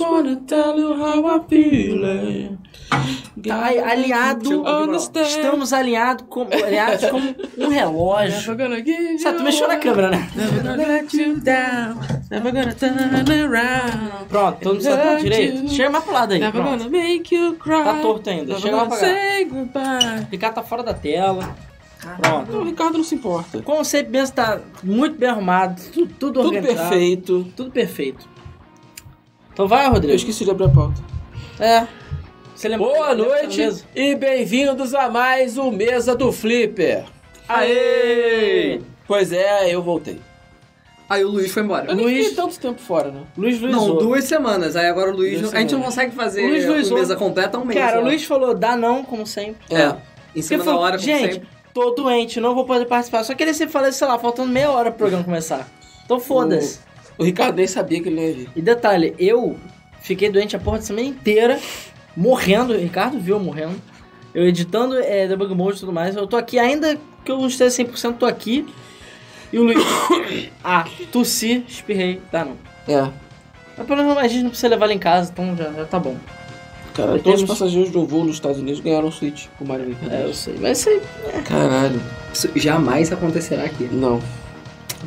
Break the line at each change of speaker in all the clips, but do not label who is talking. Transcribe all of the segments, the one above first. wanna tell you how I feel.
Ai, aliado.
Understand.
Estamos alinhado com, aliados como um relógio.
Never gonna give
Sabe,
you
tu mexeu na
up.
câmera, né?
Never gonna let you down.
Tá
Never gonna turn around.
Pronto, todo mundo sentado direito. Chega mais pro lado aí.
Never
Pronto.
gonna make you cry.
Tá torto ainda,
Never
chega lá
gonna
pra cá.
say goodbye.
Ricardo tá fora da tela.
Não, o
Pronto.
Ricardo não se importa.
Como sempre, Benzo tá muito bem arrumado, tudo, tudo,
Tudo
organizado.
perfeito.
Tudo perfeito. Então vai, Rodrigo.
Eu esqueci de abrir a pauta.
É. Você lembra?
Boa
lembra da
noite
mesa?
e bem-vindos a mais um Mesa do Flipper. Aê! Pois é, eu voltei.
Aí o Luiz foi embora.
Eu nem
Luiz-
fiquei tanto tempo fora, né?
Luiz Luiz.
Não,
Ouro.
duas semanas. Aí agora o Luiz.
Duas
não- a gente não
semanas.
consegue fazer
Luiz, Luiz,
com mesa
outro-
completa há um mês.
Cara,
né?
o Luiz falou dá não, como sempre.
É. Em
Porque
cima
falou,
da hora, como
gente,
sempre.
tô doente, não vou poder participar. Só que ele sempre fala, isso, sei lá, faltando meia hora pro programa começar. Então foda-se.
O Ricardo nem sabia que ele não ia vir.
E detalhe, eu fiquei doente a porra da semana inteira, morrendo. O Ricardo viu eu morrendo. Eu editando é, debug mode e tudo mais. Eu tô aqui ainda que eu não esteja 100%, tô aqui. E o Luiz... ah, tossi, espirrei. Tá, não.
É.
Mas pelo menos a gente não precisa levar ele em casa, então já, já tá bom.
Cara, todos os passageiros do voo nos Estados Unidos ganharam um suíte com o Mario Kart.
É, eu sei. Mas isso aí
É. Caralho.
Isso jamais acontecerá aqui.
Não.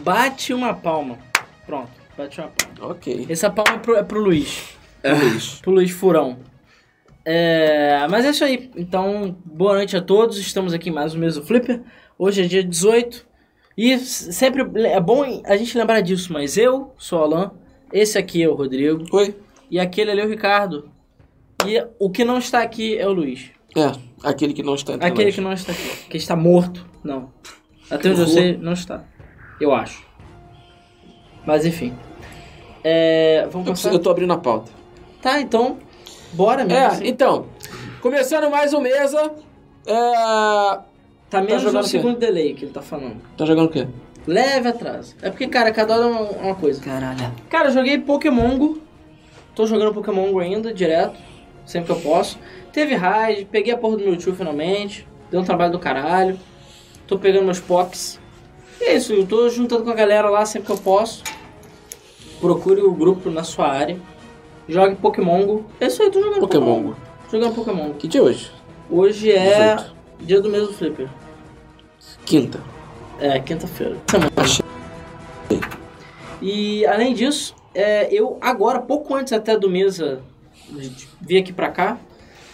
bate uma palma. Pronto, bate uma palma.
Ok.
Essa palma é pro, é pro Luiz.
Luiz.
Pro Luiz Furão. É, mas é isso aí. Então, boa noite a todos. Estamos aqui em mais um Meso Flipper. Hoje é dia 18. E s- sempre é bom a gente lembrar disso, mas eu sou o Alan, esse aqui é o Rodrigo,
Oi?
e aquele ali é o Ricardo. E o que não está aqui é o Luiz.
É, aquele que não está entre
Aquele
nós.
que não está aqui. Que está morto. Não. Até onde eu sei, não está. Eu acho. Mas enfim. É,
Eu,
vamos
preciso-
passar?
eu tô abrindo a pauta.
Tá, então. Bora mesmo. assim.
É, então, começando mais um Mesa. É...
Tá menos
jogando
um
o quê?
segundo delay que ele tá falando.
Tá jogando o quê?
Leve atraso. É porque, cara, cada hora é uma, uma coisa.
Caralho.
Cara, eu joguei Pokémon Go. Tô jogando Pokémon Go ainda, direto. Sempre que eu posso. Teve raid, peguei a porra do meu tio finalmente. Deu um trabalho do caralho. Tô pegando meus pocs. E é isso, eu tô juntando com a galera lá sempre que eu posso. Procure o grupo na sua área. Jogue Pokémon Go. É isso aí, tô jogando
Pokémon
Pokémon
Go.
Go. Jogando Pokémon Go.
Que dia é hoje?
Hoje é
18.
dia do mesmo Flipper.
Quinta.
É, quinta-feira. E além disso, é, eu agora, pouco antes até do mesa de vir aqui pra cá,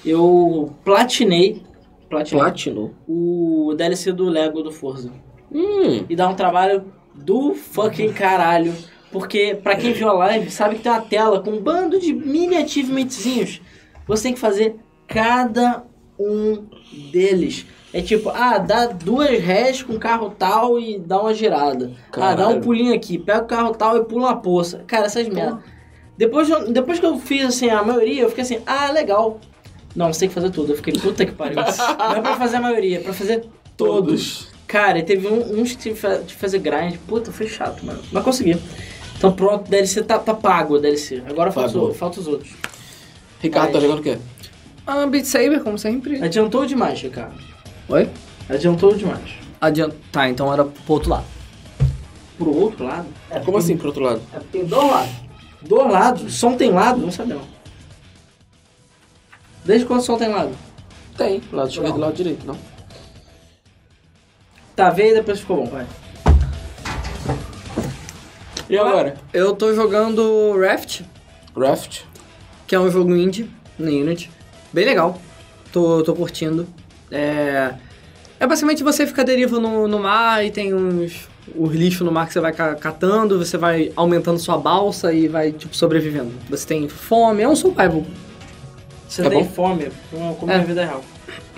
eu platinei, platinei
Platino.
o DLC do Lego do Forza.
Hum.
E dá um trabalho do fucking caralho. Porque, pra quem viu a live, sabe que tem uma tela com um bando de mini achievementzinhos. Você tem que fazer cada um deles. É tipo, ah, dá duas rés com o carro tal e dá uma girada. Ah, dá um
Caralho.
pulinho aqui, pega o carro tal e pula uma poça. Cara, essas merda. Depois, eu- depois que eu fiz assim a maioria, eu fiquei assim, ah, legal. Não, você tem que fazer tudo. Eu fiquei, puta que pariu. Não é pra fazer a maioria, é pra fazer todos. Cara, e teve um- uns que tive fa- de fazer grind. Puta, foi chato, mano. Mas consegui. Então pronto, DLC tá, tá pago, o DLC. Agora falta,
Pagou.
o- falta os outros.
Ricardo, tá
Mas-
jogando o quê?
Ah, Beat Saber, como sempre.
Adiantou demais, Ricardo.
Oi?
Adiantou demais.
Adianta. Tá, então era pro outro lado.
Pro outro lado? É,
Como assim, pro outro lado?
É porque tem dois lados. Dois lados? Som tem lado? Não sabe não. Desde quando som tem lado?
Tem. Lado esquerdo e lado direito, não?
Tá, vê e depois ficou bom, vai.
E agora?
Eu tô jogando Raft,
Raft.
que é um jogo indie na Unity. Bem legal. Tô, tô curtindo. É. É basicamente você fica à deriva no, no mar e tem uns. Os lixos no mar que você vai ca- catando, você vai aumentando sua balsa e vai, tipo, sobrevivendo. Você tem fome, é um survival,
Você
Tá
tem
bom.
fome, como como
É.
na vida real.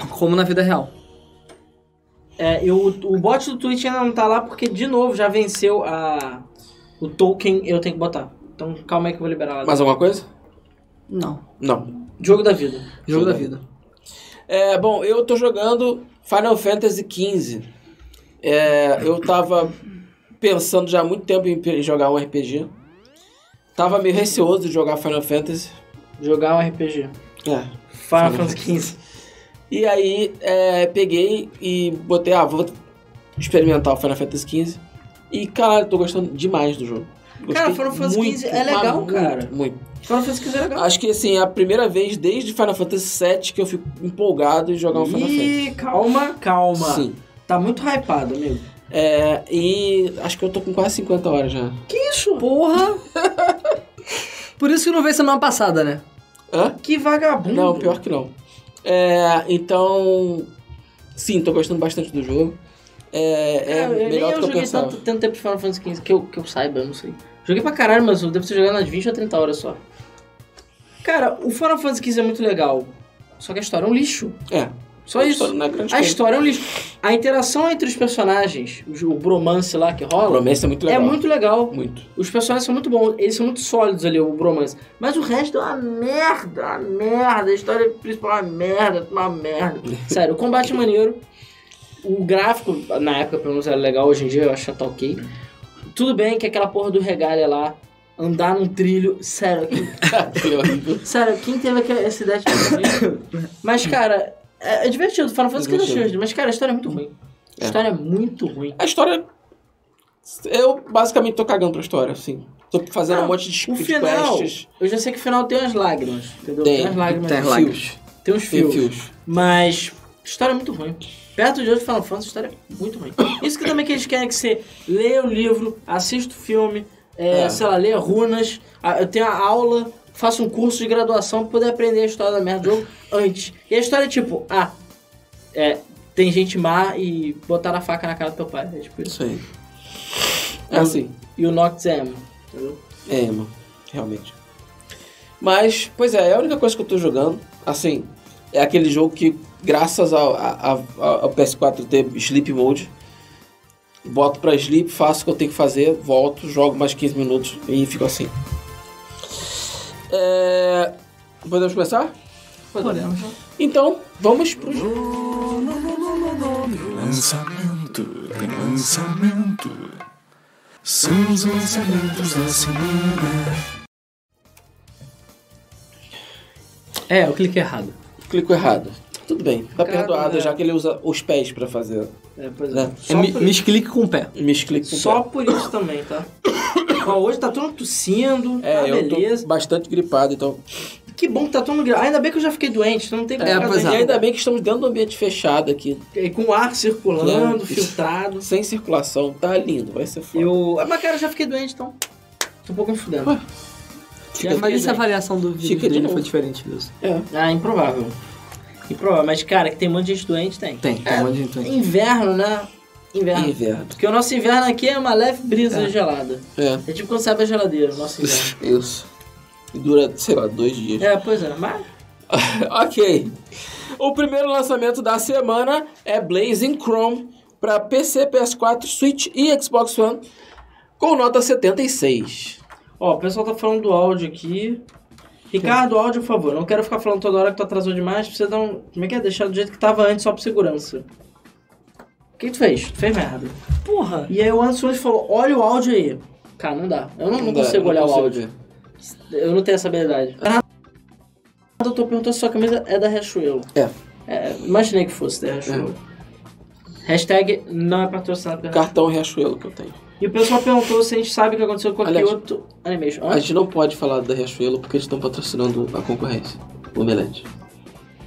como na vida real.
É, eu, o bot do Twitch ainda não tá lá porque, de novo, já venceu a, o token eu tenho que botar. Então calma aí que eu vou liberar lá.
Mais alguma coisa?
Não.
Não.
Jogo da vida.
Jogo
Jogo da
da
vida.
É, bom, eu tô jogando Final Fantasy XV. É, eu tava pensando já há muito tempo em pe- jogar um RPG. Tava meio receoso de jogar Final Fantasy.
Jogar um RPG.
É.
Final
Sim.
Fantasy XV.
E aí, é, peguei e botei, ah, vou experimentar o Final Fantasy XV. E, caralho, tô gostando demais do jogo. Gostei
Cara, Final Fantasy
muito,
XV é
mas
legal,
muito,
cara.
Muito.
Final Fantasy XV é legal.
Acho que assim, é a primeira vez desde Final Fantasy VII que eu fico empolgado em jogar um Final Fantasy.
Ih, calma, calma.
Sim.
Tá muito hypado, amigo.
É, e acho que eu tô com quase 50 horas já.
Que isso?
Porra! Por isso que não veio semana passada, né?
Hã?
Que vagabundo.
Não, pior que não. É, então. Sim, tô gostando bastante do jogo. É, é
Cara, eu- nem
melhor do
eu
que eu
joguei
pensava.
tanto, tanto tempo de Final Fantasy XV que eu, que eu saiba, eu não sei. Joguei pra caralho, mas eu devo ter jogado umas 20 ou 30 horas só. Cara, o Final Fantasy XV é muito legal. Só que a história é um lixo.
É.
Só
a
isso.
história Não é grande
A
coisa.
história é um lixo. A interação entre os personagens, o jo- o bromance lá que
A
rola,
promessa é muito
é
legal.
muito legal.
Muito.
Os personagens são muito bons, eles são muito sólidos ali, o bromance. Mas o resto é uma merda, uma merda. A história principal é uma merda, uma merda. Sério, o combate é maneiro. O gráfico, na época, pelo menos era legal, hoje em dia eu acho que tá ok. Tudo bem que aquela porra do regalha lá, andar num trilho, sério, que
Que horrível.
Sério, quem teve aquela- essa ideia de fazer um isso? Mas, cara, é, é divertido. Final Fantasy é
Divertido.
divertido, mas, cara, a história é muito ruim. A
É.
história é muito ruim.
a história. Eu basicamente tô cagando pra história, assim. Tô fazendo
Ah,
um monte de,
O
de
final,
quests.
eu já sei que o final tem umas lágrimas, entendeu?
Tem,
umas lágrimas.
tem
uns
lágrimas.
fios, Tem uns
Tem um
fios.
fios.
Mas, a história é muito ruim. Perto de hoje, Final Fantasy, a história é muito ruim. Isso que também que eles querem que você leia o livro, assista o filme, é,
É.
sei lá, leia runas, a- eu tenha aula, faça um curso de graduação pra poder aprender a história da merda do jogo antes. E a história é tipo, ah, é, tem gente má e botaram a faca na cara do teu pai. É tipo isso.
Isso aí. É assim.
E o Noctis é emo, entendeu?
É, mano, realmente. Mas, pois é, é a única coisa que eu tô jogando. Assim, é aquele jogo que, graças ao, a- a- a- ao PS4 ter Sleep Mode, boto pra sleep, faço o que eu tenho que fazer, volto, jogo mais 15 minutos e fico assim. É, Podemos começar?
Podemos.
Então, vamos pro jogo.
Lançamento, tem lançamento. São os lançamentos da semana.
É, eu cliquei errado.
Clico errado. Tudo bem, tá
Cara,
perdoado,
né?
já que ele usa os pés pra fazer.
É, pois é.
Né?
É,
Só
mi-
por-
misclique com o pé.
Misclick com o
Só
pé.
por isso também, tá? Ó, hoje tá todo mundo tossindo,
É,
tá
eu
beleza.
tô bastante gripado, então
Que bom que tá todo mundo gripado. Ainda bem que eu já fiquei doente, então não tem como
É,
ficar
pois
E
é.
doente.
ainda bem que estamos dentro do ambiente fechado aqui,
E é, Com o ar circulando,
É.
filtrado.
sem circulação, tá lindo, vai ser foda.
Eu. Ah, Mas cara, eu já fiquei doente, então. Tô um pouco me fudendo.
Ué. Fica
Mas é
aqui,
e se a
né?
avaliação do vídeo
Fica de
dele
novo.
foi diferente mesmo?
É.
Ah, improvável. Improvável. Mas, cara, que tem um monte de gente doente, tem.
Tem, tem
É,
um monte de gente doente.
Inverno, né? Inverno.
Inverno.
Porque o nosso inverno aqui é uma leve brisa gelada.
É.
É tipo quando você abre a geladeira, o nosso inverno.
Isso. E dura, sei lá, dois dias.
é, pois é. Mas
ok. O primeiro lançamento da semana é Blazing Chrome para PC, PS4, Switch e Xbox One com nota 76.
Ó, o pessoal tá falando do áudio aqui. Ricardo, áudio, por favor. Não quero ficar falando toda hora que tu atrasou demais. Precisa dar um. Como é que é? Deixar do jeito que tava antes, só por segurança. O que tu fez? Tu fez merda.
Porra!
E aí o Anderson hoje falou: olha o áudio aí. Cara, não dá. Eu não, não
dá,
consigo
não
olhar
consigo
o áudio.
ver.
Eu não tenho essa habilidade. O doutor perguntou se sua camisa é da Riachuelo.
É.
É, imaginei que fosse da Riachuelo. Hashtag não é patrocinado pela
Cartão Riachuelo que eu tenho.
E o pessoal perguntou se a gente sabe o que aconteceu com aquele
Aliás-
outro animation. Hã?
A gente não pode falar da Riachuelo porque eles estão patrocinando a concorrência. O Omelete.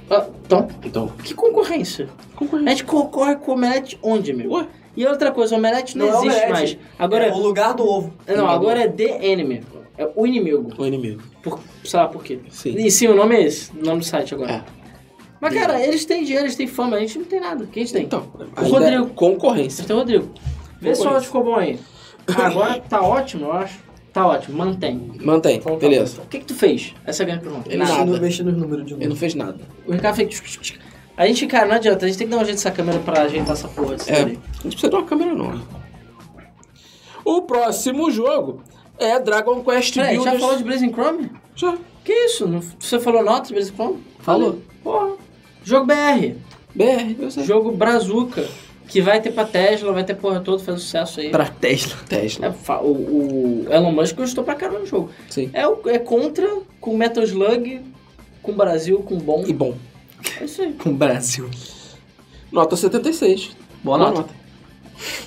Ah, então,
Então,
que concorrência? A
concorrência.
gente concorre com o omelete onde, amigo?
Ué?
E outra coisa, o omelete não,
Não é
existe
omelete.
mais. Agora
É o lugar do ovo.
é, não, agora é The Enemy. É o inimigo.
O inimigo.
Por, sei lá por quê.
Sim.
E sim, o nome é esse. O nome do site agora.
É.
Mas cara, eles têm dinheiro, eles têm fama, a gente não tem nada. Quem a gente tem?
Então,
O
ainda é
Rodrigo.
Concorrência.
Vocês têm o Rodrigo. Vê se o
Concorrência.
áudio ficou bom aí. Ah, agora tá ótimo, eu acho. Tá ótimo, mantém.
Mantém,
Então tá
beleza.
bom. O que que tu fez? Essa é a grande pergunta.
Ele
Nada.
nada.
Mexe nos números de
Ele não fez nada.
O Ricardo fez... tchuc, tchuc, tchuc. A gente, cara, não adianta. A gente tem que dar um jeito nessa câmera pra ajeitar essa porra. desse
É, a
daí.
gente precisa de uma câmera nova. O próximo jogo é Dragon Quest
Peraí,
Builders.
já falou de Blazing Chrome?
Já.
Que isso? Não- Você falou nota de vez em quando?
Falou.
Porra. Jogo BR.
BR, eu sei.
Jogo Brazuca. Que vai ter pra Tesla, vai ter porra toda, faz sucesso aí.
Pra Tesla.
Tesla.
É, fa- o, o Elon Musk gostou pra caramba do jogo.
Sim.
É, o- é contra, com Metal Slug, com Brasil, com Bom.
E bom.
É isso aí.
Com o Brasil.
Nota 76.
Boa nota.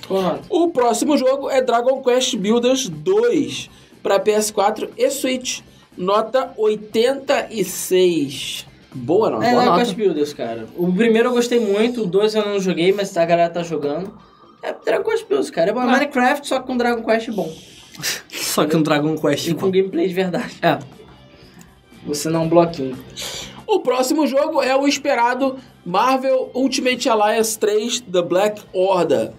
Boa nota.
O próximo jogo é Dragon Quest Builders 2 para PS4 e Switch. Nota 86. Boa nota.
É,
boa
eu
nota.
gosto de Builders, cara. O primeiro eu gostei muito, o dois eu não joguei, mas a galera tá jogando. É Dragon Quest Builders, cara.
Ah.
É bom. Minecraft só com Dragon Quest bom.
Só que um Dragon Quest.
E com
bom.
gameplay de verdade.
É.
Você não é um bloquinho.
O próximo jogo é o esperado Marvel Ultimate Alliance 3 The Black Order.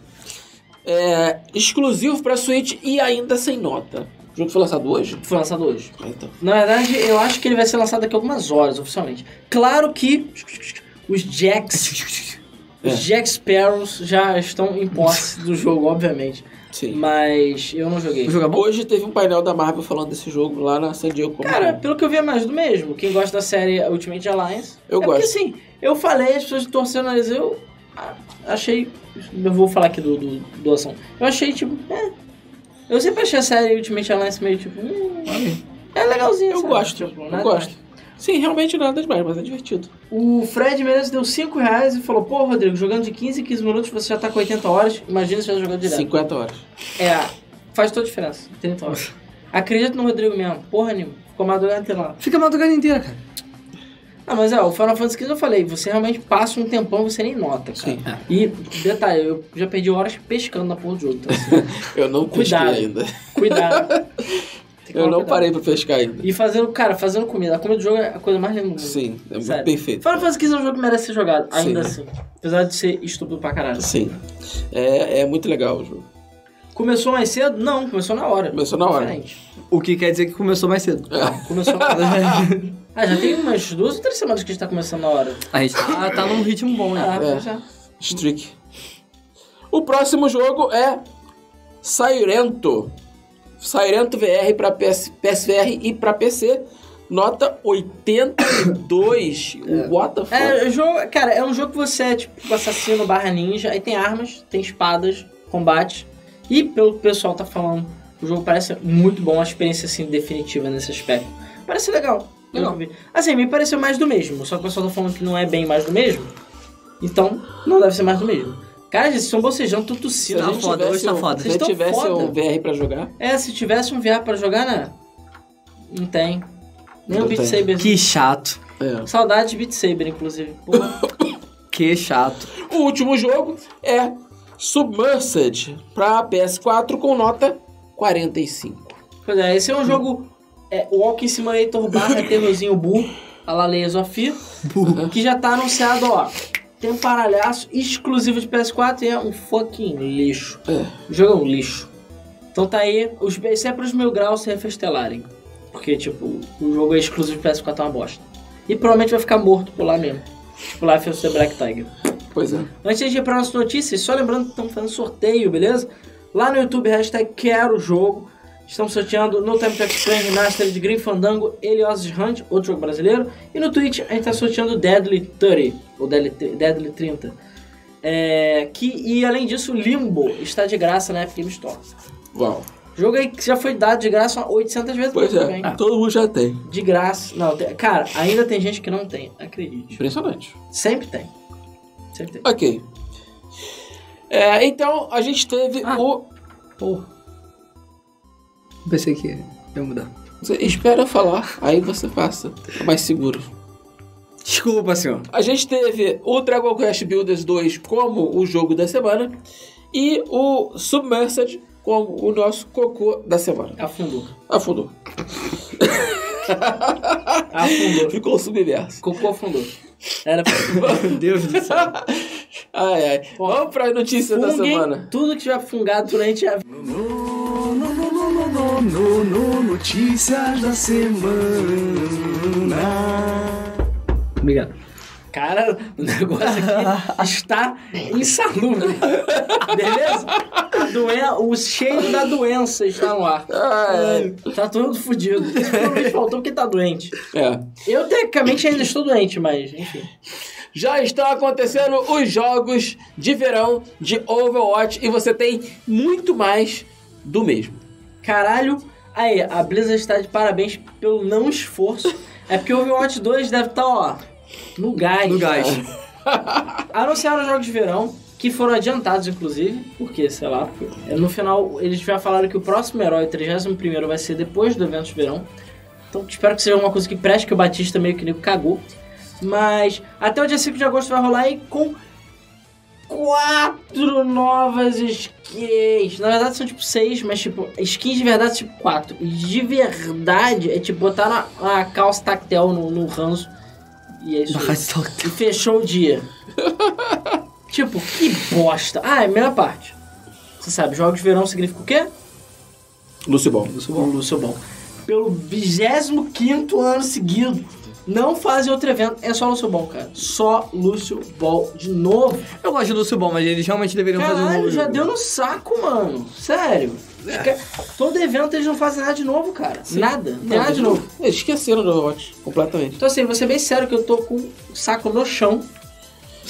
É, exclusivo para Switch e ainda sem nota. O jogo foi lançado hoje?
Foi lançado hoje.
Ah, então.
Na verdade, eu acho que ele vai ser lançado daqui a algumas horas, oficialmente. Claro que os Jacks.
É.
Os Jack Sparrows já estão em posse do jogo, obviamente.
Sim.
Mas eu não joguei.
O jogo é bom?
Hoje teve um painel da Marvel falando desse jogo lá na San Diego Comic Con.
Cara, pelo que eu vi é mais do mesmo. Quem gosta da série Ultimate Alliance.
Eu
é Porque
gosto.
assim, eu falei, as pessoas torcendo o nariz, eu ah, achei. Eu vou falar aqui do, do, do ação. Eu achei tipo. É. Eu sempre achei a série Ultimate Alliance meio tipo. hum, é tipo, legalzinho.
eu gosto, eu gosto. Sim, realmente nada demais, mas é divertido.
O Fred Menezes deu 5 reais e falou: Pô, Rodrigo, jogando de 15 em 15 minutos você já tá com 80 horas. Imagina se você jogando direto.
50 horas.
É, faz toda a diferença. 30 horas. Acredito no Rodrigo mesmo. Porra, Nimo. Ficou madrugada até lá.
Fica a madrugada inteira, cara.
Ah, mas é, o Final Fantasy XV eu falei, você realmente passa um tempão você nem nota, cara.
Sim, é.
E, detalhe, eu já perdi horas pescando na porra do jogo. Então, assim,
Eu não pesquei
Cuidado.
ainda.
cuidado. Tem que
Eu
tomar
não
cuidado.
parei pra pescar ainda.
E fazendo, cara, fazendo comida. A comida do jogo é a coisa mais linda do mundo.
Sim, é muito
Sério.
perfeito.
Final Fantasy XV é um jogo que merece ser jogado, ainda
Sim.
assim. Apesar de ser estúpido pra caralho.
Sim. É, é muito legal o jogo.
Começou mais cedo? Não, começou na hora.
Começou na hora.
Diferente.
O que quer dizer que começou mais cedo.
Começou na hora. ah, já tem umas duas ou três semanas que a gente tá começando na hora.
A gente tá, tá num ritmo bom, hein?
Ah,
É.
já.
Streak. O próximo jogo é Sairento. Sairento VR para PS, PSVR e para PC. Nota 82. What the fuck?
É, o jogo, cara, é um jogo que você é tipo assassino barra ninja, aí tem armas, tem espadas, combate. E pelo que o pessoal tá falando, o jogo parece muito bom, a experiência assim definitiva nesse aspecto. Parece legal. eu
Legal.
não vi. Assim, me pareceu mais do mesmo, só que o pessoal tá falando que não é bem mais do mesmo. Então, não deve ser mais do mesmo. Cara, gente, vocês estão bocejando, tô
se
tossindo.
Tá
a gente
foda,
tivesse
hoje tá
um-
foda.
Se a
Vocês
gente
tão
tivesse
foda.
um VR pra jogar,
É, se tivesse um VR pra jogar, né? Não tem. Nem
Não
o Beat
tem.
Saber.
Que chato.
é.
Saudade de Beat Saber, inclusive. Pô,
Que chato.
O último jogo é Submersed para PS4 com nota 45.
Pois é, esse é um jogo é, Walking Simulator barra terrorzinho burro, a la Layers of Fear, que já tá anunciado, ó. Tem um paralhaço exclusivo de PS4 e é um fucking lixo. O jogo é um lixo. Então tá aí, os, isso é pros mil graus se refestelarem. Porque, tipo, o jogo é exclusivo de PS4 é uma bosta. E provavelmente vai ficar morto por lá mesmo. Tipo Life of the Black Tiger.
Pois é.
Antes de ir para nossas notícias, só lembrando que estamos fazendo sorteio, beleza? Lá no YouTube, hashtag quero jogo. Estamos sorteando No Time to Explain Remastered de Green Fandango, Eliosis Hunt, outro jogo brasileiro. E no Twitch a gente está sorteando Deadly 30, ou Deadly, tri- Deadly 30. É, que, e além disso, Limbo está de graça na Epic Game Store.
Uau.
Jogo aí que já foi dado de graça umas 800 vezes.
Pois é.
hein?
Todo mundo já tem.
De graça. Não, tem- cara, ainda tem gente que não tem, acredite.
Impressionante.
Sempre tem. Sempre tem.
Ok. É, então, a gente teve
Ah.
o...
Porra. Pensei que ia mudar.
Você espera eu falar, aí você passa. É mais seguro.
Desculpa, senhor.
A gente teve o Dragon Quest Builders 2 como o jogo da semana e o Submersed como o nosso cocô da semana.
Afundou.
Afundou.
Afundou.
Ficou submerso.
Cocô afundou. Era pra
Meu Deus do céu.
Ai, ai. Vamos pra notícia da
Funguem
semana.
tudo que tiver fungado durante a
No, no, no, no, no, no, no, no, notícias da semana.
Obrigado.
Cara, o negócio aqui está insalubre. Beleza? A Doen... O cheiro da doença está no ar.
Ai,
Tá todo fudido. Principalmente faltou porque tá doente.
é.
Eu, tecnicamente, ainda estou doente, mas enfim.
Já estão acontecendo os jogos de verão de Overwatch e você tem muito mais do mesmo.
Caralho. Aí, a Blizzard está de parabéns pelo não esforço. É porque o Overwatch 2 deve estar, ó, no gás.
No gás.
Anunciaram os jogos de verão, que foram adiantados, inclusive, porque, sei lá, porque no final eles já falaram que o próximo herói, o 31 vai ser depois do evento de verão. Então espero que seja uma coisa que preste, que o Batista meio que nego cagou. Mas até o dia 5 de agosto vai rolar aí com quatro novas skins. Na verdade são tipo seis, mas tipo, skins de verdade são tipo quatro. E de verdade é tipo botar na, na calça tactel no, no ranço. E é isso. aí.
Mas só-
E fechou o dia. tipo, que bosta. Ah, é a mesma parte. Você sabe, jogos de verão significa o quê?
Lúcio Bom.
Lúcio Bom. Lúcio Bom. Pelo 25 ano seguido. Não fazem outro evento, é só Lúcio Bom, cara. Só Lúcio Bom de novo.
Eu gosto do Lúcio Bom, mas eles realmente deveriam fazer um
Caralho,
novo
já
jogo. É.
deu no saco, mano. Sério. Os ca- Todo evento eles não fazem nada de novo, cara. Nada. nada de novo.
Eles esqueceram do Overwatch completamente.
Então, assim, vou ser bem sério que eu tô com o saco no chão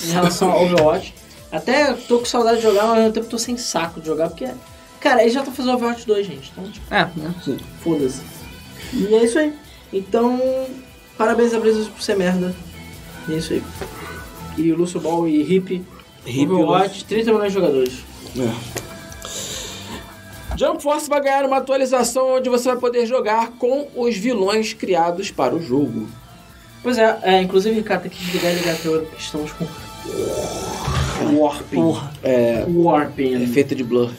em relação ao Overwatch. Até tô com saudade de jogar, mas ao mesmo tempo tô sem saco de jogar, porque. Cara, eles já estão fazendo Overwatch 2, gente. Então, tipo,
É, né?
foda-se. E é isso aí. Então, parabéns a Blizzard por ser merda. E é isso aí. E o Lúcio Ball e Hip.
Hip,
Overwatch, 30 milhões de jogadores.
É. Jump Force vai ganhar uma atualização onde você vai poder jogar com os vilões criados para o jogo.
Pois é, é inclusive, Ricardo, tem que desligar e ligar a câmera, porque estamos com. Warping.
É,
Warping.
é feita de blur.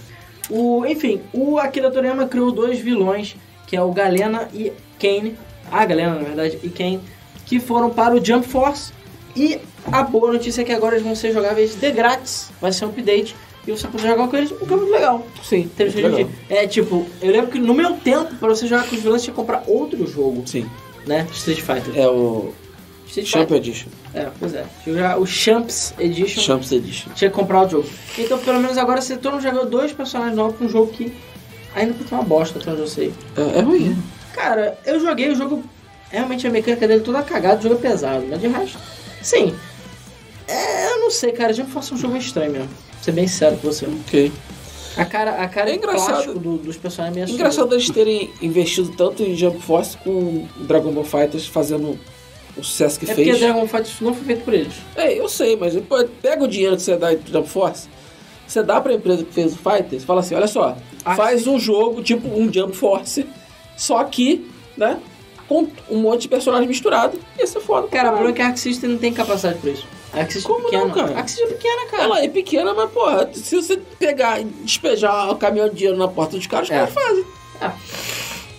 O, enfim, o Akira Toriyama criou dois vilões, que é o Galena e Kane, a Galena na verdade, e Kane, que foram para o Jump Force. E a boa notícia é que agora eles vão ser jogáveis de grátis, vai ser um update, e você pode jogar com eles, o que é muito legal.
Sim,
Tem gente
legal.
que- É tipo, eu lembro que no meu tempo, para você jogar com os vilões, tinha que comprar outro jogo,
Sim,
né? Street Fighter.
é o
Street
Champ
Fighter.
Edition.
É, pois é. Tinha que jogar O Champs Edition.
Champs Edition.
Tinha que comprar o jogo. Então, pelo menos agora você todo mundo já ganhou dois personagens novos pra um jogo que ainda tá uma bosta, até onde eu sei.
É, é ruim. né?
Cara, eu joguei o jogo. Realmente a mecânica dele toda cagada, o jogo é pesado, mas de resto. Sim. É, eu não sei, cara. Já faço um jogo meio estranho mesmo. Pra ser bem sério com você.
Ok.
A cara, a cara
É
de
engraçado.
plástico do- dos personagens é meio
Engraçado eles terem investido tanto em Jump Force com Dragon Ball Fighters fazendo o sucesso que
assustador. É
fez.
porque Dragon Fight isso não foi feito por eles.
É, eu sei, mas pô, pega o dinheiro que você dá em Jump Force, você dá pra empresa que fez o Fighters, fala assim, olha só,
Ah,
faz um jogo tipo um Jump Force, só que, né, com um monte de personagens misturados, ia ser foda. pra
Cara, o
caralho.
problema é que a Arc System não tem capacidade pra isso. A Arc System
Como
é pequena.
não, cara?
A Arc System é pequena, cara.
Ela é pequena, mas, porra, se você pegar, e despejar o caminhão de dinheiro na porta dos caras, os
É.
caras fazem.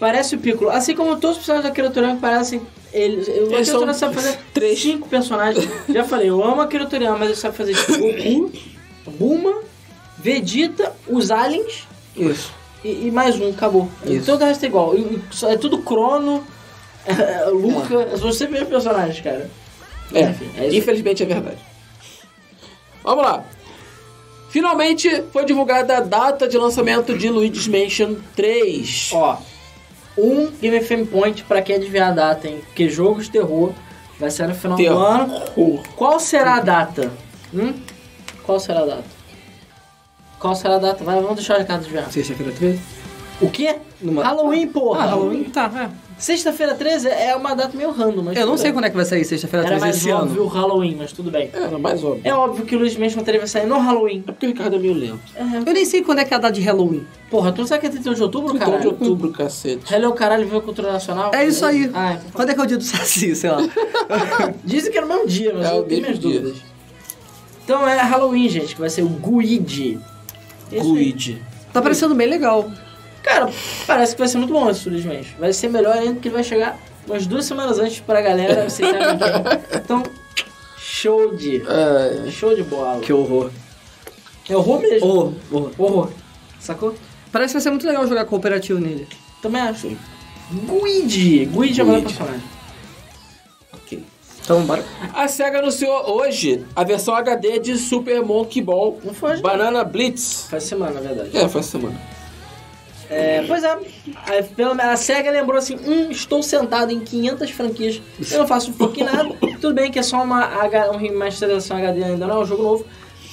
Parece o Piccolo. Assim como todos os personagens da Toriyama parecem. Eles, o Akira
Eles são
Toriyama sabe fazer
três.
cinco personagens. Já falei, eu amo Akira Toriyama, mas ele sabe fazer tipo, Goku, Buma, Vegeta, os aliens
Isso.
e, e mais um, acabou. E
Isso.
todo o resto é igual. E- e só- é tudo Crono, é, Luca, são sempre os mesmos personagens, cara.
É,
Enfim, é isso.
infelizmente é verdade. Vamos lá. Finalmente foi divulgada a data de lançamento de Luigi's Mansion 3.
Ó, um Game FM Point pra quem adivinhar a data, hein? Porque jogo de terror vai ser no final do
Terror.
ano. Qual será a data? Hum? Qual será a data? Qual será a data? Vai, vamos deixar o Ricardo adivinhar.
Sexta-feira 13?
O quê?
Numa-
Halloween, porra!
Ah, Halloween, tá, é.
Sexta-feira 13 é uma data meio random, mas.
Eu não
tudo
sei
bem.
quando é que vai sair sexta-feira
Era
13
mais
esse
óbvio
ano.
o Halloween, mas tudo bem.
Era mais óbvio.
É óbvio que o Luiz Mansion 3 vai sair no Halloween.
É porque o Ricardo é meio lento.
Eu nem sei quando é que é a data de Halloween.
Porra, tu não sabe que é 31 de outubro,
Então
cara?
de outubro, cacete.
Hello, caralho, viu a cultura nacional?
um É isso aí.
Ah, então tá.
Quando é que é o dia do Saci, sei lá.
Dizem que era o mesmo dia, mas
É o
eu tenho minhas
mesmo dia.
dúvidas. Então é Halloween, gente, que vai ser o Guide. Isso aí.
Guide.
Tá parecendo bem legal.
Cara, parece que vai ser muito bom esse Studios Mansion. Vai ser melhor ainda porque ele vai chegar umas duas semanas antes pra galera, vocês sabem quem. Então, show de.
É,
Show de bola.
Que horror.
É horror mesmo.
Horror, horror.
Horror. Sacou?
Parece que vai ser muito legal jogar cooperativo nele.
Também acho. Guide. Guide é o melhor personagem.
Então, bora.
A SEGA anunciou hoje a versão HD de Super Monkey Ball
Não foi hoje, não.
Banana Blitz.
Faz semana, na verdade.
É, faz semana.
É, pois é. A, pelo menos a SEGA lembrou assim, hum, estou sentado em 500 franquias, eu não faço pouco nada. Tudo bem que é só uma H, um remasterização HD ainda, não é um jogo novo.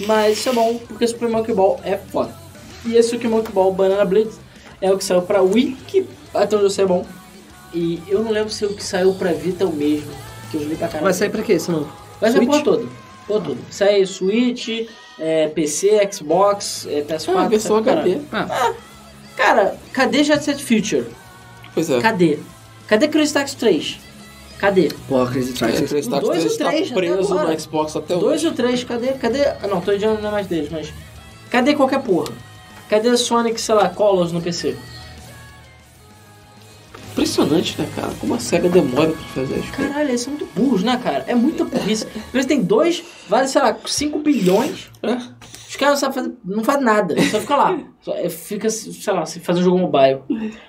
Mas isso é bom, porque Super Monkey Ball é foda. E esse Super Monkey Ball Banana Blitz é o que saiu pra Wii, que até onde eu sei é bom. E eu não lembro se o que saiu pra Vita é o mesmo, que eu joguei pra caralho.
Vai sair pra quê esse novo?
Vai sair
Switch?
porra toda. Porra toda. Sai Switch, é, PC, Xbox, é,
É,
PS4.
uma versão
sabe,
HD.
Ah,
Cara, cara cadê Jet Set Future?
Pois é.
Cadê? Cadê Crazy Taxi 3? Cadê?
pô, Crazy
É,
Taxi.
Crazy Taxi
dois
3
ou três,
tá
até
preso
agora.
no Xbox até
Dois
hoje.
ou três, cadê? Cadê? Ah, não, tô indiano não é mais deles, mas. Cadê qualquer porra? Cadê Sonic, sei lá, Colors no PC?
Impressionante, né, cara? Como a SEGA demora pra fazer as coisas.
Caralho, eles são muito burros, né, cara? É muita burrice. Eles têm dois, vale, sei lá, 5 bilhões.
É.
Os caras não sabem fazer, não fazem nada, só fica lá. Só, é, fica, sei lá, se fazer um jogo mobile.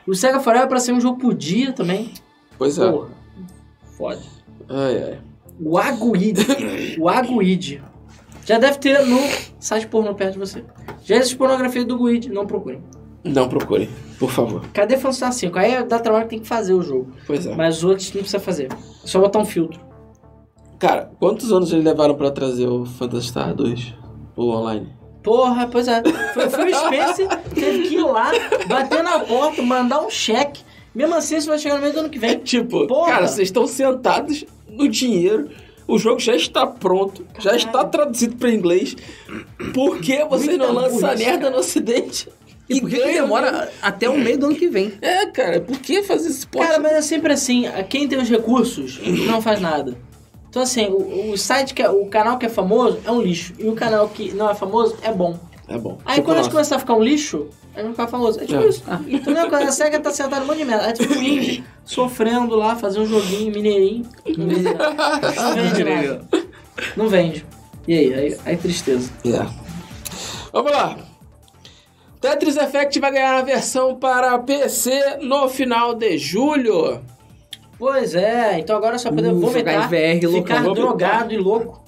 O Sega Forever é pra ser um jogo por dia também.
Pois é.
Porra. Foda.
Ai, ai.
O Aguid. o Aguid. Já deve ter no site pornô perto de você. Já existe pornografia do Guid, não procurem.
Não procure, por favor.
Cadê Phantasy 5? Aí dá trabalho que tem que fazer o jogo.
Pois é.
Mas os outros não precisa fazer. É Só botar um filtro.
Cara, quantos anos eles levaram pra trazer o Phantasy Star 2? O online?
Porra, pois é. Foi, foi o Spencer, teve que ir lá, bater na porta, mandar um cheque. Mesmo assim, isso vai chegar no meio do ano que vem.
Tipo,
Porra!
cara, vocês estão sentados no dinheiro, o jogo já está pronto, já está traduzido pra inglês. Por que vocês
Muita
não lançam a
burrice,
merda no ocidente?
E por que que
ganham
demora
um
até o meio do ano que vem?
É, cara, por que fazer esse porra?
Cara, mas é sempre assim. Quem tem os recursos não faz nada. Então assim, o, o site que é, o canal que é famoso é um lixo e o canal que não é famoso é bom.
É bom.
Aí
Tipo,
quando a gente
nossa,
começar a ficar um lixo, a gente vai ficar famoso. É tipo
É.
isso. Então mesmo quando a SEGA tá sentada num monte de merda. É tipo o Indy sofrendo lá, fazer um joguinho mineirinho. Não vende nada. Não vende nada. Não vende. E aí, aí, aí tristeza.
é. Vamos lá. Tetris Effect vai ganhar a versão para PC no final de julho.
Pois é, então agora só poder
Uh,
vomitar,
jogar em VR, louco,
vou
ficar
vomitar.
drogado e louco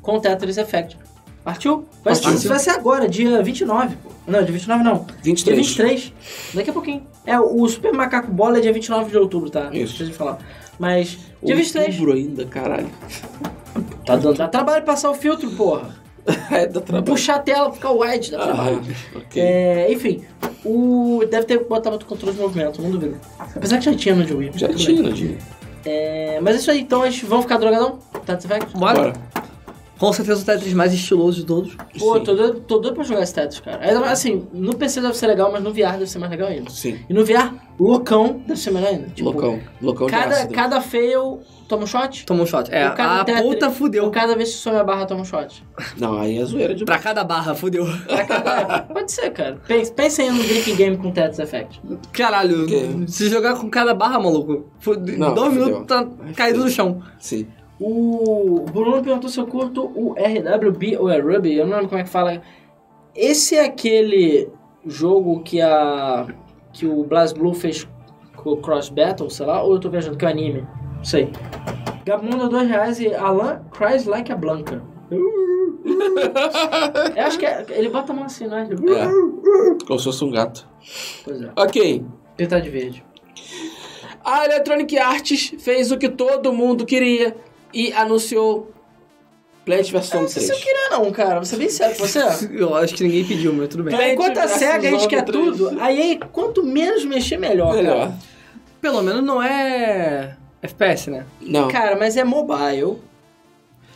com o Tetris Effect. Partiu? Vai, ser-
Partiu.
vai ser agora, dia 29. pô. Não, dia 29 não. Dia
23.
23. Daqui a pouquinho. É, o Super Macaco Bola é dia 29 de outubro, tá?
Isso.
Deixa eu falar. Mas, dia 23.
Outubro ainda, caralho.
Tá dando dá trabalho passar o filtro, porra.
É, dá trabalho.
Puxar a tela, ficar wide, dá trabalho.
Ah, ok.
É, enfim, o... deve ter botado outro controle de movimento, não duvido. Apesar que já tinha no de Wii.
Já
tudo bem.
tinha no dia.
É, mas é isso aí, então a gente vamos ficar drogadão? Tá, Tetris Effect?
Bora. Com certeza o Tetris mais estiloso de todos.
Pô,
Sim.
tô doido, tô doido pra jogar esse Tetris, cara. Ainda mais, Assim, no PC deve ser legal, mas no VR deve ser mais legal ainda.
Sim.
E no VR, loucão deve ser melhor ainda. Tipo,
Locão. Locão de
Cada,
ácido.
cada fail toma um shot?
Toma um shot. É,
O cara
a
do Tetris-
ponta fudeu.
Ou cada vez que some a barra toma um shot?
Não, aí é zoeira de
Pra cada barra, fudeu.
Pra cada- É, Pode ser, cara. Pense, pense aí no drinking game com Tetris Effect.
Caralho,
Que?
se jogar com cada barra, maluco, fude-
Não,
dois
fudeu.
minutos tá
Ai,
caído
fudeu.
no chão.
Sim.
O Bruno perguntou se eu curto o RWB ou é Ruby, eu não lembro como é que fala. Esse é aquele jogo que a que o BlazBlue fez com o Cross Battle, sei lá, ou eu tô viajando que é o anime, não sei. Gabundo dois reais e Alan cries like a Blanca. eu acho que é- ele bota a mão assim, né? Ele-
É. Como se fosse um gato.
Pois é.
Ok.
Ele tá de verde.
A Electronic Arts fez o que todo mundo queria e anunciou Plant vs.
Não
3.
sei se eu queria não, cara. Vou ser bem sério com você. é.
Eu acho que ninguém pediu, mas tudo bem.
Plant
Enquanto a
versus
SEGA a gente quer
outros.
tudo, aí, aí quanto menos mexer, melhor, cara.
Melhor.
Pelo menos não é FPS, né?
Não.
Cara, mas é mobile.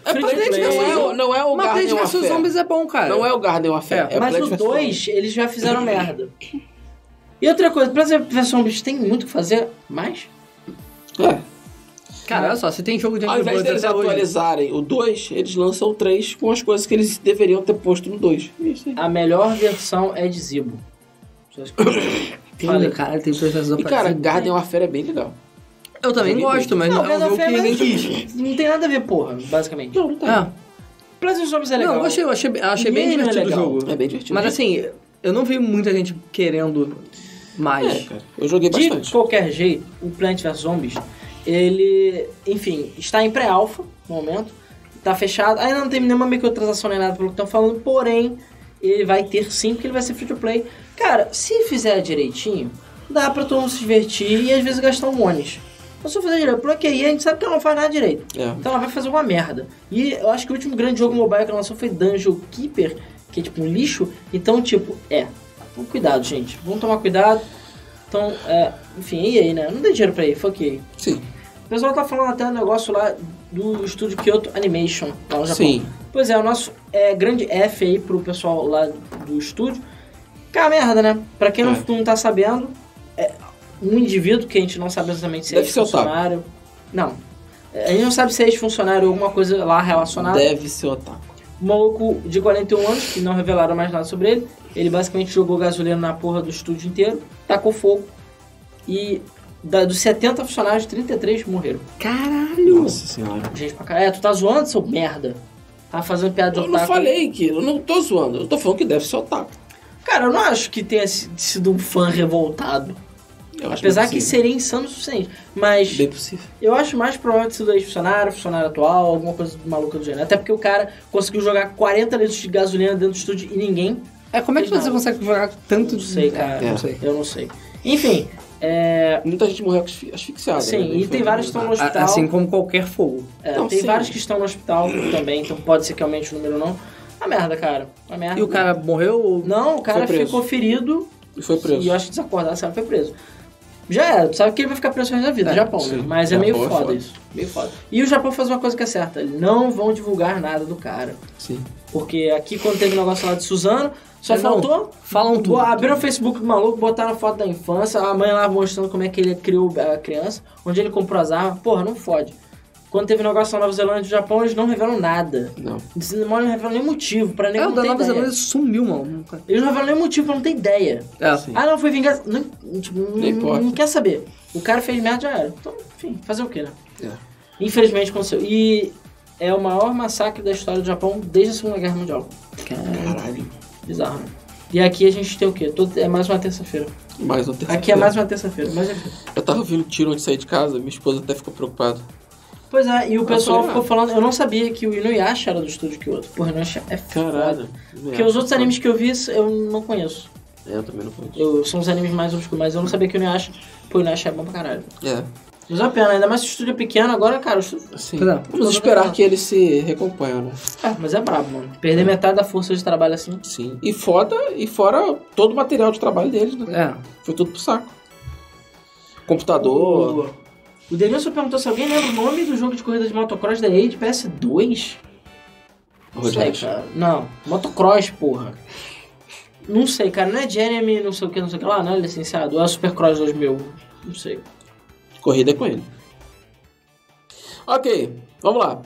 É
free
Plant
to play.
versus- não, é, o- não é o
mas Plants
Garden
vs Zombies é bom, cara.
Não é o Garden Warfare.
É,
É,
mas
Plant
os
versus
dois, eles já fizeram merda. E outra coisa, pra ser versão bicho, tem muito o que fazer, mas.
Zombies. É.
Cara, olha só, você tem jogo de
Ao
Angry
invés
Birds
deles
até hoje.
atualizarem o 2, eles lançam o 3 com as coisas que eles deveriam ter posto no 2. Isso aí.
A melhor versão é de Zibo. Só isso que eu
Tem,
Olha.
cara, tem dois versos
E cara, Garden Warfare é bem legal.
Eu também
Ninguém
gosto, mas
Não,
não, é um
Garden
jogo que
Warfare é
ninguém
mais-
quis.
Não tem nada a ver, porra, basicamente.
Não, não tá.
Ah,
Pra ser zombies é legal.
não, eu achei, eu achei, eu achei bem
Ninguém é
divertido o
legal.
jogo.
É bem divertido.
Mas assim, eu não vi muita gente querendo mais.
assim,
É, cara. Eu joguei
De
bastante.
qualquer jeito, o Plant vs Zombies, ele, enfim, está em pré-alfa no momento, está fechado, ainda não tem nenhuma microtransação nem nada pelo que estão falando, porém, ele vai ter sim, porque ele vai ser free to play. Cara, se fizer direitinho, dá pra todo mundo se divertir e às vezes gastar um ônibus. Então, se eu fizer direito, porque aí a gente sabe que ela não faz nada direito.
É.
Então ela vai fazer uma merda. E eu acho que o último grande jogo mobile que ela lançou foi Dungeon Keeper, que é tipo um lixo. Então, tipo, é. Então, cuidado, gente. Vamos tomar cuidado. Então, é, enfim, e aí, né? Não dei dinheiro pra ele, fuck EA.
Sim.
O pessoal tá falando até um negócio lá do estúdio Kyoto Animation, lá no Japão.
Sim.
Pois é, o nosso é, grande F aí pro pessoal lá do estúdio. Que é uma merda, né? Pra quem não,
É.
não tá sabendo, é um indivíduo que a gente não sabe exatamente se é
Deve ser o Otávio.
ex-funcionário. Não. A gente não sabe se é ex-funcionário ou alguma coisa lá relacionada.
Deve ser otaku.
Um maluco de 41 anos, que não revelaram mais nada sobre ele. Ele basicamente jogou gasolina na porra do estúdio inteiro, tacou fogo. E da- dos 70 funcionários, 33 morreram.
Caralho!
Nossa senhora.
Gente pra caralho. É, tu tá zoando, seu merda? Tá fazendo piada de
Eu não
otaku.
falei que. Eu não tô zoando. Eu tô falando que deve ser otaku.
Cara, eu não acho que tenha si- sido um fã revoltado.
Eu acho
Apesar
bem
que
possível.
seria insano o suficiente. Mas
Bem possível.
eu acho mais provável ter sido ex-funcionário, funcionário atual, alguma coisa maluca do gênero. Até porque o cara conseguiu jogar 40 litros de gasolina dentro do estúdio e ninguém.
É, como é que você
Não.
consegue jogar tanto
Não sei,
de...
cara.
É,
É.
Não sei.
Eu não sei. Enfim, é.
Muita gente morreu asfixi- asfixiada. né?
Sim, e
Foi
tem vários que estão no
verdade.
hospital.
A- Assim como qualquer fogo.
é,
não, Ah,
tem
então sim.
vários que estão no hospital também, então pode ser que aumente o número ou não. Uma merda, cara. Uma merda.
E o cara morreu ou...
Não, o cara
Foi preso.
ficou ferido
E foi preso.
E eu acho que desacordado, sabe? Foi preso. Já era, tu sabe que ele vai ficar preso o resto da vida, no Japão,
sim.
né? Mas é
Japão
meio
é
foda,
foda.
isso. Meio foda. E o Japão faz uma coisa que é certa: eles não vão divulgar nada do cara.
Sim.
Porque aqui, quando teve o negócio lá de Suzano, só
É, não.
faltou.
Falam tudo.
Bo- Abriram o Facebook do maluco, botaram a foto da infância, a mãe lá mostrando como é que ele criou a criança, onde ele comprou as armas. Porra, não fode. Quando teve o negócio na Nova Zelândia e do Japão, eles não revelam nada.
Não.
Eles não revelam nem motivo, pra nem
É, o
não
da
ter
Nova
ideia.
Zelândia sumiu, mano.
Eles não revelam nem motivo pra não ter ideia.
É,
Sim.
Ah, não, foi vingança. Não, tipo, não-
Nem
não,
importa.
quer saber. O cara fez merda já era. Então, enfim, fazer o quê, né?
É.
Infelizmente aconteceu. E é o maior massacre da história do Japão desde a Segunda Guerra Mundial. é
Caralho.
Bizarro, né? E aqui a gente tem o quê? Todo, é mais uma terça-feira.
Mais um terceiro.
Aqui é mais um- uma terça-feira. Mas enfim.
Eu tava ouvindo tiro antes de sair de casa, minha esposa até ficou preocupada.
Pois é, e o pessoal
falei,
ficou
ah.
falando. Eu não sabia que o Inuyasha era do estúdio que o outro. Porra, Inuyasha é foda.
Caralho.
Porque os outros animes que eu vi, eu não conheço.
É, eu também não conheço.
Eu, são os animes mais obscuros, mas eu não sabia que o Inuyasha. Pô, o Inuyasha é bom pra caralho.
É,
Mas é uma pena, ainda mais se o estúdio é pequeno, agora, cara, o estúdio
assim.
Pois é.
Vamos esperar que ele se recomponha, né?
Ah, mas é brabo, mano. Perder metade da força de trabalho assim.
Sim. E foda, e fora todo o material de trabalho deles, né?
é.
Foi tudo pro saco. Computador.
O Denilson perguntou se alguém lembra o nome do jogo de corrida de motocross da EA de PS2? Não sei,
Rogério.
cara. Não, motocross, porra. Não sei, cara. Não é Jeremy, não sei o que, não sei o que lá, não é licenciado. Ou é Supercross 2000. Não sei.
Corrida é com ele. Ok, vamos lá.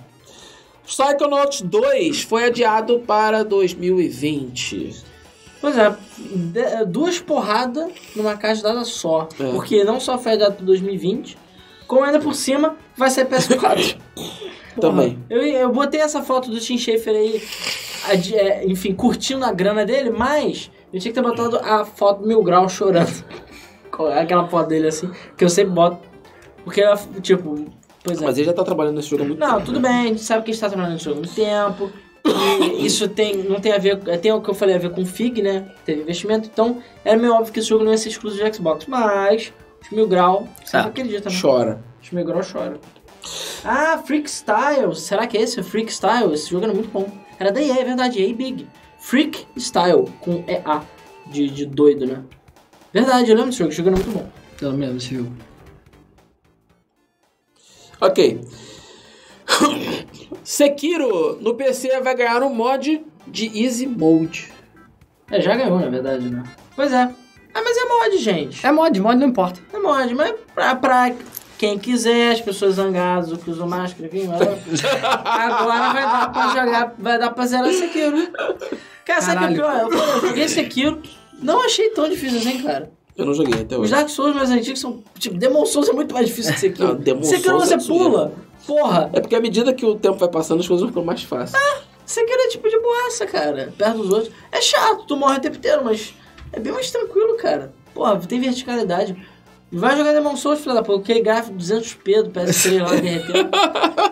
Psychonauts 2 foi adiado para 2020.
Pois é, de- duas porradas numa caixa dada só.
É.
Porque não só foi adiado pro 2020, como ainda por cima vai ser PS4. Porra,
Também.
Eu, eu botei essa foto do Tim Schafer aí, adi- é, enfim, curtindo a grana dele, mas eu tinha que ter botado a foto do Mil Grau chorando. Com Aquela foto dele assim, que eu sempre boto. Porque, ela, tipo, pois é.
Mas ele já tá trabalhando nesse jogo há muito
Não,
tempo. né?
tudo bem, a gente sabe que a gente tá trabalhando nisso há muito tempo. e isso tem, não tem a ver. Tem o que eu falei a ver com o FIG, né? Teve investimento. Então, era meio óbvio que esse jogo não ia ser exclusivo de Xbox. Mas, os Mil Grau,
Tá.
sempre
Ah,
acredita, né?
Chora.
Os Mil Grau choram. Ah, Freak Style. Será que é esse? Freak Style? Esse jogo era muito bom. Era da EA, é verdade, EA Big. Freak Style, com EA. De, de doido, né? Verdade, eu lembro desse jogo, esse jogo era muito bom.
Pelo menos, viu?
Ok. Sekiro no PC vai ganhar um mod de Easy Mode.
É, já ganhou, na verdade, né? Pois é. Ah, mas é mod, gente.
É mod, mod não importa.
É mod, mas pra, pra quem quiser, as pessoas zangadas, o que usam máscara, enfim, mas- agora vai dar pra jogar, vai dar pra zerar Sekiro. Cara, sabe o que é pior? Eu, falei, eu joguei Sekiro, não achei tão difícil assim, cara.
Eu não joguei até
Os
hoje.
Dark Souls mais antigos são, tipo, Demon Souls é muito mais difícil que Sekiro.
Não, Demon
Sekiro
Souls
você
é absurdo.
pula, porra.
É porque à medida que o tempo vai passando, as coisas ficam mais fáceis.
Sekiro é tipo de boaça, cara, perto dos outros. É chato, tu morre o tempo inteiro, mas é bem mais tranquilo, cara. Porra, tem verticalidade. Vai jogar Demon Souls, filha da puta, porque gráfico 200p do PS3 lá derretendo.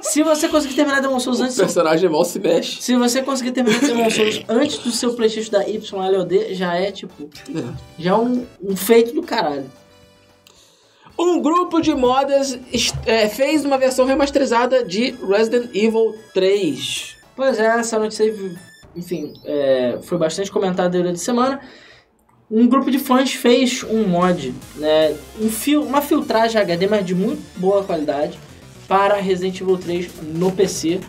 se você conseguir terminar Demon Souls
o
antes... do seu-
personagem mal se mexe.
Se você conseguir terminar Demon Souls antes do seu Playstation da YLOD, já é, tipo...
É.
Já é um, um feito do caralho.
Um grupo de modas est- é, fez uma versão remasterizada de Resident Evil 3.
Pois é, essa notícia, aí, enfim, é, foi bastante comentada durante a semana. Um grupo de fãs fez um mod, né, um fil- uma filtragem HD, mas de muito boa qualidade, para Resident Evil 3 no PC.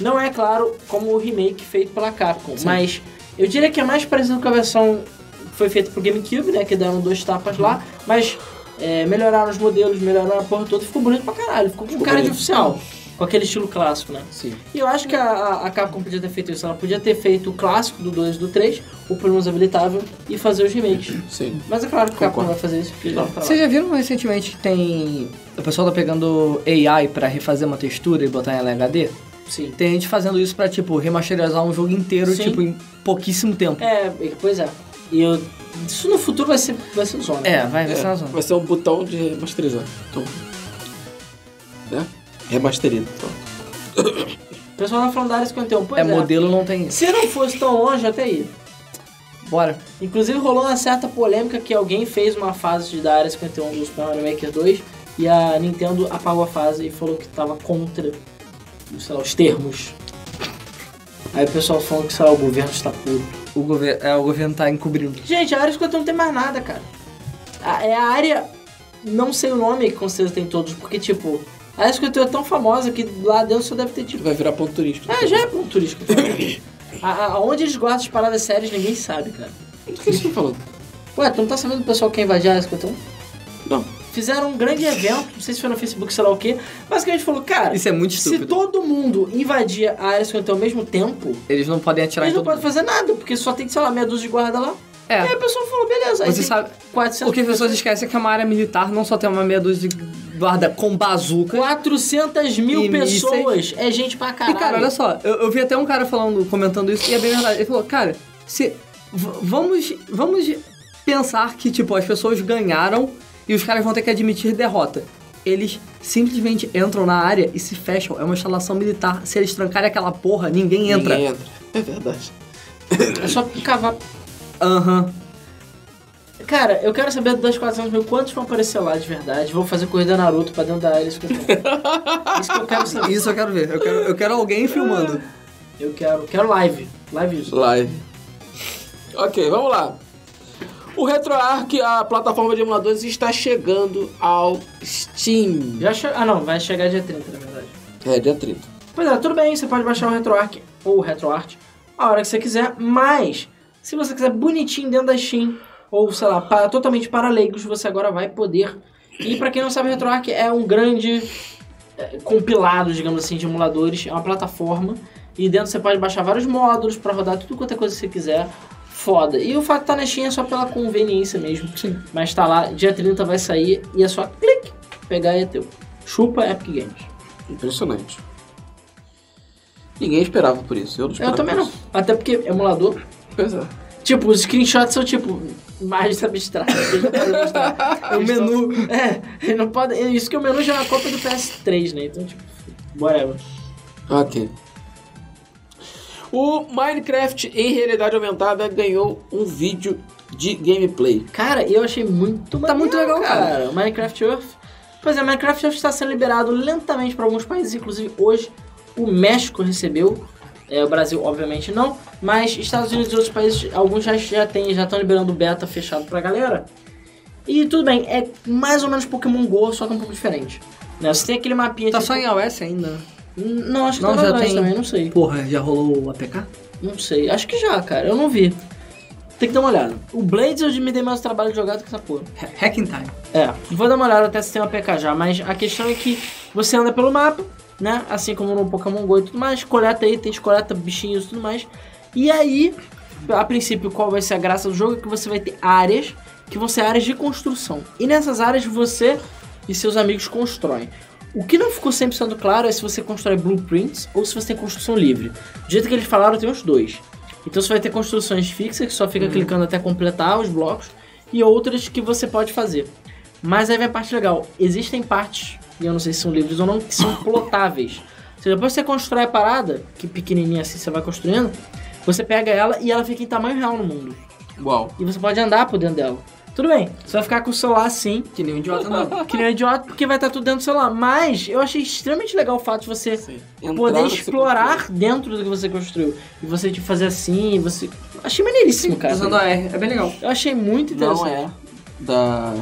Não é, claro, como o remake feito pela Capcom, mas eu diria que é mais parecido com a versão que foi feita pro GameCube, né? Que deram dois tapas lá, mas é, melhoraram os modelos, melhoraram a porra toda, ficou bonito pra caralho, ficou com cara de
bonito.
oficial, com aquele estilo clássico, né?
Sim.
E eu acho que a- a, a Capcom podia ter feito isso. Ela podia ter feito o clássico do 2 e do 3, o Primus habilitável, e fazer os remakes.
Sim.
Mas é claro que a Capcom
Concordo.
vai fazer isso, porque tá eles não
Vocês já viram recentemente que tem. O pessoal tá pegando AI pra refazer uma textura e botar ela em HD?
Sim.
Tem gente fazendo isso pra, tipo, remasterizar um jogo inteiro,
Sim.
tipo, em pouquíssimo tempo.
É, e- pois é. E eu- isso no futuro vai ser, vai ser um zona.
É, vai, vai
É,
ser uma zona.
vai ser um botão de remasterizar. Então, né? Remasterido. Então.
O pessoal tá falando da área 51, pois
É,
é.
modelo não tem.
Se não fosse tão longe, até ia.
Bora.
Inclusive rolou uma certa polêmica que alguém fez uma fase de- da área 51 do Super Mario Maker 2 e a Nintendo apagou a fase e falou que tava contra sei lá, os termos. Aí o pessoal falou que sei lá, o governo está puro.
O governo, é, o governo tá encobrindo.
Gente, a área 51 não tem mais nada, cara. A- é a área. Não sei o nome que com certeza tem todos, porque tipo, a área 51 é tão famosa que lá dentro só deve ter tipo.
Vai virar ponto turístico.
Ah, já é ponto turístico. cara. A- a- Aonde eles guardam as paradas sérias, ninguém sabe, cara.
Do que você tá falando?
Ué, tu não tá sabendo do pessoal que invadiu a área 51?
Não.
Fizeram um grande evento, não sei se foi no Facebook, sei lá o quê. Basicamente falou, cara,
Isso é muito
se
estúpido.
todo mundo invadir a área 51 ao mesmo tempo,
Eles não podem atirar
eles
em
não
todo
podem
mundo.
fazer nada, porque só tem, sei lá, meia dúzia de guarda lá.
É.
Aí a pessoa falou, beleza. Aí
Você
tem
sabe-
400
O que as pessoas esquecem é que é uma área militar, não só tem uma meia dúzia de guarda com bazuca.
400 mil
E mísseis.
pessoas. É gente pra caralho.
E cara, olha só, eu, eu vi até um cara falando, comentando isso, e é bem verdade. Ele falou, cara, se. v- Vamos, vamos pensar que, tipo, as pessoas ganharam e os caras vão ter que admitir derrota. Eles simplesmente entram na área e se fecham. É uma instalação militar. Se eles trancarem aquela porra, ninguém entra.
Ninguém entra. É verdade.
É só cavar.
Aham.
Cara, eu quero saber das 400 mil, quantos vão aparecer lá de verdade? Vão fazer corrida Naruto pra dentro da área 51. Isso que eu quero saber.
Isso eu quero ver. Eu quero, eu quero alguém filmando.
Eu quero, quero live. Live isso.
Live. Ok, vamos lá. O RetroArch, a plataforma de emuladores, está chegando ao Steam.
Já che... Ah, não, vai chegar dia 30, na verdade.
É, dia 30.
Pois é, tudo bem, você pode baixar o RetroArch ou o RetroArt a hora que você quiser, mas se você quiser bonitinho dentro da Steam, ou sei lá, pa- totalmente para leigos, você agora vai poder. E pra quem não sabe, o RetroArch é um grande é, compilado, digamos assim, de emuladores, é uma plataforma, e dentro você pode baixar vários módulos pra rodar tudo quanto é coisa que você quiser. Foda. E o fato de estar na Steam é só pela conveniência mesmo. Sim. Mas tá lá, dia 30 vai sair e é só clique, pegar e é teu. Chupa Epic Games.
Impressionante. Ninguém esperava por isso. Eu não
Eu
esperava
também
por
não.
isso.
Até porque emulador.
Pois é.
Tipo, os screenshots são tipo imagens abstratas. eles não podem mostrar.
É o
Eles tão-
menu.
É, eles não podem. Isso que o menu já é uma cópia do PS3, né? Então, tipo, whatever.
Ok. O Minecraft em realidade aumentada ganhou um vídeo de gameplay.
Cara, eu achei muito
Tá muito legal,
cara. Minecraft Earth. Pois é, Minecraft Earth está sendo liberado lentamente para alguns países, inclusive hoje o México recebeu. É, o Brasil, obviamente, não. Mas Estados Unidos e outros países, alguns já, já têm, já estão liberando o beta fechado pra galera. E tudo bem, é mais ou menos Pokémon GO, só que um pouco diferente. Né? Você tem aquele mapinha...
Tá
tipo-
só em iOS ainda. né?
Não, acho que
Não,
tá
já
já tem.
tem.
também, não sei.
Porra, já rolou o APK?
Não sei, acho que já, cara. Eu não vi. Tem que dar uma olhada. O Blades eu me dei mais trabalho de jogar do que essa porra.
Ha- Hack in time.
É, vou dar uma olhada até se tem uma PK já, mas a questão é que você anda pelo mapa, né? Assim como no Pokémon GO e tudo mais, coleta itens, coleta bichinhos e tudo mais. E aí, a princípio, qual vai ser a graça do jogo? É que você vai ter áreas que vão ser áreas de construção. E nessas áreas você e seus amigos constroem. O que não ficou 100% claro é se você constrói blueprints ou se você tem construção livre. Do jeito que eles falaram, tem os dois. Então você vai ter construções fixas, que só fica clicando até completar os blocos, e outras que você pode fazer. Mas aí vem a parte legal. Existem partes, e eu não sei se são livres ou não, que são plotáveis. Ou seja, depois que você constrói a parada, que pequenininha assim você vai construindo, você pega ela e ela fica em tamanho real no mundo.
Uau.
E você pode andar por dentro dela. Tudo bem, você vai ficar com o celular assim,
Que nem um idiota não.
que nem um idiota, porque vai estar tudo dentro do celular. Mas eu achei extremamente legal o fato de você
Entrar
poder
no seu
explorar dentro do que você construiu. E você tipo, fazer assim, e você. Achei maneiríssimo, cara.
Usando a R. É bem legal.
Eu achei muito
conteúdo.
interessante.
Não é da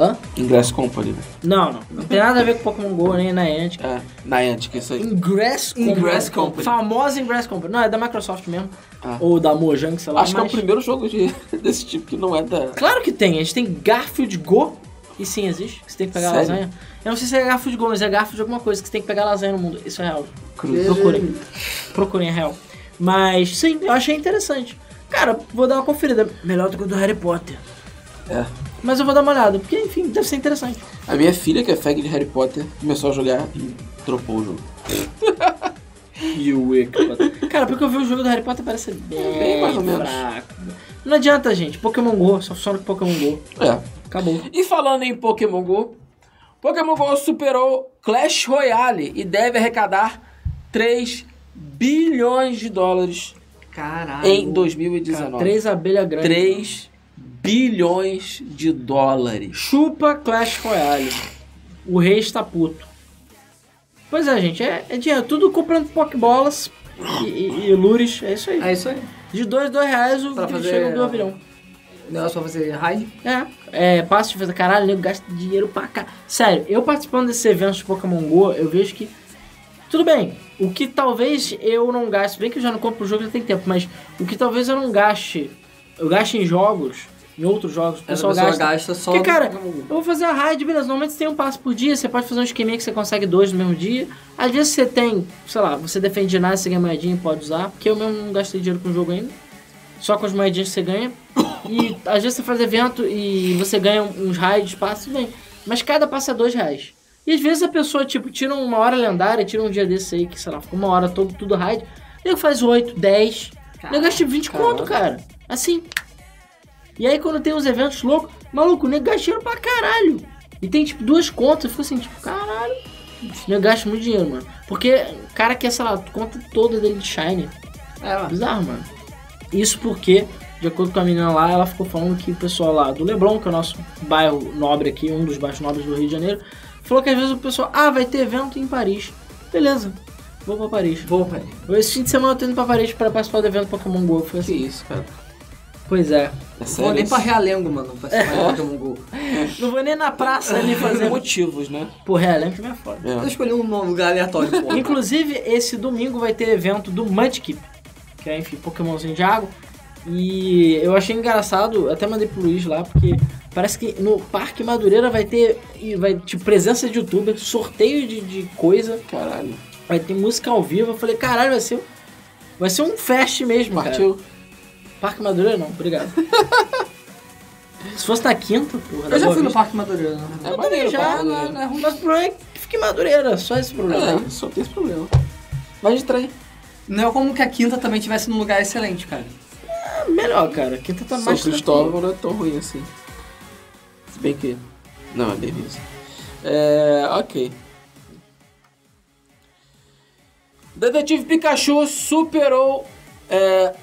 Hã?
Ingress Company, né?
Não, não. Não tem nada a ver com Pokémon GO, nem na Niantic.
É, Niantic, isso
Então,
aí.
Ingress Company.
Ingress Company.
Famosa Ingress Company. Não, é da Microsoft mesmo.
Ah.
Ou da Mojang, sei lá.
Acho que é o
mas-
primeiro jogo de- desse tipo que não é da...
Claro que tem. A gente tem Garfield Go. E sim, existe. Que você tem que pegar
Sério?
lasanha. Eu não sei se é Garfield Go, mas é Garfield de alguma coisa. Que você tem que pegar lasanha no mundo. Isso é real.
Cruz.
Procurem. Procurem, é real. Mas, sim, eu achei interessante. Cara, vou dar uma conferida. Melhor do que o do Harry Potter.
É.
Mas eu vou dar uma olhada. Porque, enfim, deve ser interessante.
A minha filha, que é fag de Harry Potter, começou a jogar e dropou o jogo.
E o Wicked. Cara, porque eu vi o jogo do Harry Potter parece bem,
Bem mais ou menos.
fraco. Não adianta, gente. Pokémon GO, só funciona com Pokémon GO.
É.
Acabou.
E falando em Pokémon GO, Pokémon GO superou Clash Royale e deve arrecadar 3 bilhões de dólares
Caralho.
em 2019.
Três abelhas grandes.
3 bilhões de dólares.
Chupa Clash Royale. O rei está puto. Pois é, gente. É, é dinheiro. Tudo comprando Pokébolas e, e, e lures. É isso aí.
É isso aí.
De dois, dois reais o
Pra
que
fazer-
chega um no avião.
O negócio pra fazer raid.
É, é, passo de fazer caralho, nego gasta dinheiro pra cá. Sério, eu participando desses eventos de Pokémon GO, eu vejo que. Tudo bem, o que talvez eu não gaste, bem que eu já não compro o jogo já tem tempo, mas o que talvez eu não gaste, eu gaste em jogos, em outros jogos, o
Essa
pessoal
pessoa
gasta.
gasta, só.
Porque,
no
cara,
Pokémon Go.
eu vou fazer a raid, beleza. Normalmente você tem um passo por dia, você pode fazer um esqueminha que você consegue dois no mesmo dia. Às vezes você tem, sei lá, você defende nada, você ganha moedinha e pode usar. Porque eu mesmo não gastei dinheiro com o jogo ainda. Só com as moedinhas que você ganha. E às vezes você faz evento e você ganha uns raids, passos, tudo bem. Mas cada passo é dois reais. E às vezes a pessoa, tipo, tira uma hora lendária, tira um dia desse aí, que sei lá, fica uma hora todo, tudo raid. Nego faz 8, 10. Nego gasta tipo 20 conto, cara. Assim. E aí quando tem uns eventos loucos, maluco, o nego gasta dinheiro pra caralho. E tem tipo duas contas, eu fico assim, tipo, caralho. O nego gasta muito dinheiro, mano. Porque o cara quer, sei lá, a conta toda dele de Shine.
É, mano.
Bizarro, mano. Isso porque, de acordo com a menina lá, ela ficou falando que o pessoal lá do Leblon, que é o nosso bairro nobre aqui, um dos bairros nobres do Rio de Janeiro, falou que às vezes o pessoal, ah, vai ter evento em Paris. Beleza, vou pra Paris.
Vou, pai.
Esse fim de semana eu tô indo pra Paris pra participar do evento Pokémon GO. Eu falei
Que
assim,
isso, cara.
pois é.
É
Vou
sério
nem
isso?
pra Realengo, mano. Pra ser Pokémon Go.
Não vou nem na praça ali fazer...
Por motivos, né?
Porra, é, lembra que não é foda.
É.
Eu escolhi um nome, lugar aleatório, pô.
Inclusive, esse domingo vai ter evento do Mudkip, que é, enfim, Pokémonzinho de água. E eu achei engraçado, eu até mandei pro Luiz lá, porque parece que no Parque Madureira vai ter e vai, tipo, presença de youtuber, sorteio de, de coisa,
Caralho.
vai ter música ao vivo. Eu falei, caralho, vai ser, vai ser um fest mesmo, Partiu.
Partiu.
Parque Madureira não, obrigado. Se fosse na quinta, porra.
Eu
da
já
Boa
fui no
Vista.
Parque Madureira. né?
É
Eu também
maneiro,
já,
Parque
não,
Madureira.
não é ruim, mas o problema é que fica em Madureira, só esse problema.
É, só tem esse problema. Mas de trem.
Não é como que a quinta também tivesse num lugar excelente, cara.
Melhor, cara, quinta tá
São
mais
Cristóvão não é tão ruim assim. Se bem que. Não, é beleza. É. Ok. Detetive Pikachu superou é,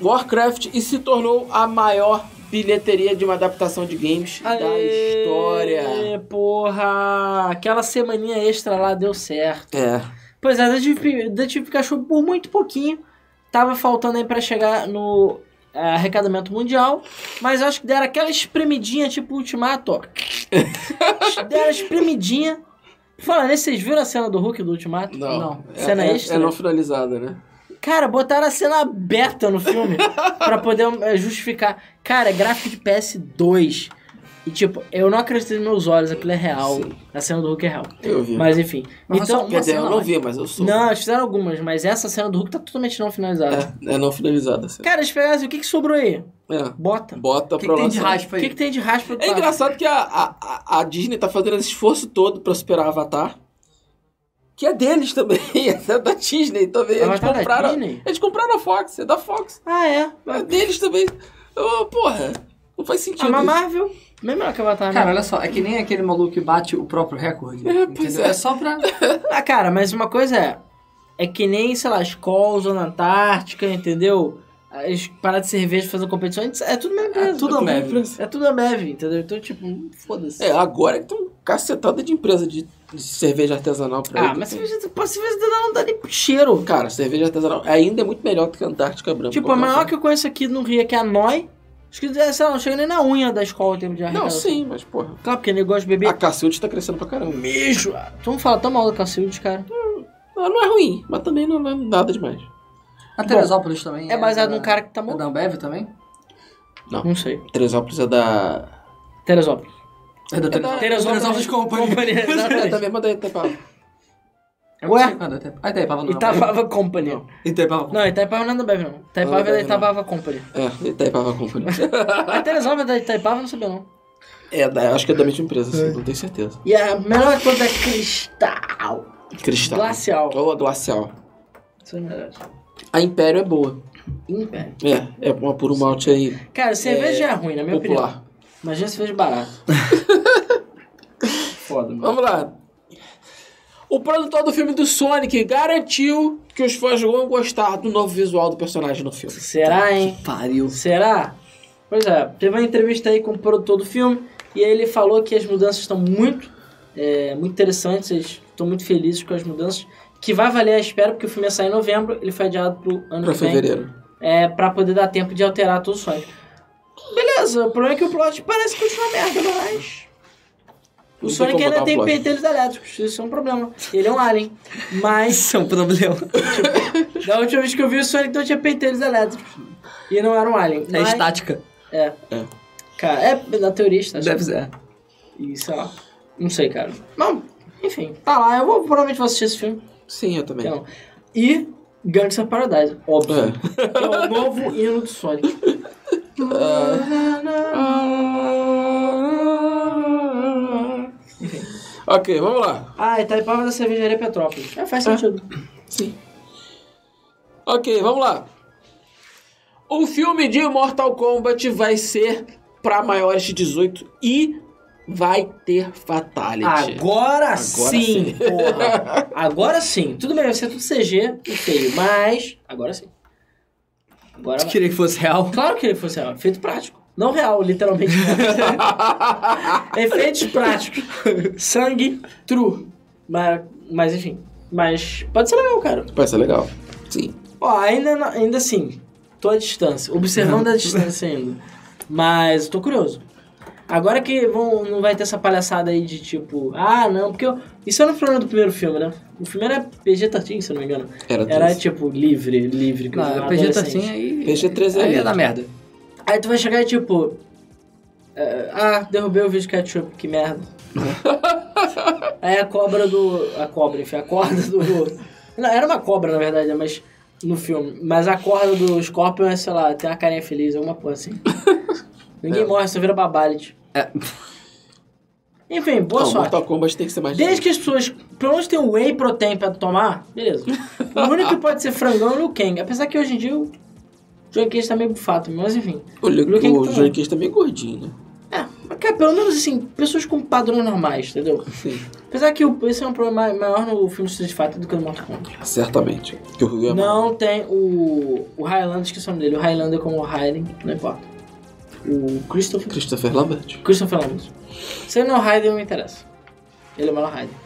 Warcraft e se tornou a maior bilheteria de uma adaptação de games da
Aê,
história.
Porra! Aquela semaninha extra lá deu certo.
É.
Pois é, Detetive Detetive Pikachu por muito pouquinho. Tava faltando aí pra chegar no eh, arrecadamento mundial. Mas eu acho que deram aquela espremidinha, tipo Ultimato, ó. deram a espremidinha. Falando nisso, vocês viram a cena do Hulk do Ultimato?
Não. É,
Cena
é,
extra?
É não finalizada, né?
Cara, botaram a cena aberta no filme pra poder eh, justificar. Cara, gráfico de PS2. E tipo, eu não acreditei nos meus olhos, aquilo é real.
Sim.
A cena do Hulk é real.
Eu vi.
Mas enfim.
Mas só é
então,
uma
Quer dizer,
cena
eu não
lá.
vi, mas eu sou.
não, eles fizeram algumas, mas essa cena do Hulk tá totalmente não finalizada.
É, é não finalizada. assim.
Cara, eles pegaram assim, o que que sobrou aí?
É.
Bota.
Bota
O que,
pra
que tem
lá.
de
só-
raspa
O
aí?
que, que tem de raspa?
É engraçado que a, a, a- a Disney tá fazendo esse esforço todo pra superar Avatar. Que é deles também, é da Disney também. Eles
Avatar da
compraram,
Disney?
eles compraram a Fox, é da Fox.
Ah, é.
É deles também. Ô, porra, não faz
A
sentido.
uma
isso.
Marvel. Bem melhor que Avatar, né?
Cara, olha só, é que nem aquele maluco que bate o próprio recorde.
É, pois
entendeu?
é.
É só pra.
Ah, cara, mas uma coisa é. É que nem, sei lá, escolas na Antártica, entendeu? As paradas de cerveja fazendo competição, a gente- é tudo mesmo.
É tudo
Tudo
Ambev.
empresa.
É tudo a Ambev, entendeu? Então, tipo, foda-se.
É, agora que tem uma cacetada de empresa de, de cerveja artesanal pra tá aí
ah,
que
mas
tem.
cerveja, pô, cerveja não dá nem pro cheiro.
Cara, cerveja artesanal ainda é muito melhor do que a Antártica Branca.
Tipo, a maior que eu conheço aqui no Rio é que é a Noi. Acho que, sei lá, não chega nem na unha da escola em termos de
Não,
arrecadação.
sim, mas porra.
Claro, porque ele gosta de
A
beber.
Cacilde tá crescendo pra caramba.
Mijo! Tu não fala tão mal do Cacildes, cara.
Ela não é ruim, mas também não é nada demais.
A Teresópolis também.
É, baseado
da-
num cara que tá
É
morto.
da Ambev também?
Não sei.
Teresópolis é da.
Teresópolis.
É da
Ah,
Teresópolis.
Teresópolis,
Teresópolis Company.
Companhia.
É da
Exatamente.
mesma da Itapava.
Eu não
Ué?
sei quando é Itaipava. Ah, Itaipava não.
Itapava Company.
Itaipava.
Não, Itaipava não é da Bev, não. Itaipava é da Itapava Company.
É, Itaipava Company.
A Teresópolis é da Itaipava, não sabia, não.
É, da, acho que é da mesma empresa, assim, não tenho certeza.
E a melhor coisa é Cristal.
Cristal.
Glacial.
Ou a Glacial.
Isso é verdade.
A Império é boa.
Império.
É, é uma puro malte aí
Cara, cerveja já é ruim, na minha opinião.
popular.
Imagina cerveja barata. Foda, mano.
Vamos lá. O produtor do filme do Sonic garantiu que os fãs vão gostar do novo visual do personagem no filme.
Será, hein?
Pariu.
Será? Pois é, teve uma entrevista aí com o produtor do filme e aí ele falou que as mudanças estão muito, é, muito interessantes, eles estão muito felizes com as mudanças, que vai valer a espera, porque o filme ia sair em novembro, ele foi adiado pro ano
Pra
que vem,
fevereiro.
é, pra poder dar tempo de alterar todos os sonhos. Beleza, o problema é que o plot parece continuar merda, mas... O
Não tem
Sonic
como
ainda
botar um
tem
plot.
pentelhos elétricos, isso é um problema. Ele é um alien, mas...
Isso é um problema.
Da última vez que eu vi o Sonic não tinha pentelhos elétricos. E não era um alien.
É
mas,
estática.
É.
É.
Cara, é na teoria está.
Deve ser.
E sei lá. Não sei, cara. Não, enfim, tá lá. Eu vou, provavelmente vou assistir esse filme.
Sim, eu também.
Então. E Gangs of Paradise, óbvio.
É.
Que é o novo hino do Sonic.
Ok, vamos lá.
Ah, Itaipava da Cervejaria Petrópolis. É, faz sentido.
Sim. Ok, vamos lá. O filme de Mortal Kombat vai ser pra maiores de 18 e vai ter Fatality.
Ah, Agora,
sim.
sim, porra. Agora sim. Tudo bem, vai ser tudo CG e feio, mas agora sim. Agora vai.
Queria que fosse real.
Claro que ele fosse real, efeito prático. Não real, literalmente. Efeitos práticos. Sangue, true. Mas, mas enfim. Mas pode ser legal, cara.
Vai ser legal. Sim.
Ó, ainda, não- ainda assim, tô à distância. Observando a distância ainda. Mas tô curioso. Agora que vão, não vai ter essa palhaçada aí de tipo, ah não, porque eu, isso era o problema do primeiro filme, né? O filme era PG-13, se eu não me engano.
Era,
Era
desse.
tipo livre, livre. que eu
Não,
era
PG tá
adolescente.
assim aí.
PG-13 é
aí é
lindo.
da merda.
Aí tu vai chegar e tipo. é, ah, derrubei o vídeo de ketchup, que merda. Aí a cobra do. A cobra, enfim, a corda do. Não, era uma cobra, na verdade, né, mas. No filme. Mas a corda do Scorpion é, sei lá, tem uma carinha feliz, alguma porra assim. Ninguém morre, só vira babalite.
É.
Enfim, boa
Não,
sorte.
Mortal Kombat tem que ser mais
Desde que as pessoas, pelo menos tem um whey protein pra tomar, beleza. O único que pode ser frangão é o Liu Kang. Apesar que hoje em dia o Johnny Cage tá meio bufado, mas enfim.
O, Luke,
Luke
o
Cage tá-
Johnny Cage tá meio gordinho, né?
É, mas, cara, pelo menos assim, pessoas com padrões normais, entendeu?
Sim.
Apesar que o- esse é um problema maior no filme Street Fighter do que no Mortal Kombat.
Certamente. Que o Ryu é mau.
Não tem o. O Highlander, esqueci o nome dele. O Highlander como o Hayden, não importa. O Christopher.
Christopher Lambert.
Christopher Lambert. Se ele não é o Hayden, não me interessa. Ele é o melhor Hayden.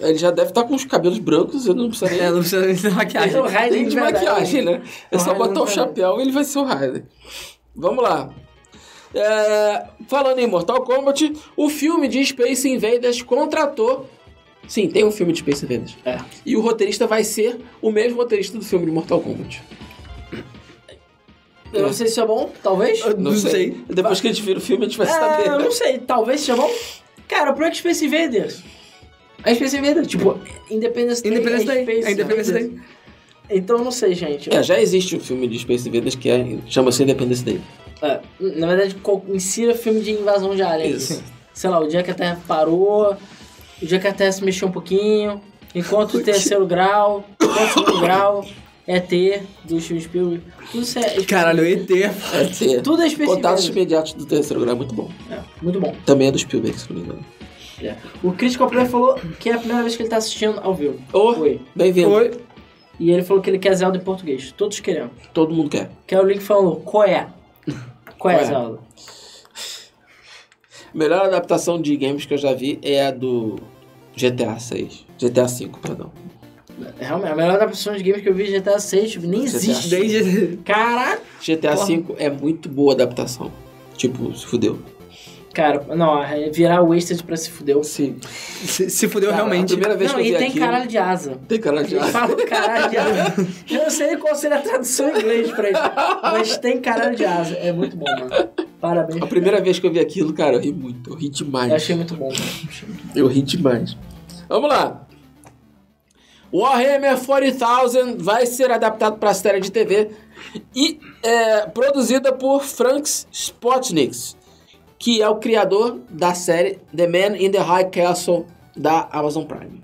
Ele já deve estar com os cabelos brancos, eu não precisa nem...
É, não precisa nem de maquiagem.
Ele é o Raiden
nem de
de verdade.
maquiagem, né? É
O
só
Raiden
botar o
de verdade.
chapéu e ele vai ser o Raiden. Vamos lá. É, falando em Mortal Kombat, o filme de Space Invaders contratou... Sim, tem um filme de Space Invaders.
É.
E o roteirista vai ser o mesmo roteirista do filme de Mortal Kombat.
Eu não sei se isso é bom, talvez.
Eu não sei.
Depois que a gente vira o filme, a gente vai
É, eu
saber.
não sei, talvez seja bom. Cara, o Project Space Invaders. A Space Invaders, tipo, Independence Day.
Independence
é
Day.
Space
É Independence Day.
Invaders. Então eu não sei, gente.
É, já existe um filme de Space Invaders que é, chama-se Independence Day.
É, na verdade, co- insira filme de invasão de aliens.
Isso.
Sei lá, o dia que a Terra parou, o dia que a Terra se mexeu um pouquinho, enquanto o terceiro grau, enquanto o segundo grau, ET, do Steven Spielberg. Tudo isso é...
Caralho, ET.
É, ter
Tudo é específico.
Contatos imediatos do terceiro grau é muito bom.
É, muito bom.
Também é do Spielberg, se não me engano.
É. O Critical Player falou que é a primeira vez que ele tá assistindo ao vivo.
Ô,
Foi.
bem-vindo.
Foi.
E ele falou que ele quer Zelda em português. Todos queremos.
Todo mundo quer.
Que é o Link falou, qual é? Qual
Qual
é,
é?
Zelda?
A melhor adaptação de games que eu já vi é a do GTA 6. GTA 5, perdão.
Realmente, a melhor adaptação de games que eu vi de GTA 6 tipo, nem
GTA
existe.
Desde.
Caraca!
GTA
Porra.
V é muito boa a adaptação. Tipo, se fudeu.
Cara, não, é virar wasted pra se fuder.
Sim.
Se, se fudeu
Cara, A
realmente.
primeira vez
Não,
que eu
e
vi
tem
aquilo-
caralho de asa.
Tem caralho de
Eles
asa.
falam caralho de asa. Eu não sei qual seria a tradução em inglês pra isso, mas tem caralho de asa. É muito bom, mano. Parabéns.
A primeira vez que eu vi aquilo, cara, eu ri muito. Eu ri demais.
Eu achei muito bom, mano.
Eu ri demais. Vamos lá. Warhammer 40,000 vai ser adaptado para a série de TV e é produzida por Frank Spotniks, que é o criador da série The Man in the High Castle da Amazon Prime.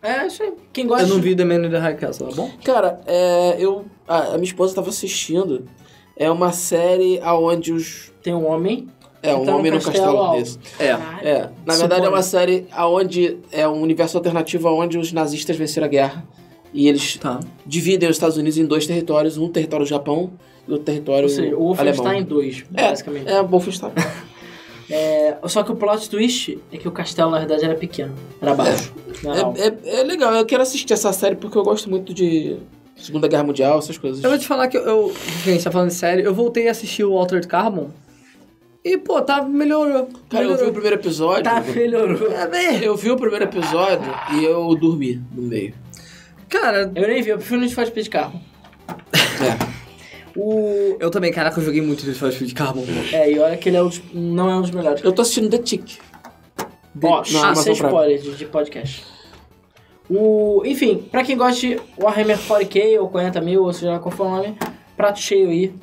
É, isso aí. Quem
Eu
gosta
não vi The Man in the High Castle, tá bom?
Cara, é, eu a, a minha esposa estava assistindo. É uma série aonde os
tem um homem.
é um
Então,
homem no castelo,
alto.
desse.
É.
Caralho.
É, na verdade é uma série aonde é um universo alternativo aonde os nazistas venceram a guerra e eles
Tá.
dividem os Estados Unidos em dois territórios, um território do Japão e outro território
Ou seja, o
alemão.
Wolfenstein 2,
É,
basicamente.
é Wolfenstein.
É, só que o plot twist é que o castelo, na verdade, era pequeno. Era baixo. Na real.
é, é, é legal, eu quero assistir essa série porque eu gosto muito de Segunda Guerra Mundial, essas coisas.
Eu vou te falar que eu, eu. Gente, tá falando sério, eu voltei a assistir o Altered Carbon. E, pô, tá, melhorou.
Cara, eu vi o
melhorou. É,
primeiro episódio.
Tá, melhorou.
Eu vi o primeiro episódio e eu dormi no meio.
Cara,
Eu nem vi, eu prefiro Need for Speed de carro.
É.
O...
eu também, caraca, eu joguei muito Need for Speed Carbon.
É, e olha que ele é um dos- não é um dos melhores.
Eu tô assistindo The Tick.
Ó,
não,
ah,
Amazon
sem
Prime.
spoiler de, de podcast. O, enfim, pra quem gosta de Warhammer 40k ou 40 mil, ou seja lá qual for o nome, prato cheio aí.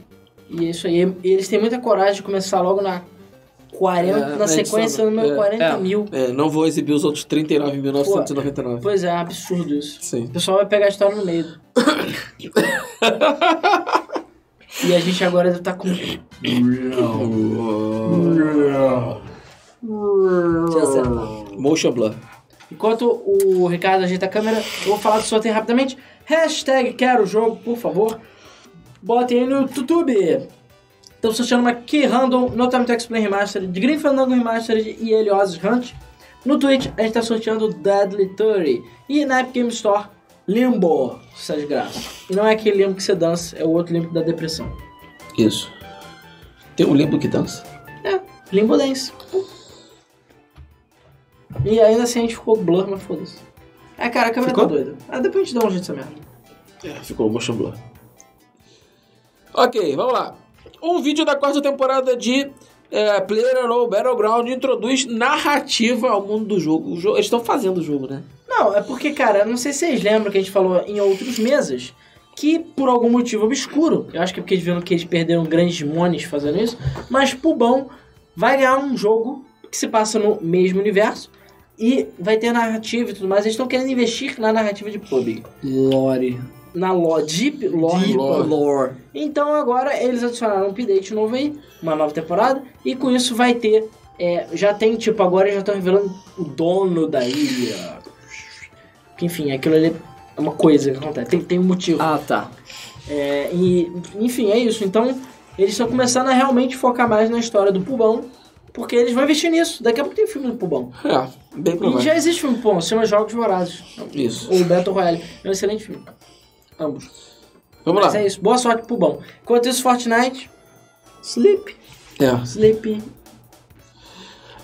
E é isso aí. E eles têm muita coragem de começar logo na 40,
É,
na,
na
sequência
edição,
número
é,
40
é.
mil.
É, não vou exibir os outros 39.999.
Pois é, é um absurdo isso.
Sim.
O pessoal vai pegar a história no meio. e a gente agora deve estar com. Já sei lá.
Motion Blur.
Enquanto o Ricardo ajeita a câmera, eu vou falar do sorteio rapidamente. Hashtag quero o jogo, por favor. Botem aí no YouTube. Então você chama Key Random no Time to Explain Remastered, de Green Fandango Remastered e Elios Hunt. No Twitch a gente tá sorteando Deadly Theory. E na App Game Store, Limbo, essa desgraça. E não é aquele limbo que você dança, é o outro limbo da depressão.
Isso. Tem um limbo que dança.
É, Limbo Dance. E ainda assim a gente ficou blur, mas foda-se. É, cara, a câmera
Ficou?
tá doida. Ah, depois a gente dá um jeito dessa merda.
É, ficou motion blur. Ok, vamos lá. Um vídeo da quarta temporada de é, Player Battleground introduz narrativa ao mundo do jogo. O jogo eles estão fazendo o jogo, né?
Não, é porque, cara, não sei se vocês lembram que a gente falou em outros mesas que, por algum motivo obscuro, eu acho que é porque eles viram que eles perderam grandes mones fazendo isso, mas Pubão vai ganhar um jogo que se passa no mesmo universo e vai ter narrativa e tudo mais. Eles estão querendo investir na narrativa de PUBG.
Lore.
Na lore, deep lore.
Deep
de PUBG.
Lore.
Então agora eles adicionaram um update novo aí, uma nova temporada, e com isso vai ter. é, já tem, tipo, agora já estão revelando o dono da ilha. Que, enfim, aquilo ali é uma coisa que acontece, tem, tem um motivo.
Ah, tá.
É, e, enfim, é isso. Então eles estão começando a realmente focar mais na história do Pubão, porque eles vão investir nisso. Daqui a pouco tem filme do Pubão.
É, bem
E
provável.
já existe filme do Pubão, se chama Jogos Vorazes,
Isso.
ou Battle Royale. É um excelente filme. Ambos.
Vamos
Mas
lá.
é isso. Boa sorte pro Pubão. Enquanto isso, Fortnite. Sleep.
É.
Sleep.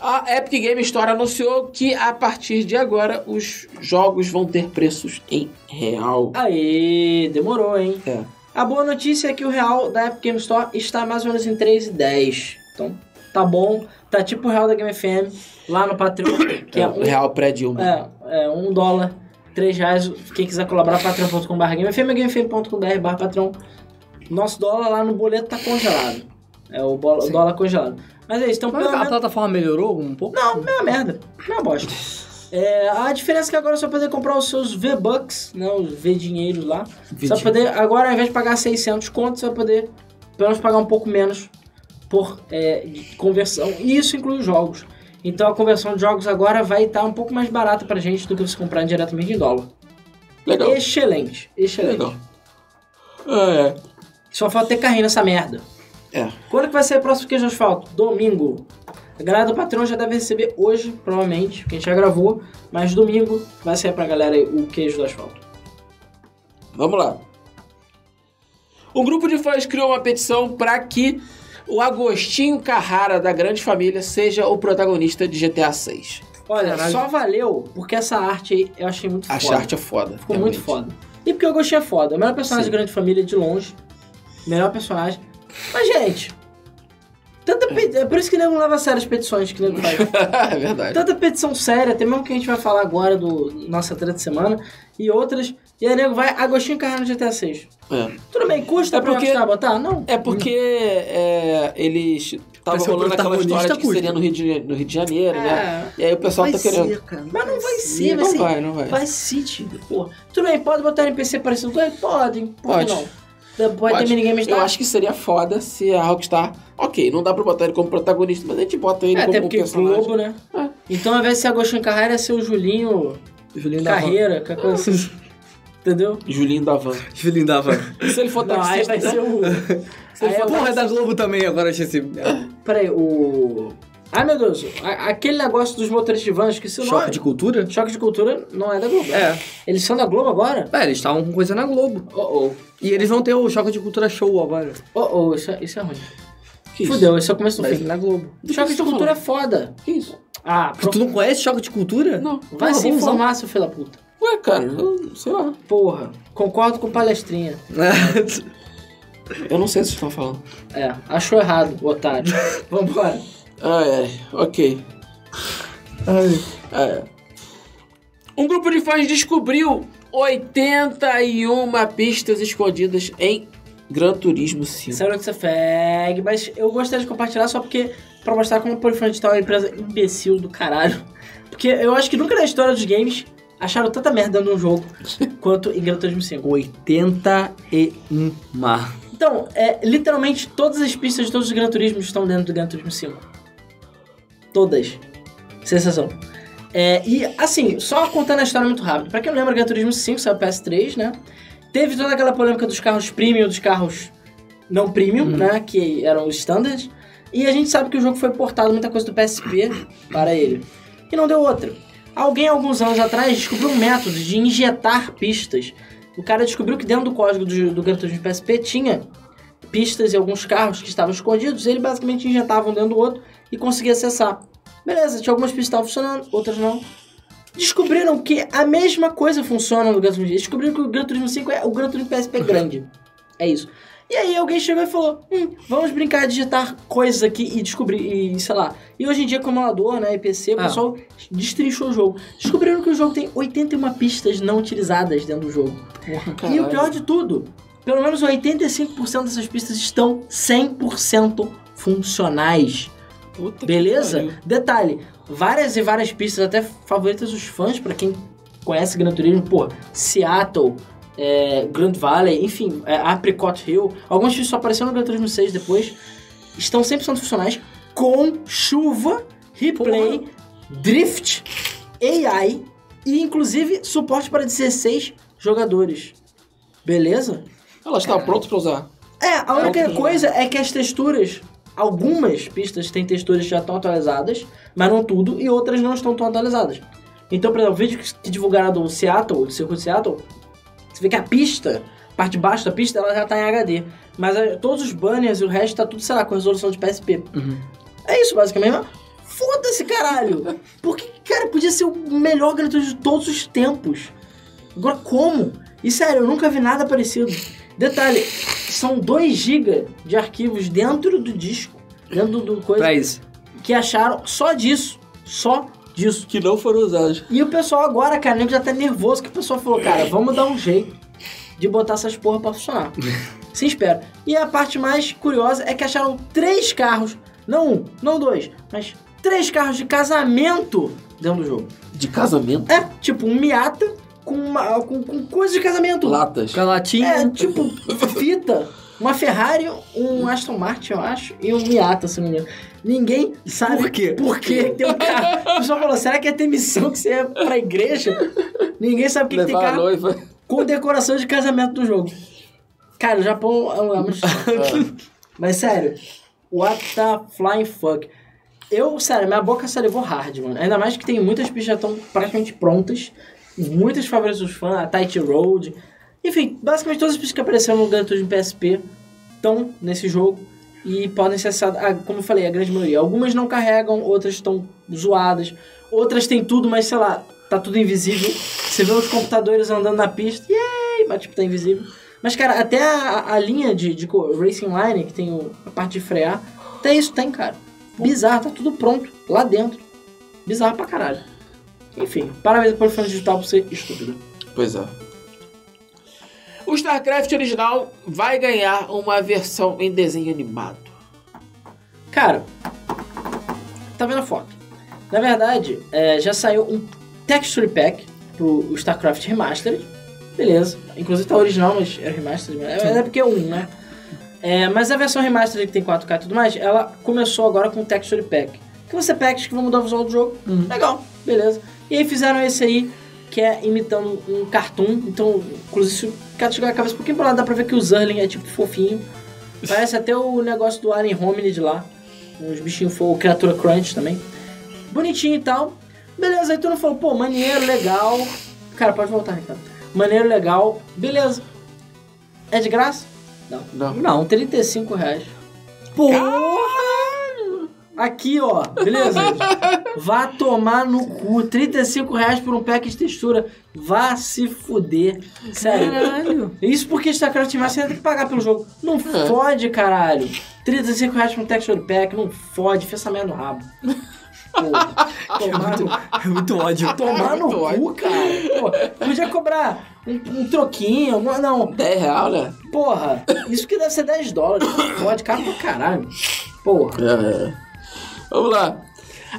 A Epic Game Store anunciou que a partir de agora os jogos vão ter preços em real.
Aí, demorou, hein?
É.
A boa notícia é que o real da Epic Game Store está mais ou menos em 3,10. Então, tá bom. Tá tipo o real da Game FM lá no Patreon, que é, um,
real né? pré-Dilma.
é, é um dólar, três reais. Quem quiser colaborar, patreon.com.br é gamefm, gamefm.com.br barra patreon. Nosso dólar lá no boleto tá congelado. É o, bola- o dólar congelado. Mas é isso, então
Mas
pelo
a
menos-
plataforma melhorou um pouco?
Não, é uma merda. É uma bosta. É, a diferença é que agora você vai poder comprar os seus V-Bucks, né? Os V-Dinheiro lá. Você
um.
vai poder, agora ao invés de pagar 600 contos, você vai poder pelo menos pagar um pouco menos por é, de conversão. E isso inclui os jogos. Então a conversão de jogos agora vai estar um pouco mais barata pra gente do que você comprar diretamente em dólar.
Legal.
Excelente, excelente.
Legal. É.
Só falta ter carrinho nessa merda.
É.
Quando que vai ser o próximo queijo de asfalto? Domingo. A galera do Patreon já deve receber hoje, provavelmente, porque a gente já gravou, mas domingo vai sair pra galera aí o queijo do asfalto.
Vamos lá. Um grupo de fãs criou uma petição para que o Agostinho Carrara da Grande Família seja o protagonista de GTA VI.
Olha, só valeu porque essa arte aí eu achei muito
A
foda.
arte é foda.
Ficou
realmente.
muito foda. E porque o Agostinho é foda. O melhor personagem
Sim.
de Grande Família de longe. Melhor personagem. Mas, gente. Tanta pe... É por isso que nego não leva a sério as petições que nego faz.
é verdade.
Tanta petição séria, até mesmo que a gente vai falar agora do nossa treta de semana e outras. E aí, nego, vai Agostinho Carrara no GTA 6.
É.
Tudo bem, custa
É porque-
pra botar? Não.
É porque é, eles estavam
Vai ser o
rolando aquela
protagonista
história de que
custa.
seria no Rio de, no Rio de Janeiro, né?
um É.
E aí o pessoal
Vai
tá querendo.
ser, cara.
Mas não assim, vai ser, vai
não
ser.
vai, não vai.
Vai ser, tipo, porra. Tudo bem, pode botar NPC parecido com ele? Podem. Por que
Pode.
não? Pode, pode ter minigame
Eu acho que seria foda se a Rockstar. Ok, não dá pra botar ele como protagonista, mas a gente bota ele
É, até
como um
porque
personagem.
Globo, né?
É.
Então, ao invés de ser Agostinho Carrara, ia ser o Julinho
Julinho da Van.
Carreira, que é coisa assim. Entendeu?
Julinho da Van.
Julinho da Van.
E se ele for
Não, aí
taxista, né?
vai ser o. Aí é
Porra, é da Globo também agora, tinha esse... é,
Peraí, o. Ai meu Deus, a- aquele negócio dos motoristas de vans, esqueci o
Choque
nome.
de cultura?
Choque de cultura não é da Globo.
É.
Eles são da Globo agora?
É, eles estavam com coisa na Globo.
Oh oh.
E eles vão ter o Choque de Cultura Show agora.
Oh oh, isso é, isso é ruim.
Que isso?
Fudeu, isso é o começo do
Mas
fim.
na Globo.
Choque
que
de
você
cultura é foda.
Que isso?
Ah, pro...
Tu não conhece Choque de Cultura?
Não.
vai
Porra,
se
vamos lá.
informar, seu filho da puta.
Ué, cara, eu, sei lá.
Porra, concordo com palestrinha.
É.
Eu não sei o que vocês estão falando.
É, achou errado, o otário. Vambora.
Ai, ai, ok. Ai, ai. Um grupo de fãs descobriu 81 pistas escondidas em Gran Turismo 5.
Essa é a notícia fag, mas eu gostaria de compartilhar só porque pra mostrar como o Polifone Digital é uma empresa imbecil do caralho. Porque eu acho que nunca na história dos games acharam tanta merda num jogo quanto em Gran Turismo 5.
81.
Então, é, literalmente todas as pistas de todos os Gran Turismos estão dentro do Gran Turismo 5. Todas. Sensação. É, e assim, só contando a história muito rápido. Pra quem não lembra, Gran Turismo 5 saiu PS3, né? Teve toda aquela polêmica dos carros premium, dos carros não premium, né? Que eram os standards. E a gente sabe que o jogo foi portado muita coisa do PSP para ele. E não deu outra. Alguém, alguns anos atrás, descobriu um método de injetar pistas. O cara descobriu que dentro do código do, do Gran Turismo PSP tinha pistas e alguns carros que estavam escondidos. Ele basicamente injetava um dentro do outro e conseguia acessar. Beleza, tinha algumas pistas que estavam funcionando, outras não. Descobriram que a mesma coisa funciona no Gran Turismo. Descobriram que o Gran Turismo 5 é o Gran Turismo PSP grande. É isso. E aí alguém chegou e falou: hum, vamos brincar de digitar coisas aqui e descobrir, e sei lá. E hoje em dia, com emulador, né, IPC, o
Ah.
pessoal destrinchou o jogo. Descobriram que o jogo tem 81 pistas não utilizadas dentro do jogo. E o pior de tudo, pelo menos 85% dessas pistas estão 100% funcionais.
Puta que um
Beleza?
pariu.
Detalhe, várias e várias pistas, até favoritas dos fãs, pra quem conhece Gran Turismo, pô, Seattle, é, Grand Valley, enfim, é, Apricot Hill, algumas pistas só apareceram no Gran Turismo 6 depois, estão 100% funcionais com chuva, replay, drift, AI e inclusive suporte para 16 jogadores. Beleza?
Ela está pronta pra usar.
É, a única
ok.
coisa é que as texturas. Algumas pistas têm texturas que já estão atualizadas, mas não tudo, e outras não estão tão atualizadas. Então, por exemplo, o vídeo que- que divulgaram do Seattle, do circuito de Seattle, você vê que a pista, a parte de baixo da pista, ela já tá em HD. Mas eh, todos os banners e o resto tá tudo, sei lá, com resolução de PSP. É isso, basicamente. mas Foda-se, caralho! Porque, cara, podia ser o melhor gratuito de todos os tempos. Agora, como? E sério, eu nunca vi nada parecido. Detalhe, são 2 GB de arquivos dentro do disco, dentro do coisa,
Pra isso.
que acharam só disso. Só disso.
Que não foram usadas.
E o pessoal agora, cara, nego já tá nervoso que o pessoal falou, cara, vamos dar um jeito de botar essas porra pra funcionar. Se espera. E a parte mais curiosa é que acharam três carros, não um, não dois, mas três carros de casamento dentro do jogo.
De casamento?
É, tipo um Miata com, uma, com, com coisa de casamento.
Latas.
Galatinha.
É, tipo, fita. Uma Ferrari, um Aston Martin, eu acho, e um Miata, se não me engano. Ninguém sabe
Por quê?
por que tem um carro. O pessoal falou, será que é ter missão que você é pra igreja? Ninguém sabe por que, que tem
Levar a
carro
noiva.
com decoração de casamento do jogo. Cara, é o Japão é um lugar muito... estranho. Mas sério, what the flying fuck. Eu, sério, minha boca salivou hard, mano. Ainda mais que tem muitas pistas já estão praticamente prontas. Muitas favoritas dos fãs, a Tight Road. Enfim, basicamente todas as pistas que apareceram no Gran Turismo PSP estão nesse jogo e podem ser acessadas, ah, como eu falei, a grande maioria. Algumas não carregam, outras estão zoadas, outras tem tudo, mas sei lá, tá tudo invisível. Você vê os computadores andando na pista, yay, mas tipo, tá invisível. Mas cara, até a, a linha de, de co- Racing Line, que tem o- a parte de frear, até isso tem, cara. Bizarro, tá tudo pronto lá dentro. Bizarro pra caralho. Enfim, parabéns pelo fã digital por ser estúpido.
Pois é. O StarCraft original vai ganhar uma versão em desenho animado.
Cara, tá vendo a foto? Na verdade, é, já saiu um texture pack pro StarCraft Remastered. Beleza. Inclusive tá original, mas é remastered. Mas é, é porque é um, né? É, mas a versão remastered que tem 4K e tudo mais, ela começou agora com um texture pack. Que você packs que vão mudar o visual do jogo. Legal, beleza. E aí fizeram esse aí, que é imitando um cartoon. Então, inclusive, se o cara chegar a cabeça um pouquinho pra lá, dá pra ver que o Zerling é tipo fofinho. Parece até o negócio do Alien Hominid lá. Os bichinhos foram criatura crunch também. Bonitinho e tal. Beleza, aí tu não falou, pô, maneiro, legal. Cara, pode voltar, Ricardo. Maneiro, legal. Beleza. É de graça? Não.
Não.
Não, 35 reais. Aqui, ó. Beleza? Vá tomar no cu. 35 reais por um pack de textura. Vá se fuder. Sério.
Caralho.
Isso porque StarCraft Master tem que pagar pelo jogo. Não
É.
fode, caralho. 35 reais pra um texture pack, não fode, fecha merda no rabo. Porra, tomar no,
É muito ódio.
tomar no
Muito
cu, cara. Pô, podia cobrar um, um troquinho, alguma- não.
10 real, né?
Porra, isso que deve ser 10 dólares. Não fode, cara pra caralho. Porra.
É. Vamos lá.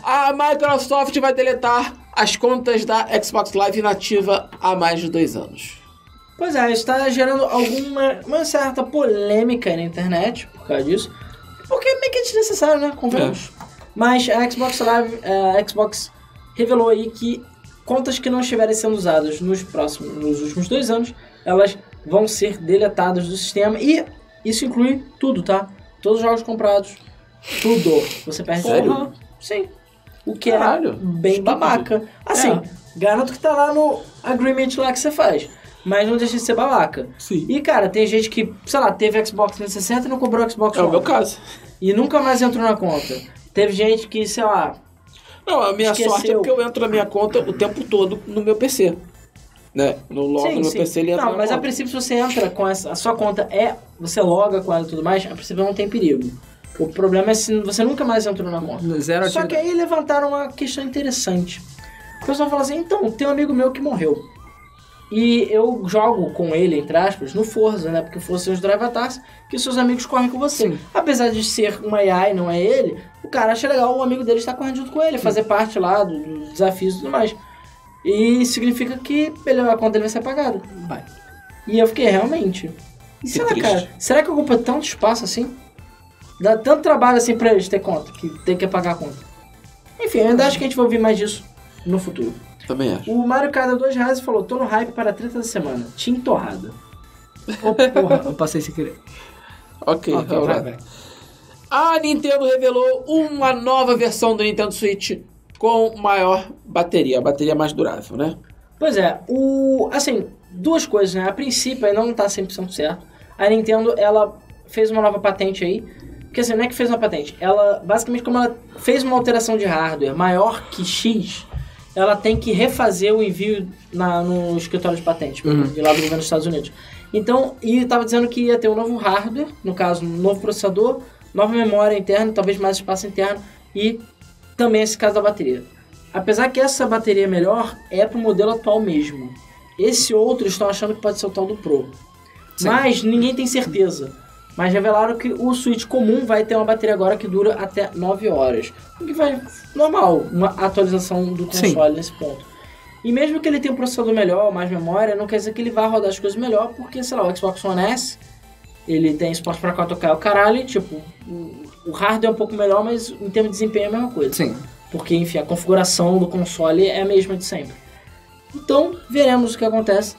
A Microsoft vai deletar as contas da Xbox Live inativa há mais de dois anos.
Pois é, isso tá gerando alguma uma certa polêmica na internet por causa disso. Porque é meio que é desnecessário, né? Convenhamos. Mas a Xbox Live, é, a Xbox revelou aí que contas que não estiverem sendo usadas nos próximos, nos últimos dois anos, elas vão ser deletadas do sistema e isso inclui tudo, tá? Todos os jogos comprados, tudo. Você perde
Sério?
Porra, Sim. O que
Caralho.
é bem babaca. Assim,
É.
garanto que tá lá no agreement lá que você faz. Mas não deixa de ser babaca.
Sim.
E, cara, tem gente que, sei lá, teve Xbox 360 e não comprou Xbox
É o
One.
meu caso.
E nunca mais entrou na conta. Teve gente que, sei lá,
Não, a minha
Esqueceu.
sorte é porque eu entro na minha conta o tempo todo no meu PC. Né? No logo
sim,
no meu
sim.
PC ele entra
Não,
na
mas a
conta.
princípio se você entra com essa, a sua conta é, você loga com ela e tudo mais, a princípio não tem perigo. O problema é se você nunca mais entrou na conta.
Zero
Só que aí levantaram uma questão interessante. O pessoal fala assim, então, tem um amigo meu que morreu. E eu jogo com ele, entre aspas, no Forza, né? Porque o Forza é os drive attacks que seus amigos correm com você. Apesar de ser uma AI, não é ele, o cara acha legal o amigo dele estar correndo junto com ele, fazer parte lá do- dos desafios e tudo mais. E significa que ele, a conta dele vai ser apagada. Vai. E eu fiquei, realmente. E será,
triste.
cara? Será que ocupa tanto espaço assim? Dá tanto trabalho assim pra eles ter conta, que tem que pagar a conta. Enfim, eu ainda acho que a gente vai ouvir mais disso no futuro.
Também acho.
O Mário Cada 2 reais e falou: tô no hype para a treta da semana. Tim Torrada. Ô, porra.
Eu passei sem querer.
Ok,
Ah,
Ok,
vamos lá.
vai, vai.
A Nintendo revelou uma nova versão do Nintendo Switch com maior bateria, a bateria mais durável, né?
Pois é, o. Assim, duas coisas, né? A princípio ainda não tá 100% certo. A Nintendo, ela fez uma nova patente aí. Porque assim, não é que fez uma patente. Ela, basicamente, como ela fez uma alteração de hardware maior que X, ela tem que refazer o envio na, no escritório de patente, de lá do governo dos Estados Unidos. Então, e tava dizendo que ia ter um novo hardware, no caso, um novo processador, nova memória interna, talvez mais espaço interno e também esse caso da bateria. Apesar que essa bateria melhor é pro modelo atual mesmo. Esse outro estão achando que pode ser o tal do Pro. Mas ninguém tem certeza. Mas revelaram que o Switch comum vai ter uma bateria agora que dura até 9 horas. O que vai normal, uma atualização do
Sim.
console nesse ponto. E mesmo que ele tenha um processador melhor, mais memória, não quer dizer que ele vá rodar as coisas melhor, porque, sei lá, o Xbox One S, ele tem suporte pra 4K o caralho, e, tipo, o, o hardware é um pouco melhor, mas em termos de desempenho é a mesma coisa.
Sim.
Porque, enfim, a configuração do console é a mesma de sempre. Então, veremos o que acontece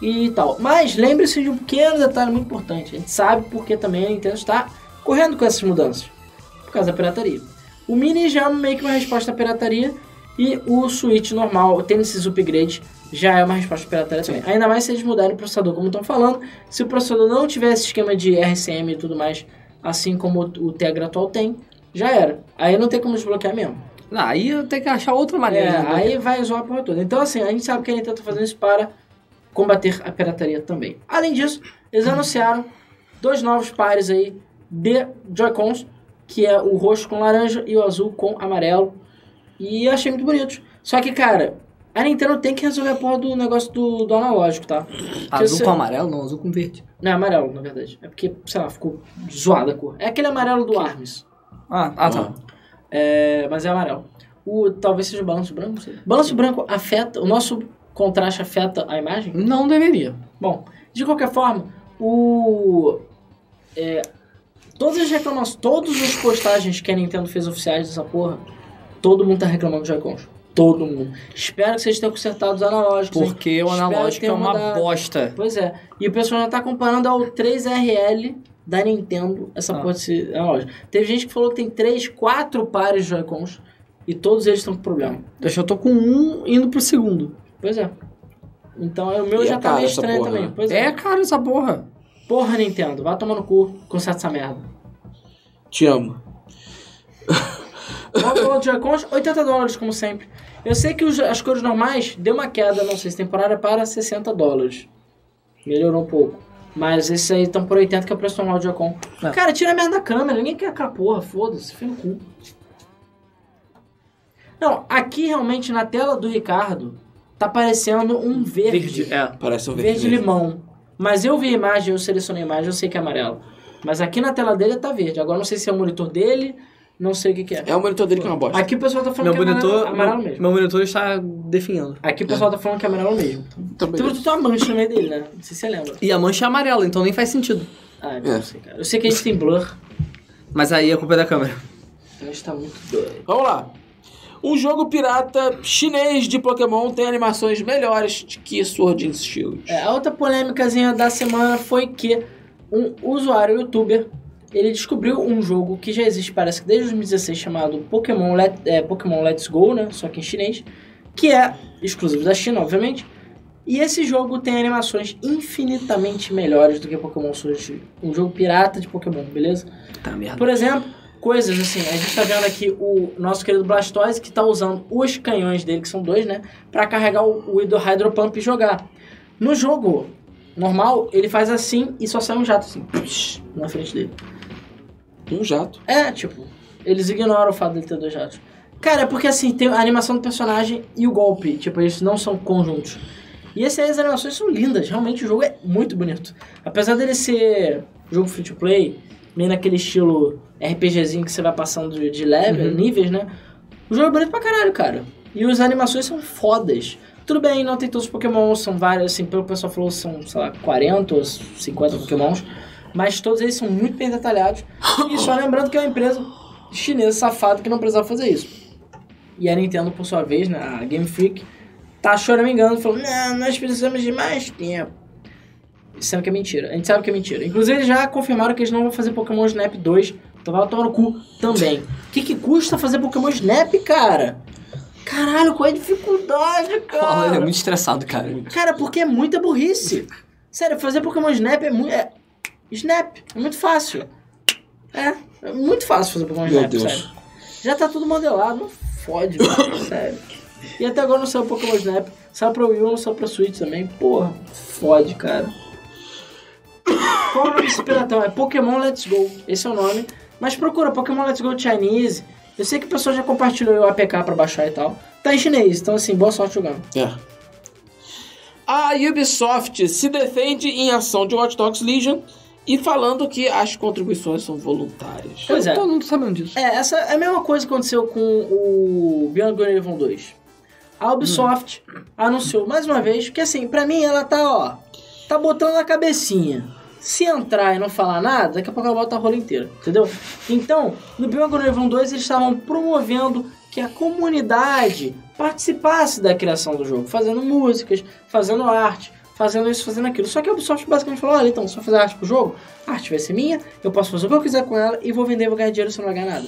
e tal. Mas lembre-se de um pequeno detalhe muito importante. A gente sabe porque também a Nintendo está correndo com essas mudanças. Por causa da pirataria. O O mini já é meio que uma resposta à pirataria. E o Switch normal, tendo esses upgrades, já é uma resposta à pirataria também. Ainda mais se eles mudarem o processador, como estão falando. Se o processador não tiver esse esquema de RCM e tudo mais, assim como o o Tegra atual tem, já era. Aí não tem como desbloquear mesmo.
Não, Ah, aí eu tenho que achar outra maneira. né?
É,
de botar.
aí vai zoar a porra toda. Então, assim, a gente sabe que a Nintendo tá fazendo isso para combater a pirataria também. Além disso, eles anunciaram dois novos pares aí de Joy-Cons, que é o roxo com laranja e o azul com amarelo. E eu achei muito bonito. Só que, cara, a Nintendo tem que resolver a porra do negócio do, do analógico, tá? Porque
Azul
você-
com amarelo? Não, azul com verde.
Não, é amarelo, na verdade. É porque, sei lá, ficou zoada a cor. É aquele amarelo do Arms.
Ah, ah tá.
É, mas é amarelo. O, talvez seja o balanço branco, não sei. Balanço branco afeta, o nosso contraste afeta a imagem?
Não deveria.
Bom, de qualquer forma, o. é, todas as reclamações, todas as postagens que a Nintendo fez oficiais dessa porra, todo mundo tá reclamando de Joy-Cons. Todo mundo. Espero que vocês tenham consertado os analógicos. hein?
Porque o
Espero
analógico
que
é
tenha
uma
mudado.
bosta.
Pois é. E o pessoal já tá comparando ao 3RL da Nintendo, essa
Ah.
porra desse analógico. Teve gente que falou que tem 3, 4 pares de Joy-Cons e todos eles estão com problema.
Eu já tô com um indo pro segundo.
Pois é. Então o meu
E
já
é
tá
caro
meio
essa
estranho
porra,
também.
né?
Pois é.
É caro essa porra.
Porra, Nintendo, vai tomar no cu, conserta essa merda.
Te amo.
Volta de Joy-Cons, 80 dólares, como sempre. Eu sei que os- as cores normais deu uma queda, não sei se temporária, para 60 dólares. Melhorou um pouco. Mas esses aí estão por 80, que é o preço normal de Joy-Con.
É.
Cara, tira a merda da câmera, ninguém quer aquela porra, foda-se, fio no cu. Não, aqui realmente na tela do Ricardo tá parecendo um verde.
É.
Parece um verde.
Verde
mesmo.
limão. Mas eu vi a imagem, eu selecionei a imagem, eu sei que é amarelo. Mas aqui na tela dele tá verde. Agora não sei se é o monitor dele, não sei o que, que é.
É o monitor dele que é uma bosta.
Aqui o pessoal tá
Meu
falando que é
monitor,
amarelo, amarelo
meu,
mesmo.
meu monitor está definhando.
Aqui o pessoal tá falando que é amarelo mesmo.
Também.
Tu, tu tá uma mancha no meio dele, né? Não sei se você lembra.
E a mancha é amarela, então nem faz sentido.
Ah,
É.
eu não sei, cara. Eu sei que a gente tem blur.
Mas aí a culpa é da câmera.
A gente tá muito doido.
Vamos lá. Um jogo pirata chinês de Pokémon tem animações melhores que Sword and Shield.
É, a outra polêmicazinha da semana foi que um usuário youtuber ele descobriu um jogo que já existe, parece que desde 2016, chamado Pokémon, Let, é, Pokémon Let's Go, né? Só que em chinês, que é exclusivo da China, obviamente. E esse jogo tem animações infinitamente melhores do que Pokémon Sword. and Shield. Um jogo pirata de Pokémon, beleza?
Tá merda.
Por exemplo, coisas assim, a gente tá vendo aqui o nosso querido Blastoise que tá usando os canhões dele, que são dois, né? Pra carregar o, o Hydro- Hydro Pump e jogar. No jogo normal, ele faz assim e só sai um jato assim, na frente dele.
Um jato.
É, tipo, eles ignoram o fato dele ter dois jatos. Cara, é porque assim, tem a animação do personagem e o golpe, tipo, eles não são conjuntos. E essas as animações são lindas, realmente o jogo é muito bonito. Apesar dele ser jogo free to play, meio naquele estilo RPGzinho que você vai passando de- de level,
Uhum.
níveis, né? O jogo é bonito pra caralho, cara. E as animações são fodas. Tudo bem, não tem todos os Pokémon, são vários, assim, pelo que o pessoal falou, são, sei lá, 40 ou 50 Pokémons. Mas todos eles são muito bem detalhados. E só lembrando que é uma empresa chinesa safada que não precisava fazer isso. E a Nintendo, por sua vez, né, a Game Freak, tá choramingando, falando, não, nós precisamos de mais tempo. Sendo que é mentira. A gente sabe que é mentira. Inclusive, eles já confirmaram que eles não vão fazer Pokémon Snap 2. Então vai tomar no cu também. O que, que custa fazer Pokémon Snap, cara? Caralho, qual é a dificuldade,
Fala, ele é
cara?
muito estressado, cara.
Cara, porque é muita burrice. Sério, fazer Pokémon Snap é muito. É... Snap, é muito fácil. É, é muito fácil fazer Pokémon
Meu
Snap,
Deus.
sério. Já tá tudo modelado, não fode, mano, sério. E até agora não saiu Pokémon Snap. Saiu pra Wii U, não saiu pra Switch também. Porra, fode, cara. Qual é o nome desse piratão? É Pokémon Let's Go. Esse é o nome. Mas procura Pokémon Let's Go Chinese. Eu sei que o pessoal já compartilhou o APK pra baixar e tal. Tá em chinês, então assim, boa sorte jogando.
É. A Ubisoft se defende em ação de Watch Dogs Legion e falando que as contribuições são voluntárias.
Pois é.
Todo mundo tá sabendo disso.
É, essa é a mesma coisa que aconteceu com o Beyond Good and Evil 2. A Ubisoft anunciou mais uma vez que, assim, pra mim ela tá, ó, tá botando na cabecinha. Se entrar e não falar nada, daqui a pouco ela bota a rola inteira, entendeu? Então, no Beyond Good and Evil 2 eles estavam promovendo que a comunidade participasse da criação do jogo, fazendo músicas, fazendo arte, fazendo isso, fazendo aquilo. Só que a Ubisoft basicamente falou, olha, então, se eu fizer arte pro jogo, a arte vai ser minha, eu posso fazer o que eu quiser com ela e vou vender e vou ganhar dinheiro, você não vai ganhar nada.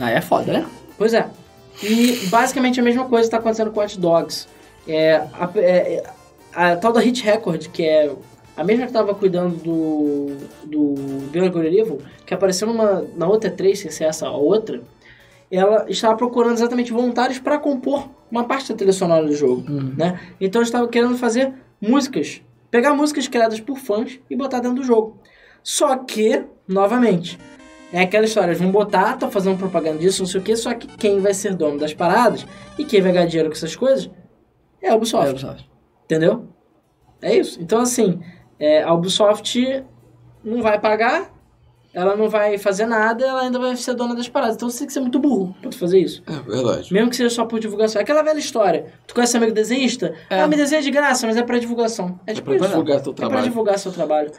Aí é foda, né?
Pois é. E basicamente a mesma coisa está acontecendo com Hot Dogs. É, a, é, a, tal da Hit Record, que é a mesma que estava cuidando do, do Beverly Evil, que apareceu numa, na outra E3, sem ser essa a outra, ela estava procurando exatamente voluntários para compor uma parte da trilha sonora do jogo. Né? Então eles estavam querendo fazer músicas, pegar músicas criadas por fãs e botar dentro do jogo. Só que, novamente, é aquela história, eles vão botar, estão fazendo propaganda disso, não sei o que, só que quem vai ser dono das paradas e quem vai ganhar dinheiro com essas coisas é a Ubisoft.
É, Ubisoft.
Entendeu? É isso. Então, assim, é, a Ubisoft não vai pagar, ela não vai fazer nada, ela ainda vai ser dona das paradas. Então você tem que ser muito burro pra tu fazer isso.
É verdade.
Mesmo que seja só por divulgação. É Aquela velha história. Tu conhece amigo desenhista?
É.
Ah, me desenha de graça, mas é pra divulgação. É
É
tipo
pra
isso.
divulgar teu
É pra
trabalho.
divulgar seu trabalho.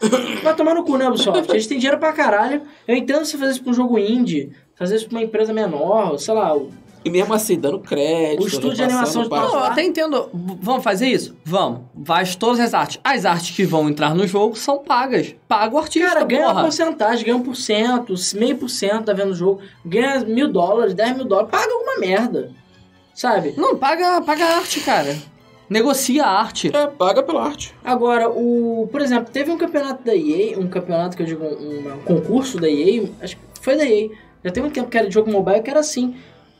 Vai tomar no cu, né, Ubisoft? Eles têm dinheiro pra caralho. Eu entendo se fazer isso pra um jogo indie, fazer isso pra uma empresa menor, ou sei lá. o-
E mesmo assim, dando crédito.
O estúdio de tá
repassando
animação de
pra-
Não, eu até entendo. V- Vamos fazer isso? Vamos. Faz todas as artes. As artes que vão entrar no jogo são pagas. Paga o artista,
Cara, ganha uma
porra.
porcentagem, ganha 1%, meio por cento da venda do jogo, ganha mil dólares, dez mil dólares, paga alguma merda. Sabe?
Não, paga, paga a arte, cara. Negocia a arte.
É, paga pela arte.
Agora, o. Por exemplo, teve um campeonato da EA, um campeonato que eu digo, um, um concurso da EA, acho que foi da EA. Já tem um tempo que era de jogo mobile que era assim.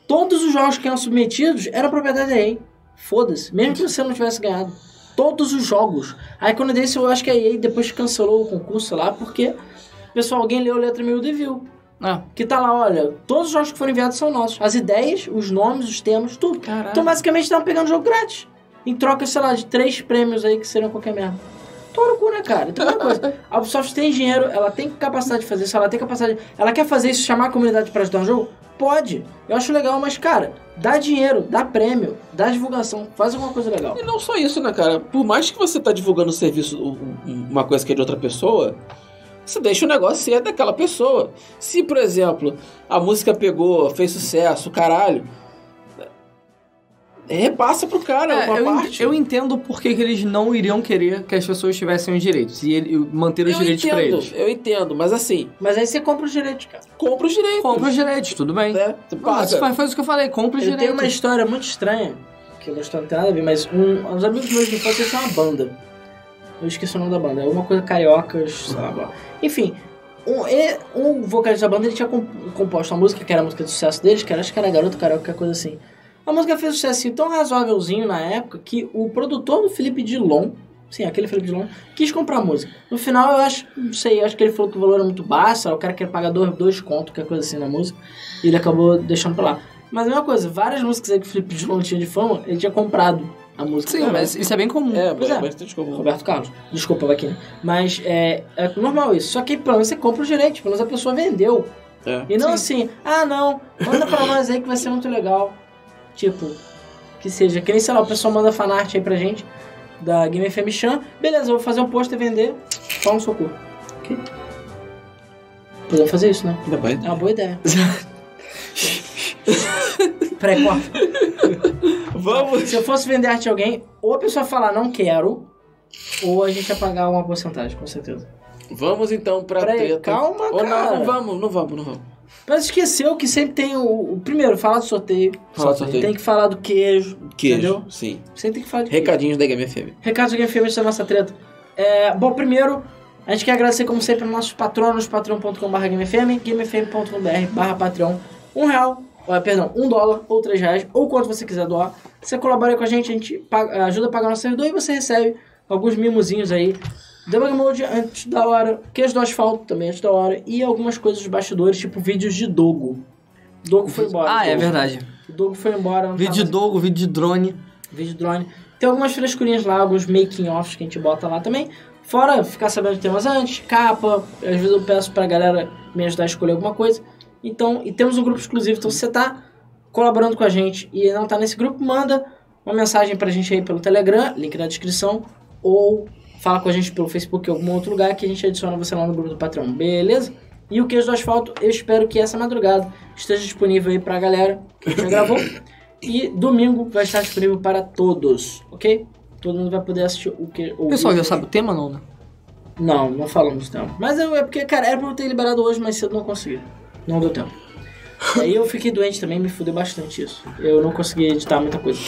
Todos os jogos que eram submetidos eram propriedade da EA. Foda-se. Mesmo que você não tivesse ganhado. Todos os jogos. Aí quando desse, eu acho que a EA depois cancelou o concurso lá, porque. Pessoal, alguém leu a letra mil e viu.
Ah,
Que tá lá, olha, todos os jogos que foram enviados são nossos. As ideias, os nomes, os temas, tudo. Então, basicamente, estavam pegando jogo grátis. Em troca, sei lá, de três prêmios aí que seriam qualquer merda. Tô no cu, né, cara? Então, mesma coisa. A Ubisoft tem dinheiro, ela tem capacidade de fazer isso, ela tem capacidade. Ela quer fazer isso, chamar a comunidade pra ajudar o jogo? Pode. Eu acho legal, mas, cara, dá dinheiro, dá prêmio, dá divulgação, faz alguma coisa legal.
E não só isso, né, cara? Por mais que você tá divulgando o serviço, u- u- uma coisa que é de outra pessoa, você deixa o negócio ser daquela pessoa. Se, por exemplo, a música pegou, fez sucesso, caralho, é, repassa pro cara
É,
uma
eu, en-
parte.
eu entendo por que que eles não iriam querer que as pessoas tivessem os direitos e ele, e manter os
Eu
direitos pra
entendo,
eles.
eu entendo, mas assim,
Mas aí você compra os direitos, cara.
compra os direitos.
Compra os direitos, tudo bem.
né? Você
Ah, isso
paga.
foi, foi isso que eu falei, compra os
Eu tenho
direitos.
uma história muito estranha, que eu não estou nada a ver, mas um, os amigos meus de infância são uma banda. Eu esqueci o nome da banda, é alguma coisa cariocas, sei lá. blá. Enfim, um, e- um vocalista da banda ele tinha comp- composto uma música que era a música de sucesso deles, que era, acho que era Garoto Carioca, que é coisa assim. A música fez sucesso tão razoávelzinho na época que o produtor do Felipe Dilon, sim, aquele Felipe Dilon, quis comprar a música. No final, eu acho, não sei, eu acho que ele falou que o valor era muito baixo, o cara queria pagar dois, dois contos, que é coisa assim na música, e ele acabou deixando pra lá. Mas a mesma coisa, várias músicas aí que o Felipe Dilon tinha de fama, ele tinha comprado a música.
Sim,
também.
mas isso é bem comum.
É,
Pois
mas,
é.
mas tem desculpa.
Roberto Carlos. Desculpa, Vaquinha. Mas é, é normal isso. Só que pelo menos você compra o direito, pelo menos a pessoa vendeu.
É.
E não assim, ah não, manda pra nós aí que vai ser muito legal. Tipo, que seja, que nem sei lá, o pessoal manda fanart aí pra gente da Game FM Chan. Beleza, eu vou fazer um post e vender. Fala no seu cu. Ok? Podemos fazer isso, né?
Ainda bem.
É uma boa ideia. Pré-corte.
Vamos.
Se eu fosse vender arte a alguém, ou a pessoa falar não quero, ou a gente ia pagar uma porcentagem, com certeza.
Vamos então pra
Peraí,
treta.
calma,
Ou
cara.
não, não vamos, não vamos, não vamos.
Mas esqueceu que sempre tem o, o primeiro, falar do sorteio.
Falar do sorteio.
Tem que falar do queijo.
Queijo,
Entendeu?
sim.
Sempre tem que falar de queijo.
Recadinhos da Game FM.
Recados do Game Filmes da nossa treta. É, bom, primeiro, a gente quer agradecer, como sempre, aos nossos patronos, patreon.com.br gamefm, gamefm.com.br barra patreon, um real, ó, perdão, um dólar ou três reais, ou quanto você quiser doar. Você colabora com a gente, a gente paga- ajuda a pagar nosso servidor e você recebe alguns mimozinhos aí. Debug Mode antes da hora, queijo do asfalto também antes da hora, e algumas coisas dos bastidores, tipo vídeos de Dogo. Dogo foi embora.
Ah, é
Dogo.
verdade.
Dogo foi embora. não tá
Vídeo de
mais-
dogo, vídeo de drone.
vídeo drone. Tem algumas frescurinhas lá, alguns making-offs que a gente bota lá também. Fora ficar sabendo de temas antes, capa, às vezes eu peço pra galera me ajudar a escolher alguma coisa. Então, e temos um grupo exclusivo, então se você tá colaborando com a gente e não tá nesse grupo, manda uma mensagem pra gente aí pelo Telegram, link na descrição, ou fala com a gente pelo Facebook ou algum outro lugar que a gente adiciona você lá no grupo do Patreon, beleza? E o Queijo do Asfalto, eu espero que essa madrugada esteja disponível aí pra galera que a gente já gravou. E domingo vai estar disponível para todos, ok? Todo mundo vai poder assistir o que.
O pessoal já sabe o tema, não, né?
Não, não falamos tempo. Mas eu- é porque, cara, era pra eu ter liberado hoje, mas cedo não consegui. Não deu tempo. Aí eu fiquei doente também, me fudeu bastante isso. Eu não consegui editar muita coisa.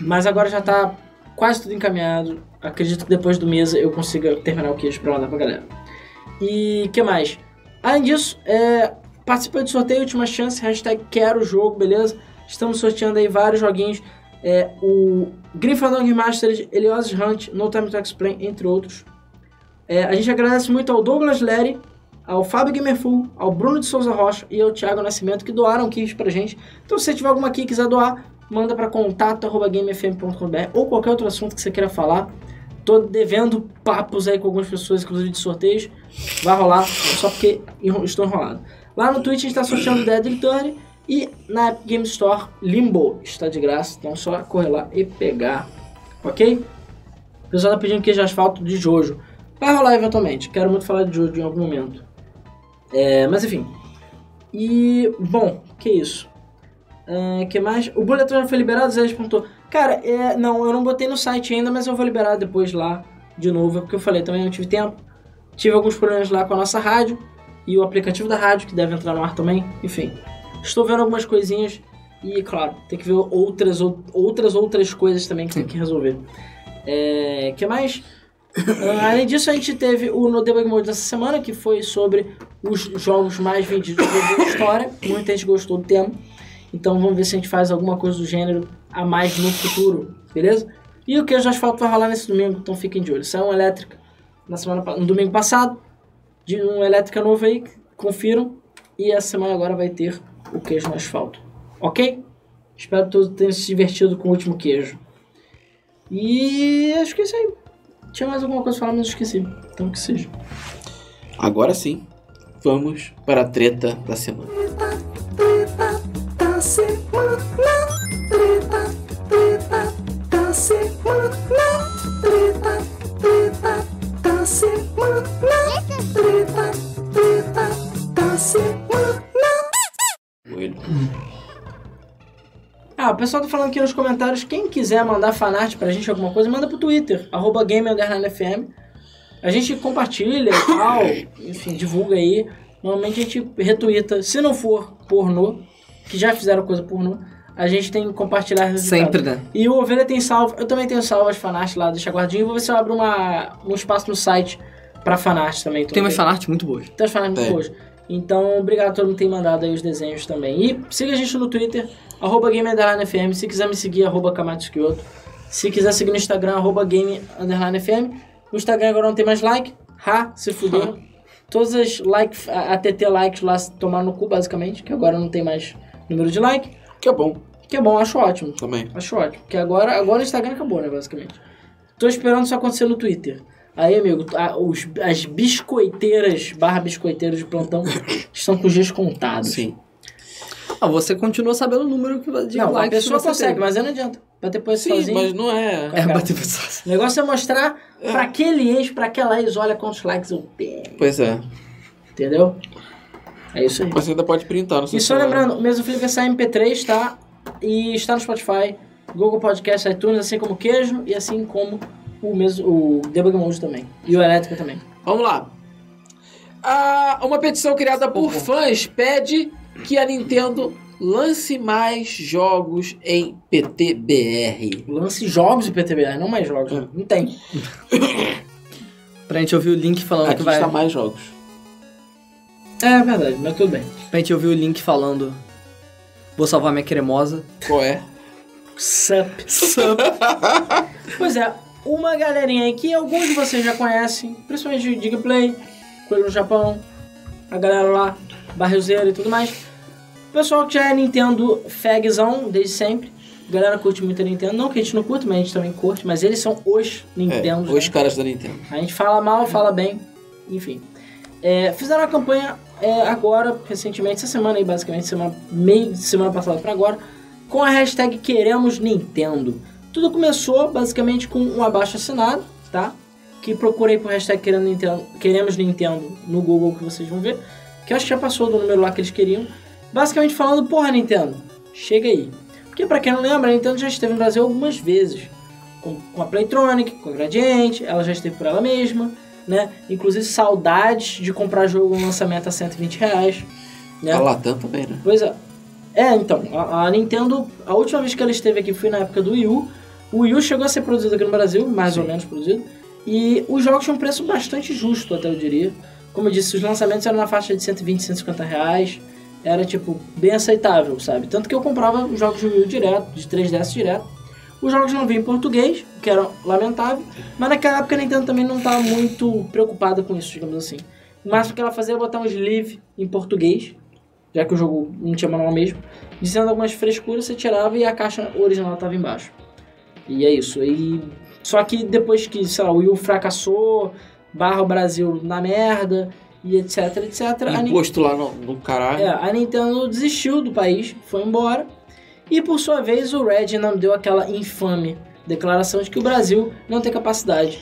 Mas agora já tá quase tudo encaminhado. Acredito que depois do mês eu consiga terminar o queijo pra mandar pra galera. E que mais? Além disso, é, participa do sorteio, última chance, hashtag quero o jogo, beleza? Estamos sorteando aí vários joguinhos. É, o Green Fandango Remastered, Eliosis Hunt, No Time to Explain, entre outros. É, a gente agradece muito ao Douglas Lery, ao Fábio Gamerful, ao Bruno de Souza Rocha e ao Thiago Nascimento que doaram kits pra gente. Então se você tiver alguma aqui e quiser doar, manda para contato@gamefm.com.br ou qualquer outro assunto que você queira falar. Tô devendo papos aí com algumas pessoas, inclusive de sorteios. Vai rolar, só porque enro- estou enrolado. Lá no Twitch a gente tá sorteando Dead Return e na Epic Games Store Limbo está de graça, então é só correr lá e pegar, ok? O pessoal tá pedindo queijo de asfalto de Jojo. Vai rolar eventualmente, quero muito falar de Jojo em algum momento. É, mas enfim. E, bom, que isso. O que mais? O boletom já foi liberado, Zé perguntou. Cara, é, não, eu não botei no site ainda, mas eu vou liberar depois lá de novo, é porque eu falei também, não tive tempo. Tive alguns problemas lá com a nossa rádio e o aplicativo da rádio, que deve entrar no ar também. Enfim, estou vendo algumas coisinhas e, claro, tem que ver outras, ou- outras, outras coisas também que tem que resolver. É, que mais? Ah, além disso, a gente teve o No Debug Mode dessa semana, que foi sobre os jogos mais vendidos da história. Muita gente gostou do tema. Então vamos ver se a gente faz alguma coisa do gênero a mais no futuro, beleza? E o que de asfalto vai rolar nesse domingo, então fiquem de olho. Saiu um elétrica na semana, pa- no domingo passado, de um elétrica novo aí, confiram. E essa semana agora vai ter o queijo no asfalto, ok? Espero que todos tenham se divertido com o último queijo. E acho que é isso aí. Tinha mais alguma coisa pra falar, mas eu esqueci. Então que seja.
Agora sim, vamos para a treta da semana.
tá tá tá
Coelho.
Ah, o pessoal tá falando aqui nos comentários. Quem quiser mandar fanart pra gente alguma coisa, manda pro Twitter, arroba game__fm. A gente compartilha e tal, enfim, divulga aí. Normalmente a gente retuita. Se não for pornô, que já fizeram coisa pornô, a gente tem que compartilhar resultado.
Sempre, né?
E o Ovelha tem salvo. Eu também tenho salvo as fanarts lá, deixa guardinho. Vou ver se eu abro uma, um espaço no site pra fanart também.
Tem umas
fanart.
fanarts muito boas.
Tem umas fanarts
Tem.
boas. Então, obrigado a todo mundo que tem mandado aí os desenhos também. E siga a gente no Twitter, arroba Game Underline FM. Se quiser me seguir, arroba Kamatsu Kyoto. Se quiser seguir no Instagram, arroba Game Underline FM. O Instagram agora não tem mais like. Ha, se fudeu. Todas as likes, a, a TT likes lá se tomaram no cu, basicamente. Que agora não tem mais número de like.
Que é bom
Que é bom, acho ótimo.
também.
Acho ótimo, porque agora, agora o Instagram acabou, né, basicamente. Tô esperando isso acontecer no Twitter. Aí, amigo, a- os, as biscoiteiras, barra biscoiteiros de plantão, estão com os dias contados.
Sim.
Ah, você continua sabendo o número que- de
Não, a
likes
pessoa
que você
consegue,
teve.
mas aí não adianta. Bater depois
Sim,
sozinho.
mas É. não é.
É,
cara.
bater pessoas.
O negócio é mostrar pra aquele ex, pra aquela ex, olha quantos likes eu tenho.
Pois é.
Entendeu? É isso aí.
Mas você ainda pode printar no seu
E é só
celular.
lembrando, o Mesa Flip sai em MP3, tá? E está no Spotify, Google Podcast, iTunes, assim como o Queijo e assim como o mesmo o Debug Mode também. E o Elétrica também.
Vamos lá. Ah, uma petição
é
criada por fãs pede que a Nintendo lance mais jogos em PTBR.
Lance jogos de PTBR, né? não mais jogos.
É.
Não tem.
Pra gente ouvir o link falando
Aqui
que vai.
está mais jogos.
É verdade, mas tudo bem.
Pra gente ouvir o link falando. Vou salvar minha cremosa.
Qual é?
Sup.
Sup.
Pois é, uma galerinha aí que alguns de vocês já conhecem, principalmente o Digplay, Coelho no Japão, a galera lá, Barrilzeiro e tudo mais. O pessoal que já é Nintendo fagzão desde sempre. A galera curte muito a Nintendo. Não que a gente não curte, mas a gente também curte. Mas eles são os
é
Nintendo. né?
os caras da Nintendo.
A gente fala mal, fala bem, enfim. É, fizeram a campanha é, agora, recentemente, essa semana aí, basicamente, semana, meio semana passada pra agora, com a hashtag Queremos Nintendo. Tudo começou, basicamente, com um abaixo assinado, tá? Que procurei por hashtag Querendo Nintendo- Queremos Nintendo no Google, que vocês vão ver. Que eu acho que já passou do número lá que eles queriam. Basicamente falando, porra, Nintendo, chega aí. Porque, pra quem não lembra, a Nintendo já esteve no Brasil algumas vezes com, com a Playtronic, com a Gradiente, ela já esteve por ela mesma, né? Inclusive saudades de comprar jogo no lançamento a 120 reais. né?
A Latam também, né?
Pois é. É, então, a, a Nintendo, a última vez que ela esteve aqui foi na época do Wii U. O Wii U chegou a ser produzido aqui no Brasil, mais ou menos produzido. E os jogos tinham um preço bastante justo, até eu diria. Como eu disse, os lançamentos eram na faixa de 120, 150 reais. Era, tipo, bem aceitável, sabe? Tanto que eu comprava os jogos do Wii U direto, de 3DS direto. Os jogos não vinham em português, o que era lamentável. Mas naquela época a Nintendo também não estava muito preocupada com isso, digamos assim. O máximo que ela fazia era botar um sleeve em português, já que o jogo não tinha manual mesmo, dizendo algumas frescuras, você tirava e a caixa original estava embaixo. E é isso. E... Só que depois que, sei lá, o Will fracassou, barra o Brasil na merda, e etc, etc. a Nin-
Imposto lá no, no caralho.
é, a Nintendo desistiu do país, foi embora. E por sua vez, o Reginald deu aquela infame declaração de que o Brasil não tem capacidade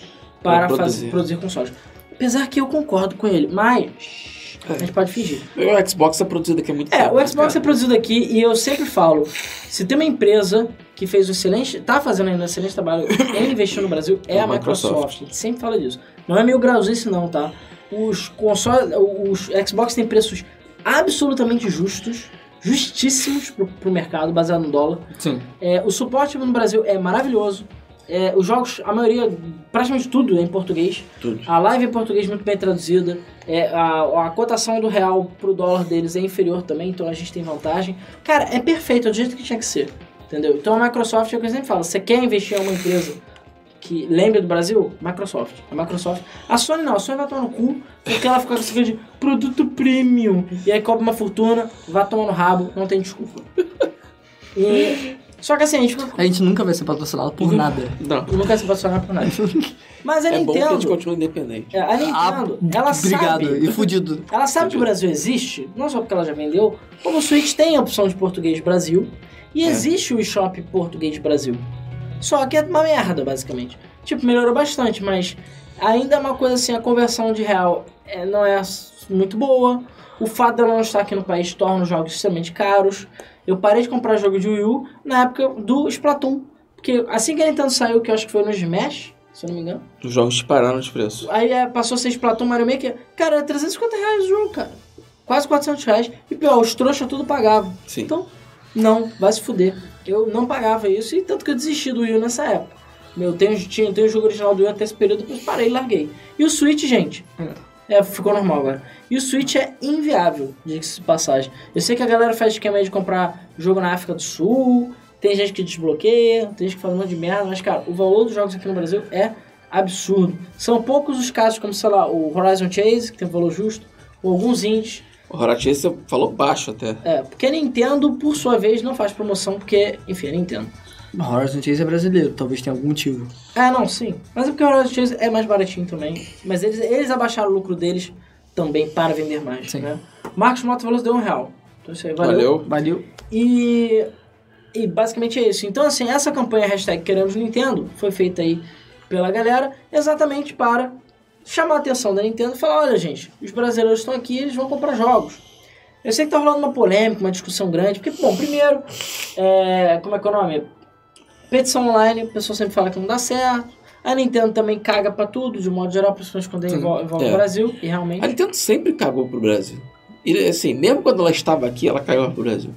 Pra
para produzir.
produzir.
produzir consoles. Apesar que eu concordo com ele, mas
É.
a gente pode fingir.
O Xbox é produzido aqui há muito
É,
tempo.
o Xbox é
né,
produzido aqui e eu sempre falo, se tem uma empresa que fez um excelente, tá fazendo ainda um excelente trabalho em investir no Brasil, é a
A Microsoft.
Microsoft. A gente sempre fala disso. Não é meio grauzice não, tá? Os consoles, os Xbox têm preços absolutamente justos, justíssimos pro, pro mercado, baseado no dólar.
Sim.
É, o suporte no Brasil é maravilhoso. É, os jogos, a maioria, praticamente tudo é em português.
Tudo.
A live em português muito bem traduzida. É, a, a cotação do real pro dólar deles é inferior também, então a gente tem vantagem. Cara, é perfeito, é do jeito que tinha que ser. Entendeu? Então a Microsoft é o que eu sempre falo. Você quer investir em uma empresa que lembre do Brasil? Microsoft. A Microsoft. A Sony não, a Sony vai tomar no cu porque ela fica com essa coisa de produto premium. E aí cobra uma fortuna, vai tomar no rabo, não tem desculpa. E- Só que assim, a gente fica
É
A gente nunca vai ser patrocinado
Uhum.
por nada.
Não.
eu nunca se apaixonar por nada. Mas a
É bom que a gente
Nintendo.
continua independente.
é, A Nintendo, ela
Obrigado.
sabe.
E fudido.
Ela sabe que o Brasil existe, não só porque ela já vendeu, como o Switch tem a opção de português Brasil. E
É.
existe o eShop português Brasil. Só que é uma merda, basicamente. Tipo, melhorou bastante, mas ainda é uma coisa assim, a conversão de real é, não é s- muito boa. O fato dela não estar aqui no país torna os jogos extremamente caros. Eu parei de comprar jogo de Wii U na época do Splatoon. Porque assim que a Nintendo saiu, que eu acho que foi no Smash, se eu não me engano.
Os jogos dispararam de preço.
Aí é, passou a ser Splatoon Mario Maker. Cara, era 350 reais o jogo, cara. Quase 400 reais. E pior, os trouxas tudo pagavam.
Sim.
Então, não, vai se fuder. Eu não pagava isso e tanto que eu desisti do Wii U nessa época. Meu, tenho, tinha, tenho o jogo original do Wii U até esse período, depois parei e larguei. E o Switch, gente? É, ficou normal agora. E o Switch é inviável, diga-se de passagem. Eu sei que a galera faz esquema aí de comprar jogo na África do Sul, tem gente que desbloqueia, tem gente que faz um monte de merda, mas, cara, o valor dos jogos aqui no Brasil é absurdo. São poucos os casos, como, sei lá, o Horizon Chase, que tem um valor justo, ou alguns indies,
O Horatio você falou baixo até.
é, porque a Nintendo, por sua vez, não faz promoção, porque, enfim, é Nintendo.
Horizon Chase é brasileiro, talvez tenha algum motivo.
Ah, não, sim. Mas é porque o Horizon Chase é mais baratinho também. Mas eles, eles abaixaram o lucro deles também para vender mais,
Sim.
né? Marcos Moto Veloso deu um real. Então isso aí, valeu.
Valeu.
Valeu.
E, e basicamente é isso. Então, assim, essa campanha hashtag Queremos Nintendo foi feita aí pela galera exatamente para chamar a atenção da Nintendo e falar, olha, gente, os brasileiros estão aqui, eles vão comprar jogos. Eu sei que tá rolando uma polêmica, uma discussão grande, porque, bom, primeiro, é, como é que é o nome? Petição online, o pessoal sempre fala que não dá certo. A Nintendo também caga pra tudo, de modo geral, principalmente quando
Sim.
envol- envolve o
É.
Brasil, e
A
realmente...
Nintendo sempre cagou pro Brasil. E assim, mesmo quando ela estava aqui, ela cagava pro Brasil.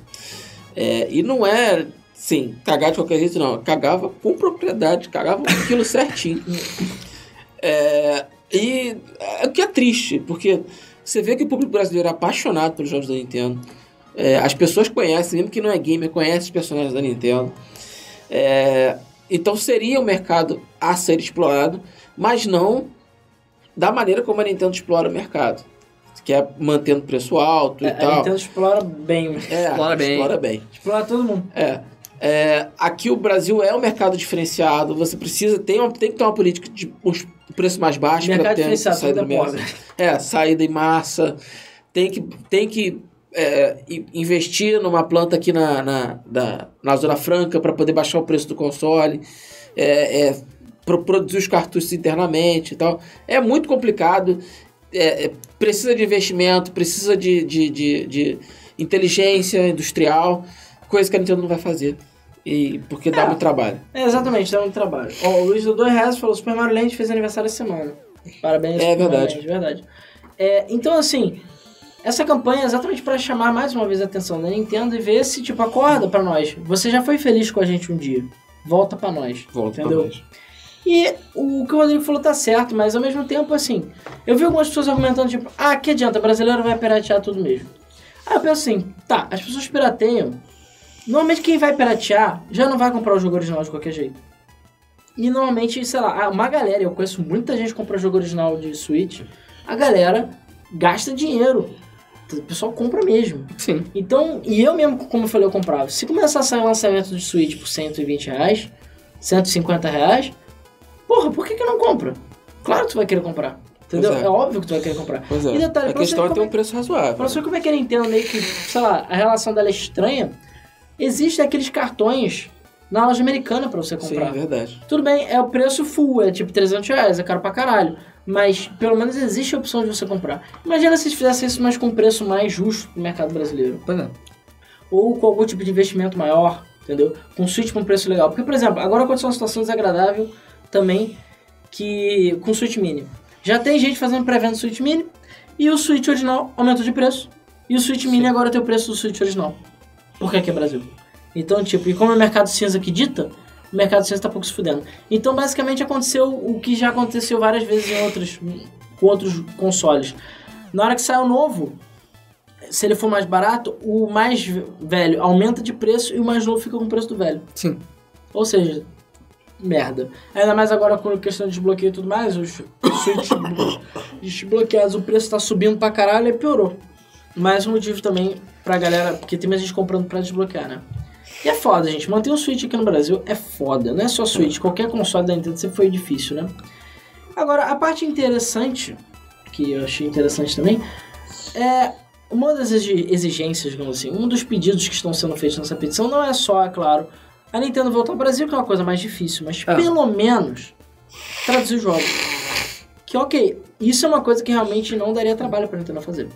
É, e não é, sim, cagar de qualquer jeito, não. Cagava com propriedade, cagava com aquilo certinho. É, e é, o que é triste, porque você vê que o público brasileiro é apaixonado pelos jogos da Nintendo. É, as pessoas conhecem, mesmo que não é gamer, conhece os personagens da Nintendo. É, então seria um mercado a ser explorado, mas não da maneira como a Nintendo explora o mercado. Que é mantendo preço alto e
É, A
tal.
Nintendo explora bem,
É,
Explora bem.
Explora bem.
explora todo mundo.
É. É, aqui o Brasil é um mercado diferenciado. Você precisa tem, uma- tem que ter uma política de uns preço mais baixo pra
Mercado
ter
diferenciado,
saída
tudo é
mesmo.
pobre.
É, saída em massa. Tem que, tem que é, i- investir numa planta aqui na, na, da- na Zona Franca para poder baixar o preço do console. É, é, pro- produzir os cartuchos internamente e tal. É muito complicado. É, é, precisa de investimento, precisa de, de, de, de inteligência industrial, coisa que a Nintendo não vai fazer. E, porque dá
É.
muito trabalho.
É, exatamente, dá um trabalho. Ó, o Luiz do Dois Reais falou: Super Mario Land fez aniversário essa semana. Parabéns,
É
Super Mario
verdade.
Land, verdade. É, então, assim, Essa campanha é exatamente para chamar mais uma vez a atenção da Nintendo e ver se, tipo, acorda para nós. Você já foi feliz com a gente um dia. Volta para nós.
Volta
Entendeu?
pra nós.
E o que o Rodrigo falou tá certo, mas ao mesmo tempo, assim, eu vi algumas pessoas argumentando, tipo, ah, que adianta, brasileiro vai piratear tudo mesmo. Aí eu penso assim, tá, as pessoas pirateiam, normalmente quem vai piratear já não vai comprar o jogo original de qualquer jeito. E normalmente, sei lá, uma galera, eu conheço muita gente que compra jogo original de Switch, a galera gasta dinheiro. O pessoal compra mesmo.
Sim.
Então, e eu mesmo, como eu falei, eu comprava. Se começar a sair um lançamento de Switch por 120 reais, 150 reais, porra, por que que não compra? Claro que tu vai querer comprar. Entendeu?
Pois
É.
é.
óbvio que tu vai querer comprar.
Pois é.
E detalhe,
a
pra você
questão é ter
como
um preço razoável.
Pra você ver como é que a Nintendo meio que, sei lá, a relação dela é estranha, existem aqueles cartões na loja americana pra você
Sim, é
comprar.
verdade.
Tudo bem, é o preço full, é tipo 300 reais, é caro pra caralho. Mas pelo menos existe a opção de você comprar. Imagina se eles fizessem isso, mas com um preço mais justo pro mercado brasileiro
Pois é.
ou com algum tipo de investimento maior, entendeu? Com um Switch com preço legal. Porque, por exemplo, agora aconteceu uma situação desagradável também que com Switch Mini. Já tem gente fazendo pré-venda do Switch Mini e o Switch original aumentou de preço. E o Switch Mini agora tem o preço do Switch original. Porque aqui é Brasil. Então, tipo, e como é o mercado cinza que dita, o mercado cinza tá pouco se fudendo. Então, basicamente, aconteceu o que já aconteceu várias vezes em outros, com outros consoles. Na hora que sai o novo, se ele for mais barato, o mais ve- velho aumenta de preço e o mais novo fica com o preço do velho.
Sim.
Ou seja, merda. Ainda mais agora com a questão de desbloqueio e tudo mais, os switches blo- desbloqueados, o preço tá subindo pra caralho e piorou. Mais um motivo também pra galera, porque tem mais gente comprando pra desbloquear, né? E é foda, gente. Manter um Switch aqui no Brasil é foda. Não é só Switch, qualquer console da Nintendo sempre foi difícil, né? Agora, a parte interessante, que eu achei interessante também, é uma das exi- exigências, digamos assim, um dos pedidos que estão sendo feitos nessa petição não é só, é claro, a Nintendo voltar ao Brasil, que é uma coisa mais difícil, mas
É.
pelo menos traduzir os jogos. Que ok, isso é uma coisa que realmente não daria trabalho pra Nintendo fazer.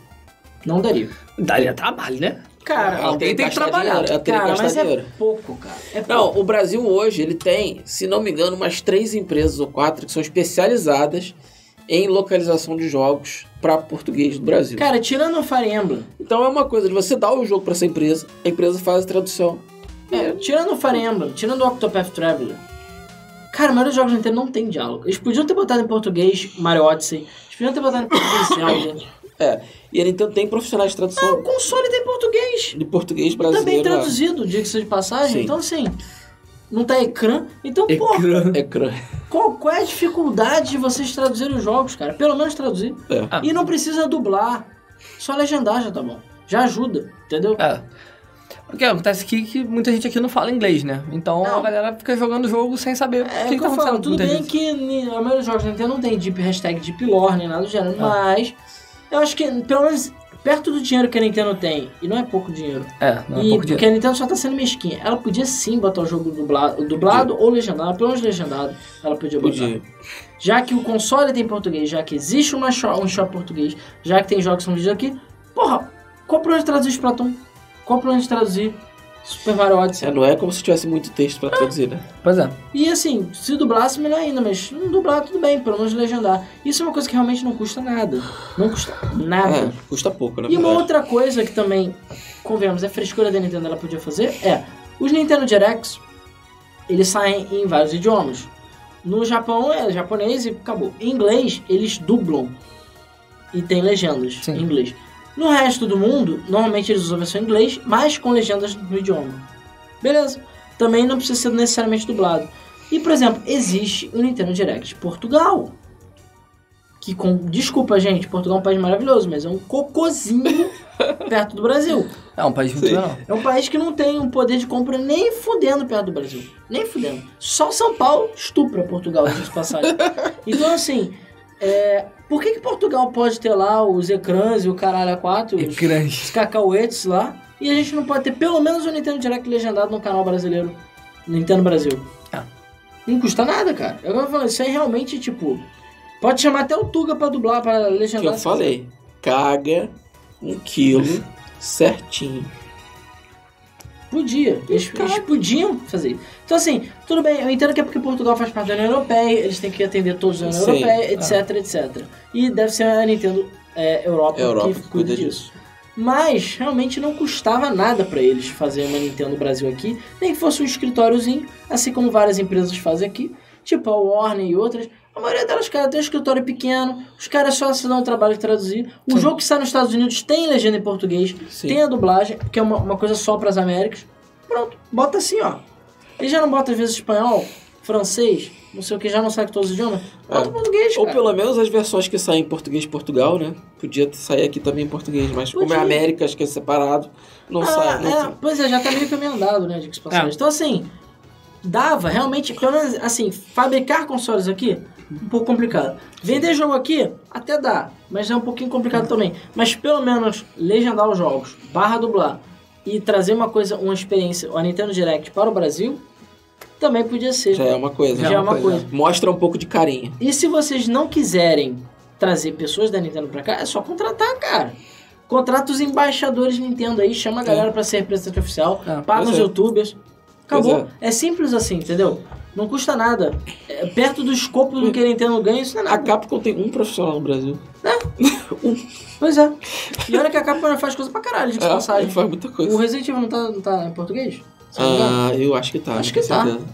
Não daria.
Daria trabalho, né?
Cara,
Ela
tem que
gastar
trabalhar.
dinheiro, Ela tem que
cara,
gastar
mas
dinheiro.
é pouco, cara. É pouco.
Não, o Brasil hoje, ele tem, se não me engano, umas três empresas ou quatro que são especializadas em localização de jogos para português do Brasil.
Cara, tirando o Fire Emblem,
Então é uma coisa de você dar o jogo para essa empresa, a empresa faz a tradução.
É, tirando o Fire Emblem, tirando o Octopath Traveler. Cara, a maioria dos jogos da Nintendo não tem diálogo. Eles podiam ter botado em português Mario Odyssey. Eles podiam ter botado em português Zelda.
E a Nintendo tem profissionais de
O
tradução
É um console tem português.
de português
Tá bem
brasileiro.
é.
lá.
traduzido, diga-se de passagem.
Sim.
Então, assim, não tá ecrã. Então, pô,
Ecrã.
Ecrã.
qual, qual é a dificuldade de vocês traduzirem os jogos, cara? Pelo menos traduzir.
É.
Ah.
E não precisa dublar. Só legendar já tá bom. Já ajuda, entendeu?
É. O que acontece aqui é que muita gente aqui não fala inglês, né? Então
Não.
a galera fica jogando o jogo sem saber
É
o
o
que,
que,
que tá
eu falo,
acontecendo.
tudo
muitas
bem
vezes.
que ni- a maioria dos jogos da Nintendo não tem deep, hashtag deep lore, nem nada do gênero,
Ah.
mas eu acho que, pelo menos, perto do dinheiro que a Nintendo tem, e não é pouco dinheiro,
É, não é
e
pouco dinheiro.
porque a Nintendo só tá sendo mesquinha, ela podia sim botar o jogo dublado, dublado ou legendado, pelo menos legendado, ela podia botar.
Podia.
Já que o console tem português, já que existe uma sho- um shop português, já que tem jogos que são vendidos aqui, porra, qual o problema de traduzir Splatoon? Qual o problema de traduzir Super Mario Odyssey?
É, não é como se tivesse muito texto para traduzir, né?
Pois é.
E assim, se dublasse, melhor ainda, mas não dublar, tudo bem, pelo menos legendar. Isso é uma coisa que realmente não custa nada. Não custa nada.
É, custa pouco, né?
Ah. e uma outra coisa que também, convenhamos, é frescura da Nintendo, ela podia fazer, é... Os Nintendo Directs, eles saem em vários idiomas. No Japão é japonês e acabou. Em inglês, eles dublam. E tem legendas
Sim.
em inglês. No resto do mundo, normalmente eles usam a versão em inglês, mas com legendas no idioma. Beleza. Também não precisa ser necessariamente dublado. E, por exemplo, existe o Nintendo Direct Portugal. Que com. Desculpa, gente, Portugal é um país maravilhoso, mas é um cocôzinho perto do Brasil.
É um país muito menor.
É um país que não tem um poder de compra nem fudendo perto do Brasil. Nem fudendo. Só São Paulo estupra Portugal, de passagem. Então, assim, é, por que, que Portugal pode ter lá os ecrãs e o caralho a quatro, os,
É grande.
os cacauetes lá, e a gente não pode ter pelo menos o Nintendo Direct legendado no canal brasileiro? Nintendo Brasil.
Tá.
Ah.
Não custa nada, cara. É Eu tô falando, isso aí realmente, tipo... Pode chamar até o Tuga pra dublar, pra
que
legendar.
eu falei. Caga um quilo certinho.
Podia. Eles, eles podiam fazer isso. Então, assim, tudo bem, eu entendo que é porque Portugal faz parte da União Europeia, eles têm que atender todos da União
Sim,
Europeia, etc, etc. E deve ser a Nintendo é, Europa,
É a Europa
que cuida disso. Mas realmente não custava nada para eles fazer uma Nintendo Brasil aqui, nem que fosse um escritóriozinho, assim como várias empresas fazem aqui, tipo a Warner e outras. A maioria delas, cara, tem um escritório pequeno, os caras só se dão o trabalho de traduzir. O jogo que sai nos Estados Unidos tem legenda em português,
Sim.
tem a dublagem, que é uma, uma coisa só para as Américas. Pronto, bota assim, ó. Ele já não bota às vezes espanhol, francês, não sei o que, já não sabe todos os idiomas. Bota
É.
português,
Ou
cara.
pelo menos as versões que saem em português de Portugal, né? Podia sair aqui também em português, mas como é
Podia.
América, acho que é separado, não
Ah,
sai. Não
é,
sai.
pois é, já tá meio caminho andado, né, de passagem.
É.
Então, assim, dava realmente, pelo menos, assim, fabricar consoles aqui, um pouco complicado. Vender jogo aqui, até dá, mas é um pouquinho complicado também. Mas pelo menos legendar os jogos, barra dublar e trazer uma coisa, uma experiência, a Nintendo Direct para o Brasil, também podia ser.
Já é uma coisa.
Já é uma coisa.
Mostra um pouco de carinha.
E se vocês não quiserem trazer pessoas da Nintendo pra cá, é só contratar, cara. Contrata os embaixadores Nintendo aí, chama a galera pra ser representante oficial,
É,
paga
pois
os
é.
youtubers. Acabou.
Pois
É. simples assim, entendeu? Não custa nada. É perto do escopo do que a Nintendo ganha, isso não é
A
nada.
Capcom tem um profissional no Brasil.
Pois é. E olha que a Capcom faz coisa pra caralho, de
É,
passagem.
ele faz muita
O
coisa.
Resident Evil não tá, não tá em português? Se não me engano.
Ah, eu acho que tá.
Acho
com
que tá.
certeza.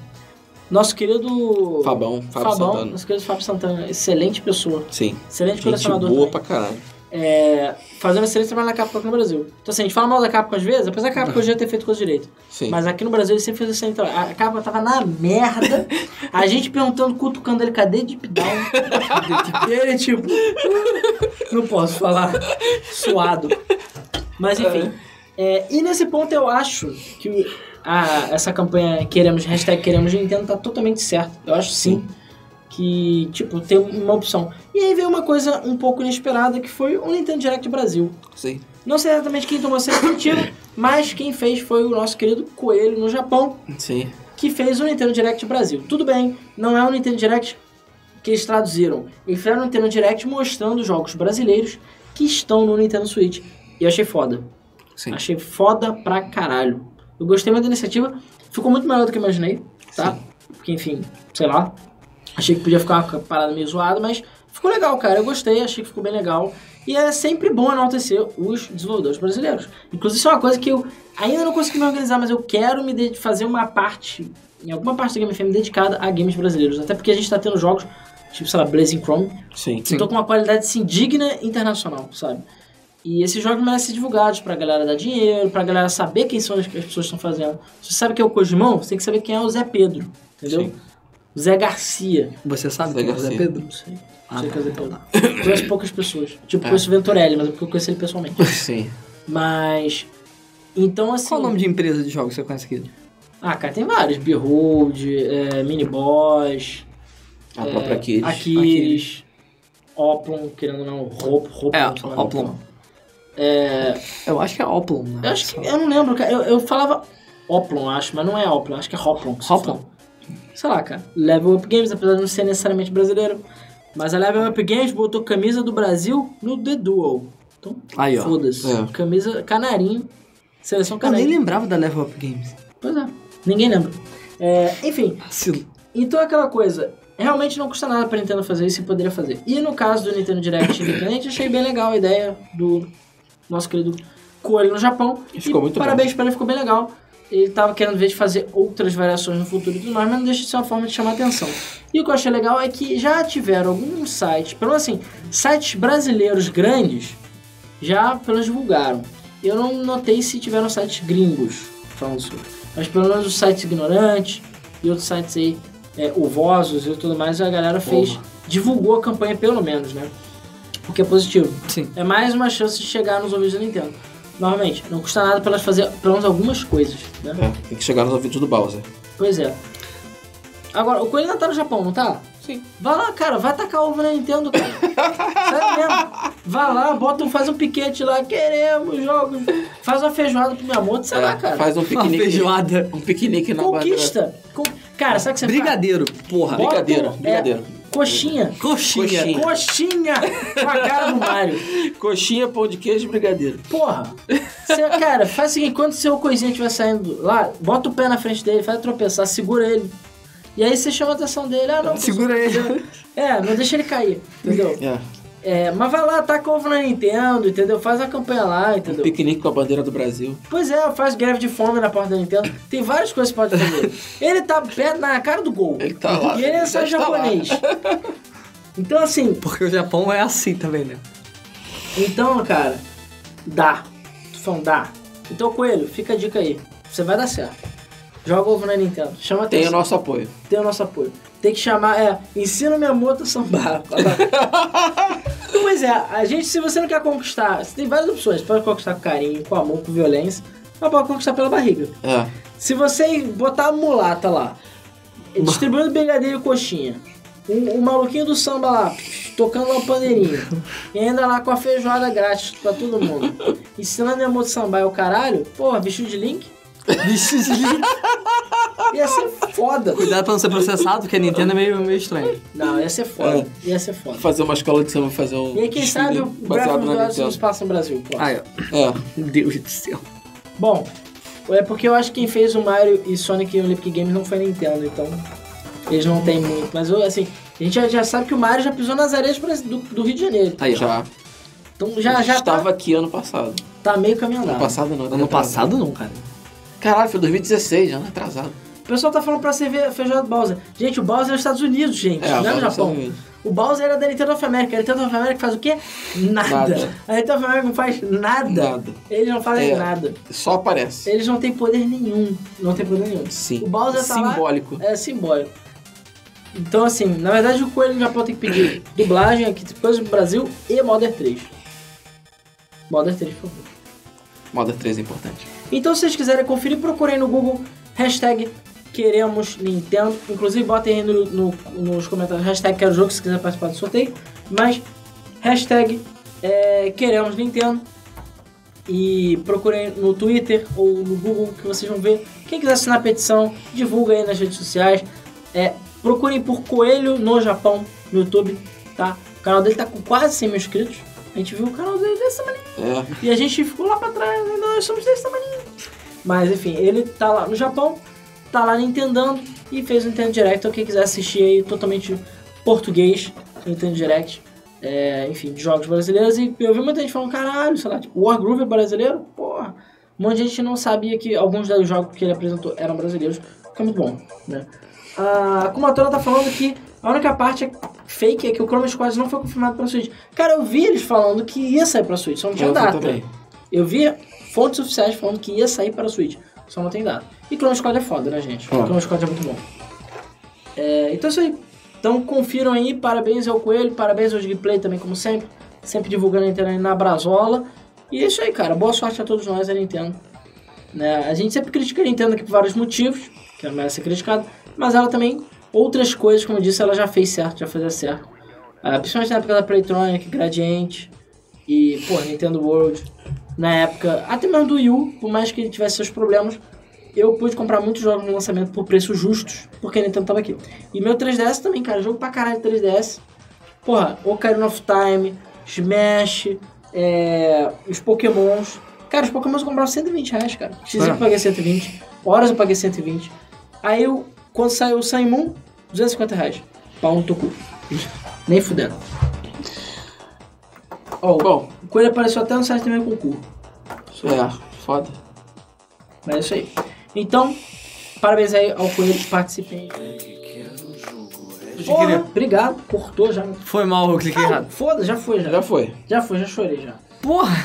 Nosso querido...
Fabão, Ah. Fábio
Fabão,
Santana.
Nosso querido Fábio Santana. Excelente pessoa.
Sim.
Excelente
Gente
colecionador
boa
também.
pra caralho.
é, fazendo excelente trabalho na Capcom aqui no Brasil. Então, assim, a gente fala mal da Capcom às vezes, apesar da Capcom já ter feito coisa direito.
Sim.
Mas aqui no Brasil ele sempre fez excelente trabalho. A Capcom tava na merda, a gente perguntando, cutucando ele, cadê Deep Down? E ele, tipo, não posso falar, suado. Mas, enfim. É, e nesse ponto eu acho que a- essa campanha queremos, hashtag queremos Nintendo tá totalmente certa. Eu acho sim que, tipo, tem uma opção. E aí veio uma coisa um pouco inesperada, que foi o Nintendo Direct Brasil.
Sim.
Não sei exatamente quem tomou essa iniciativa, mas quem fez foi o nosso querido Coelho no Japão,
Sim.
que fez o Nintendo Direct Brasil. Tudo bem, não é o Nintendo Direct que eles traduziram. Eles fizeram o Nintendo Direct mostrando os jogos brasileiros que estão no Nintendo Switch. E eu achei foda.
Sim.
Achei foda pra caralho. Eu gostei muito da iniciativa. Ficou muito melhor do que eu imaginei, tá? Porque, enfim, sei lá. Achei que podia ficar uma parada meio zoada, mas ficou legal, cara. Eu gostei, achei que ficou bem legal. E é sempre bom enaltecer os desenvolvedores brasileiros. Inclusive, isso é uma coisa que eu ainda não consegui me organizar, mas eu quero me ded- fazer uma parte, em alguma parte da Game FM, dedicada a games brasileiros. Até porque a gente tá tendo jogos, tipo, sei lá, Blazing Chrome,
Sim.
Sim.
então com uma qualidade assim, digna internacional, sabe? E esses jogos merecem ser divulgados pra galera dar dinheiro, pra galera saber quem são as, que as pessoas que estão fazendo. Se você sabe quem é o Cosmão, você tem que saber quem é o Zé Pedro, entendeu?
Sim.
Zé Garcia.
Você sabe
Zé
quem é o Zé
Garcia.
Pedro?
Não sei. Não
Ah,
sei
tá.
quem é o Zé Pedro. Conheço poucas pessoas. Tipo, conheço o Venturelli, mas é porque eu conheci ele pessoalmente.
Sim.
Mas. Então, assim.
Qual o nome de empresa de jogos que você conhece aqui?
Ah, cara, tem vários. Behold, é, Mini Boss,
A
É,
própria Kids.
Aquiles, Oplon, querendo ou não, Roupa. Roupa
É,
não sei lá,
Oplon. Eu acho que é Oplon, né?
Eu acho que. Eu não lembro, cara. Eu, eu falava Oplon, acho, mas não é Oplon, acho que é Hoplon. que se
Hoplon.
fala. Sei lá, cara. Level Up Games, apesar de não ser necessariamente brasileiro. Mas a Level Up Games botou camisa do Brasil no The Duel. Então,
Aí, ó.
foda-se.
É.
Camisa canarinho. Seleção
Eu nem
canarinho.
lembrava da Level Up Games.
Pois é. Ninguém lembra. É, enfim,
Vacilo.
então é aquela coisa, realmente não custa nada pra Nintendo fazer isso e poderia fazer. E no caso do Nintendo Direct independente, achei bem legal a ideia do nosso querido Coelho no Japão.
E ficou muito
Parabéns pra ele, ficou bem legal. Ele tava querendo ver de fazer outras variações no futuro e tudo mais, mas não deixa de ser uma forma de chamar atenção. E o que eu achei legal é que já tiveram alguns sites, pelo menos assim, sites brasileiros grandes, já pelo menos divulgaram. Eu não notei se tiveram sites gringos falando sobre. Mas pelo menos os sites ignorantes e outros sites aí, é, ovosos e tudo mais, a galera fez, divulgou a campanha pelo menos, né? O que é positivo.
Sim.
É mais uma chance de chegar nos ouvidos da Nintendo. Novamente, não custa nada pra elas fazer pelo menos algumas coisas, né?
É, tem que chegar nos ouvidos do Bowser.
Pois é. Agora, o Coelho ainda tá no Japão, não tá? Sim. Vai lá, cara, vai tacar ovo na Nintendo, cara. Sério mesmo. Vai lá, bota um, faz um piquete lá, queremos jogos. Faz uma feijoada pro meu amor, sei lá,
É,
cara.
Faz um
Tá Uma
piquenique.
feijoada.
Um piquenique na barra.
Conquista. Con- Cara, sabe o que você faz?
Brigadeiro, porra.
Bota-
Brigadeiro,
é,
brigadeiro.
coxinha.
Coxinha.
Coxinha.
Coxinha com a cara do Mario.
Coxinha, pão de queijo e brigadeiro.
Porra! Cê- cara, faz o seguinte: quando seu coisinha estiver saindo lá, bota o pé na frente dele, faz tropeçar, segura ele. E aí você chama a atenção dele. Ah, não,
Segura ele.
É, não deixa ele cair. Entendeu?
É.
É, mas vai lá, taca ovo na Nintendo, entendeu? Faz a campanha lá,
Um
entendeu?
piquenique com a bandeira do Brasil.
Pois é, faz greve de fome na porta da Nintendo. Tem várias coisas que pode fazer. Ele tá perto na cara do gol.
Ele tá lá.
E ele
já
é só
está lá.
japonês. Então, assim,
Porque o Japão é assim também, né?
então, cara, dá. Tô falando, dá. Então, Coelho, fica a dica aí. Você vai dar certo. Joga ovo na Nintendo. Chama atenção.
Tem o nosso apoio.
tem o nosso apoio. Tem que chamar, é, ensina minha moto a sambar. pois é, a gente, se você não quer conquistar, você tem várias opções. Pode conquistar com carinho, com amor, com violência, mas pode conquistar pela barriga.
É.
Se você botar a mulata lá, distribuindo brigadeiro e coxinha, o, o maluquinho do samba lá, tocando lá o pandeirinho, e ainda lá com a feijoada grátis pra todo mundo, ensinando minha moto a sambar é o caralho, porra, vestido de link,
Bicho de lixo.
ia ser foda.
Cuidado pra não ser processado, porque a Nintendo é meio, meio estranha.
Não, ia ser foda,
É.
ia ser foda.
Fazer uma escola de samba, fazer um.
E aí, quem é
desfile
sabe o Breath
baseado
of the
na
Wild não
Nintendo.
se passa no Brasil. pô.
Ai,
É.
ó. Deus do céu.
Bom, é porque eu acho que quem fez o Mario e Sonic e Olympic Games não foi a Nintendo, então eles não têm muito. Mas eu, assim, a gente já, já sabe que o Mario já pisou nas areias pra- do, do Rio de Janeiro. tá
Aí, ó.
Já.
Então já, já tá,
Estava aqui ano passado.
tá meio caminho
Ano
andado.
passado não.
Ah. Ano
atrasado.
passado não, cara.
Caralho, foi 2016, ano né? atrasado.
O pessoal tá falando pra você ver feijão do Bowser. Gente, o Bowser é nos Estados Unidos, gente, não é no
agora
Japão.
um-
você vê.
O Bowser era da Nintendo of America. A Nintendo of America faz o quê? Nada.
Nada.
A Nintendo of America não faz nada.
Nada.
Eles não fazem
É.
nada.
Só aparece.
Eles não têm poder nenhum. Não tem poder nenhum.
Sim.
O Bowser tá lá-
Simbólico.
É simbólico. Então, assim, na verdade o Coelho no Japão tem que pedir dublagem aqui, coisa do Brasil e Modern 3. Modern 3, por favor.
Moda 3 é importante.
Então, se vocês quiserem conferir, procurem no Google hashtag queremos Nintendo. Inclusive, botem aí no- no- nos comentários hashtag quero jogo se quiser participar do sorteio. Mas hashtag é, queremos Nintendo. E procurem no Twitter ou no Google que vocês vão ver. Quem quiser assinar a petição, divulga aí nas redes sociais. É, procurem por Coelho no Japão no YouTube, tá? O canal dele tá com quase 100 mil inscritos. A gente viu o canal dele dessa maneira.
É.
E a gente ficou lá pra trás, ainda nós somos desse tamanho. Mas enfim, ele tá lá no Japão, tá lá Nintendando e fez o Nintendo Direct. Então quem quiser assistir aí totalmente português, Nintendo Direct, é, enfim, de jogos brasileiros. E eu vi muita gente falando, caralho, sei lá, tipo, Wargroove é brasileiro? Porra. Um monte de gente não sabia que alguns dos jogos que ele apresentou eram brasileiros, que é muito bom, né? A Kumatora tá falando que a única parte fake é que o Chroma Squad não foi confirmado pra Switch. Cara, eu vi eles falando que ia sair pra Switch, só não tinha
É, Eu vi
data.
também.
Eu vi fontes oficiais falando que ia sair para a Switch, só não tem data. E Clone Squad é foda, né, gente?
Ah.
Clone Squad é muito bom. É, então é isso aí. Então confiram aí, parabéns ao Coelho, parabéns ao Gameplay também, como sempre. Sempre divulgando a internet na Brazola. E é isso aí, cara. Boa sorte a todos nós da Nintendo. Né? A gente sempre critica a Nintendo aqui por vários motivos, que ela merece ser criticada, mas ela também, outras coisas, como eu disse, ela já fez certo, já fazia certo. Ah, principalmente na época da Playtronic, Gradiente e, pô, Nintendo World. Na época, até mesmo do Wii U, por mais que ele tivesse seus problemas, eu pude comprar muitos jogos no lançamento por preços justos, porque a Nintendo tava aqui. E meu 3DS também, cara, jogo pra caralho de 3DS. Porra, Ocarina of Time, Smash, é, os Pokémons. Cara, os Pokémons eu comprava 120 reais, cara. XY
É.
eu paguei 120, Horas eu paguei 120. Aí, eu, quando saiu o Sun e Moon, 250 reais. Pau no teu cu. Nem fudendo. Ó,
Bom,
o Coelho apareceu até no site do meu concurso.
é. Foda.
Mas é isso aí. Então, parabéns aí ao Coelho que participei. Porra, obrigado, cortou já.
Foi mal, eu cliquei errado.
Foda, já foi já.
Já foi.
Já foi, já chorei já.
Porra!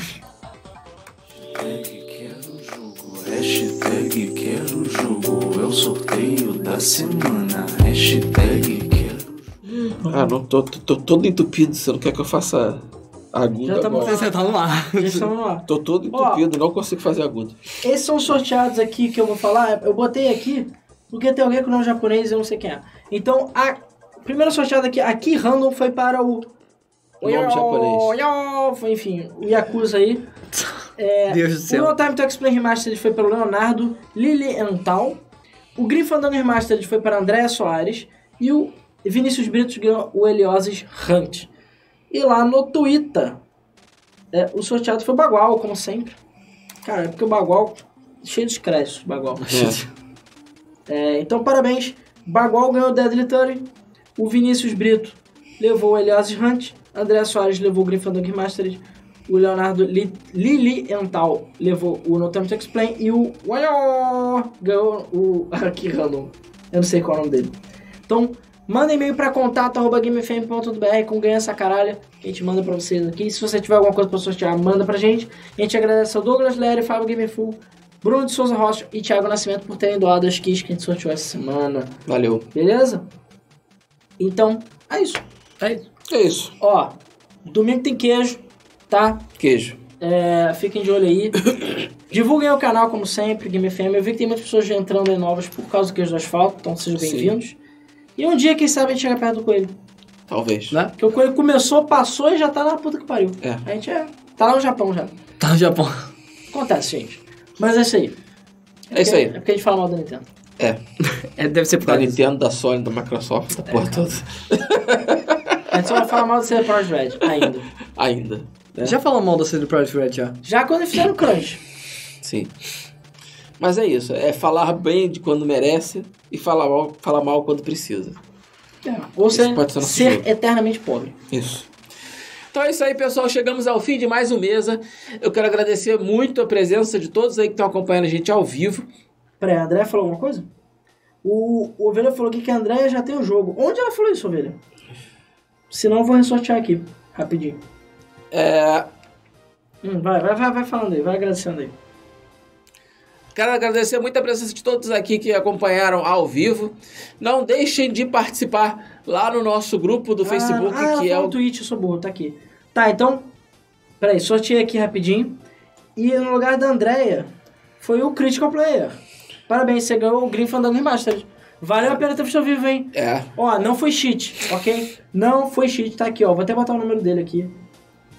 Hashtag quero jogo, é o sorteio da semana. Hashtag quero.
Ah, não, tô, tô, tô todo entupido. Você não quer que eu faça agudo
Já tá
agora?
bom.
Você tá no ar.
Já estamos lá.
Tô todo
Ó.
entupido, não consigo fazer agudo.
Esses são os sorteados aqui que eu vou falar. Eu botei aqui porque tem alguém com nome japonês e eu não sei quem é. Então, a primeira sorteada aqui, aqui random, foi para o.
Nome japonês.
Yo, foi, enfim, o Yakuza aí.
Deus do
O
céu.
No Time to Explain Remastered foi para o Leonardo Lilienthal. O Grifandango Remastered foi para Andréa Soares. E o Vinícius Britos ganhou o Elioses Hunt. E lá no Twitter, é, o sorteado foi o Bagual, como sempre. Cara, é porque o Bagual, cheio de créditos, o Bagual.
É.
É, então, parabéns. Bagual ganhou o Deadly Turtle. O Vinícius Brito levou o Elias Hunt. André Soares levou o Gryffindor Remastered. O Leonardo Li- Lilienthal levou o No Time to Explain. E o Wanyo ganhou o Aqui Random. Eu não sei qual é o nome dele. Então, manda e-mail pra contato.gamefm.br com ganha essa caralha. Que a gente manda pra vocês aqui. Se você tiver alguma coisa pra sortear, manda pra gente. A gente agradece ao Douglas Lery, Fábio Gamerful, Bruno de Souza Rocha e Thiago Nascimento por terem doado as keys que a gente sorteou essa semana.
Valeu.
Beleza? Então, é isso.
É isso.
É isso.
Ó, domingo tem queijo, tá?
Queijo.
É, fiquem de olho aí. Divulguem o canal, como sempre, Game FM. Eu vi que tem muitas pessoas já entrando aí novas por causa do queijo do asfalto, então sejam
Sim.
bem-vindos. E um dia, quem sabe, a gente chega perto do coelho.
Talvez.
Né?
Porque o coelho começou, passou e já tá na puta que pariu.
É.
A gente é, tá lá no Japão já.
Tá no Japão.
Acontece, gente. Mas é isso aí.
É isso
porque-
aí.
É porque a gente fala mal da Nintendo.
É, deve ser por
Da
causa disso.
Nintendo, da Sony, da Microsoft, da porra toda.
A gente só vai falar mal do CD Projekt Red ainda.
Ainda. né?
Já falou mal da CD Projekt Red já.
Já quando eles fizeram o crunch.
Sim. Mas é isso. É falar bem de quando merece e falar mal, falar mal quando precisa.
Ou
Isso
ser,
pode ser nosso
ser
jogo.
eternamente pobre.
Isso. Então é isso aí, pessoal. Chegamos ao fim de mais um Mesa. Eu quero agradecer muito a presença de todos aí que estão acompanhando a gente ao vivo.
Peraí, a André falou alguma coisa? O, o Ovelha falou aqui que a Andréia já tem o jogo. Onde ela falou isso, Ovelha? Se não, eu vou ressortear aqui, rapidinho. É... vai, vai, vai, vai falando aí, vai agradecendo aí.
Quero agradecer muito a presença de todos aqui que acompanharam ao vivo. Não deixem de participar lá no nosso grupo do Facebook,
ah, ah,
que é
o...
o.
o Twitch, eu sou burro, tá aqui. Tá, então, peraí, sorteei aqui rapidinho. E no lugar da Andréia, foi o Critical Player. Parabéns, você ganhou o Green Fandango Remastered. Valeu a pena ter visto ao vivo, hein?
É.
Ó, não foi cheat, ok? Não foi cheat, tá aqui, ó. Vou até botar o número dele aqui.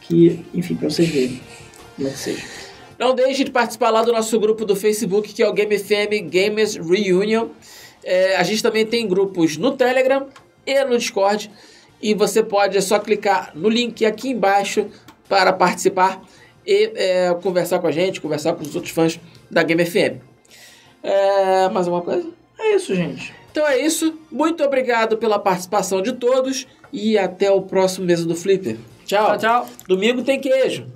Que, enfim, pra vocês verem. Como é que seja.
Não deixe de participar lá do nosso grupo do Facebook, que é o Game FM Gamers Reunion. É, a gente também tem grupos no Telegram e no Discord. E você pode é só clicar no link aqui embaixo para participar e é, conversar com a gente, conversar com os outros fãs da Game FM. É, mais alguma coisa?
É isso, gente.
Então é isso. Muito obrigado pela participação de todos e até o próximo mês do Flipper. Tchau.
Tchau, tchau.
Domingo tem queijo.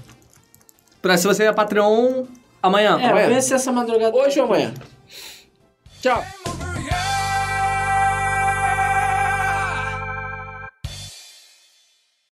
Pra se você é Patreon, amanhã.
É,
amanhã.
vê se essa madrugada. tá
Hoje ou amanhã? Tchau.
Game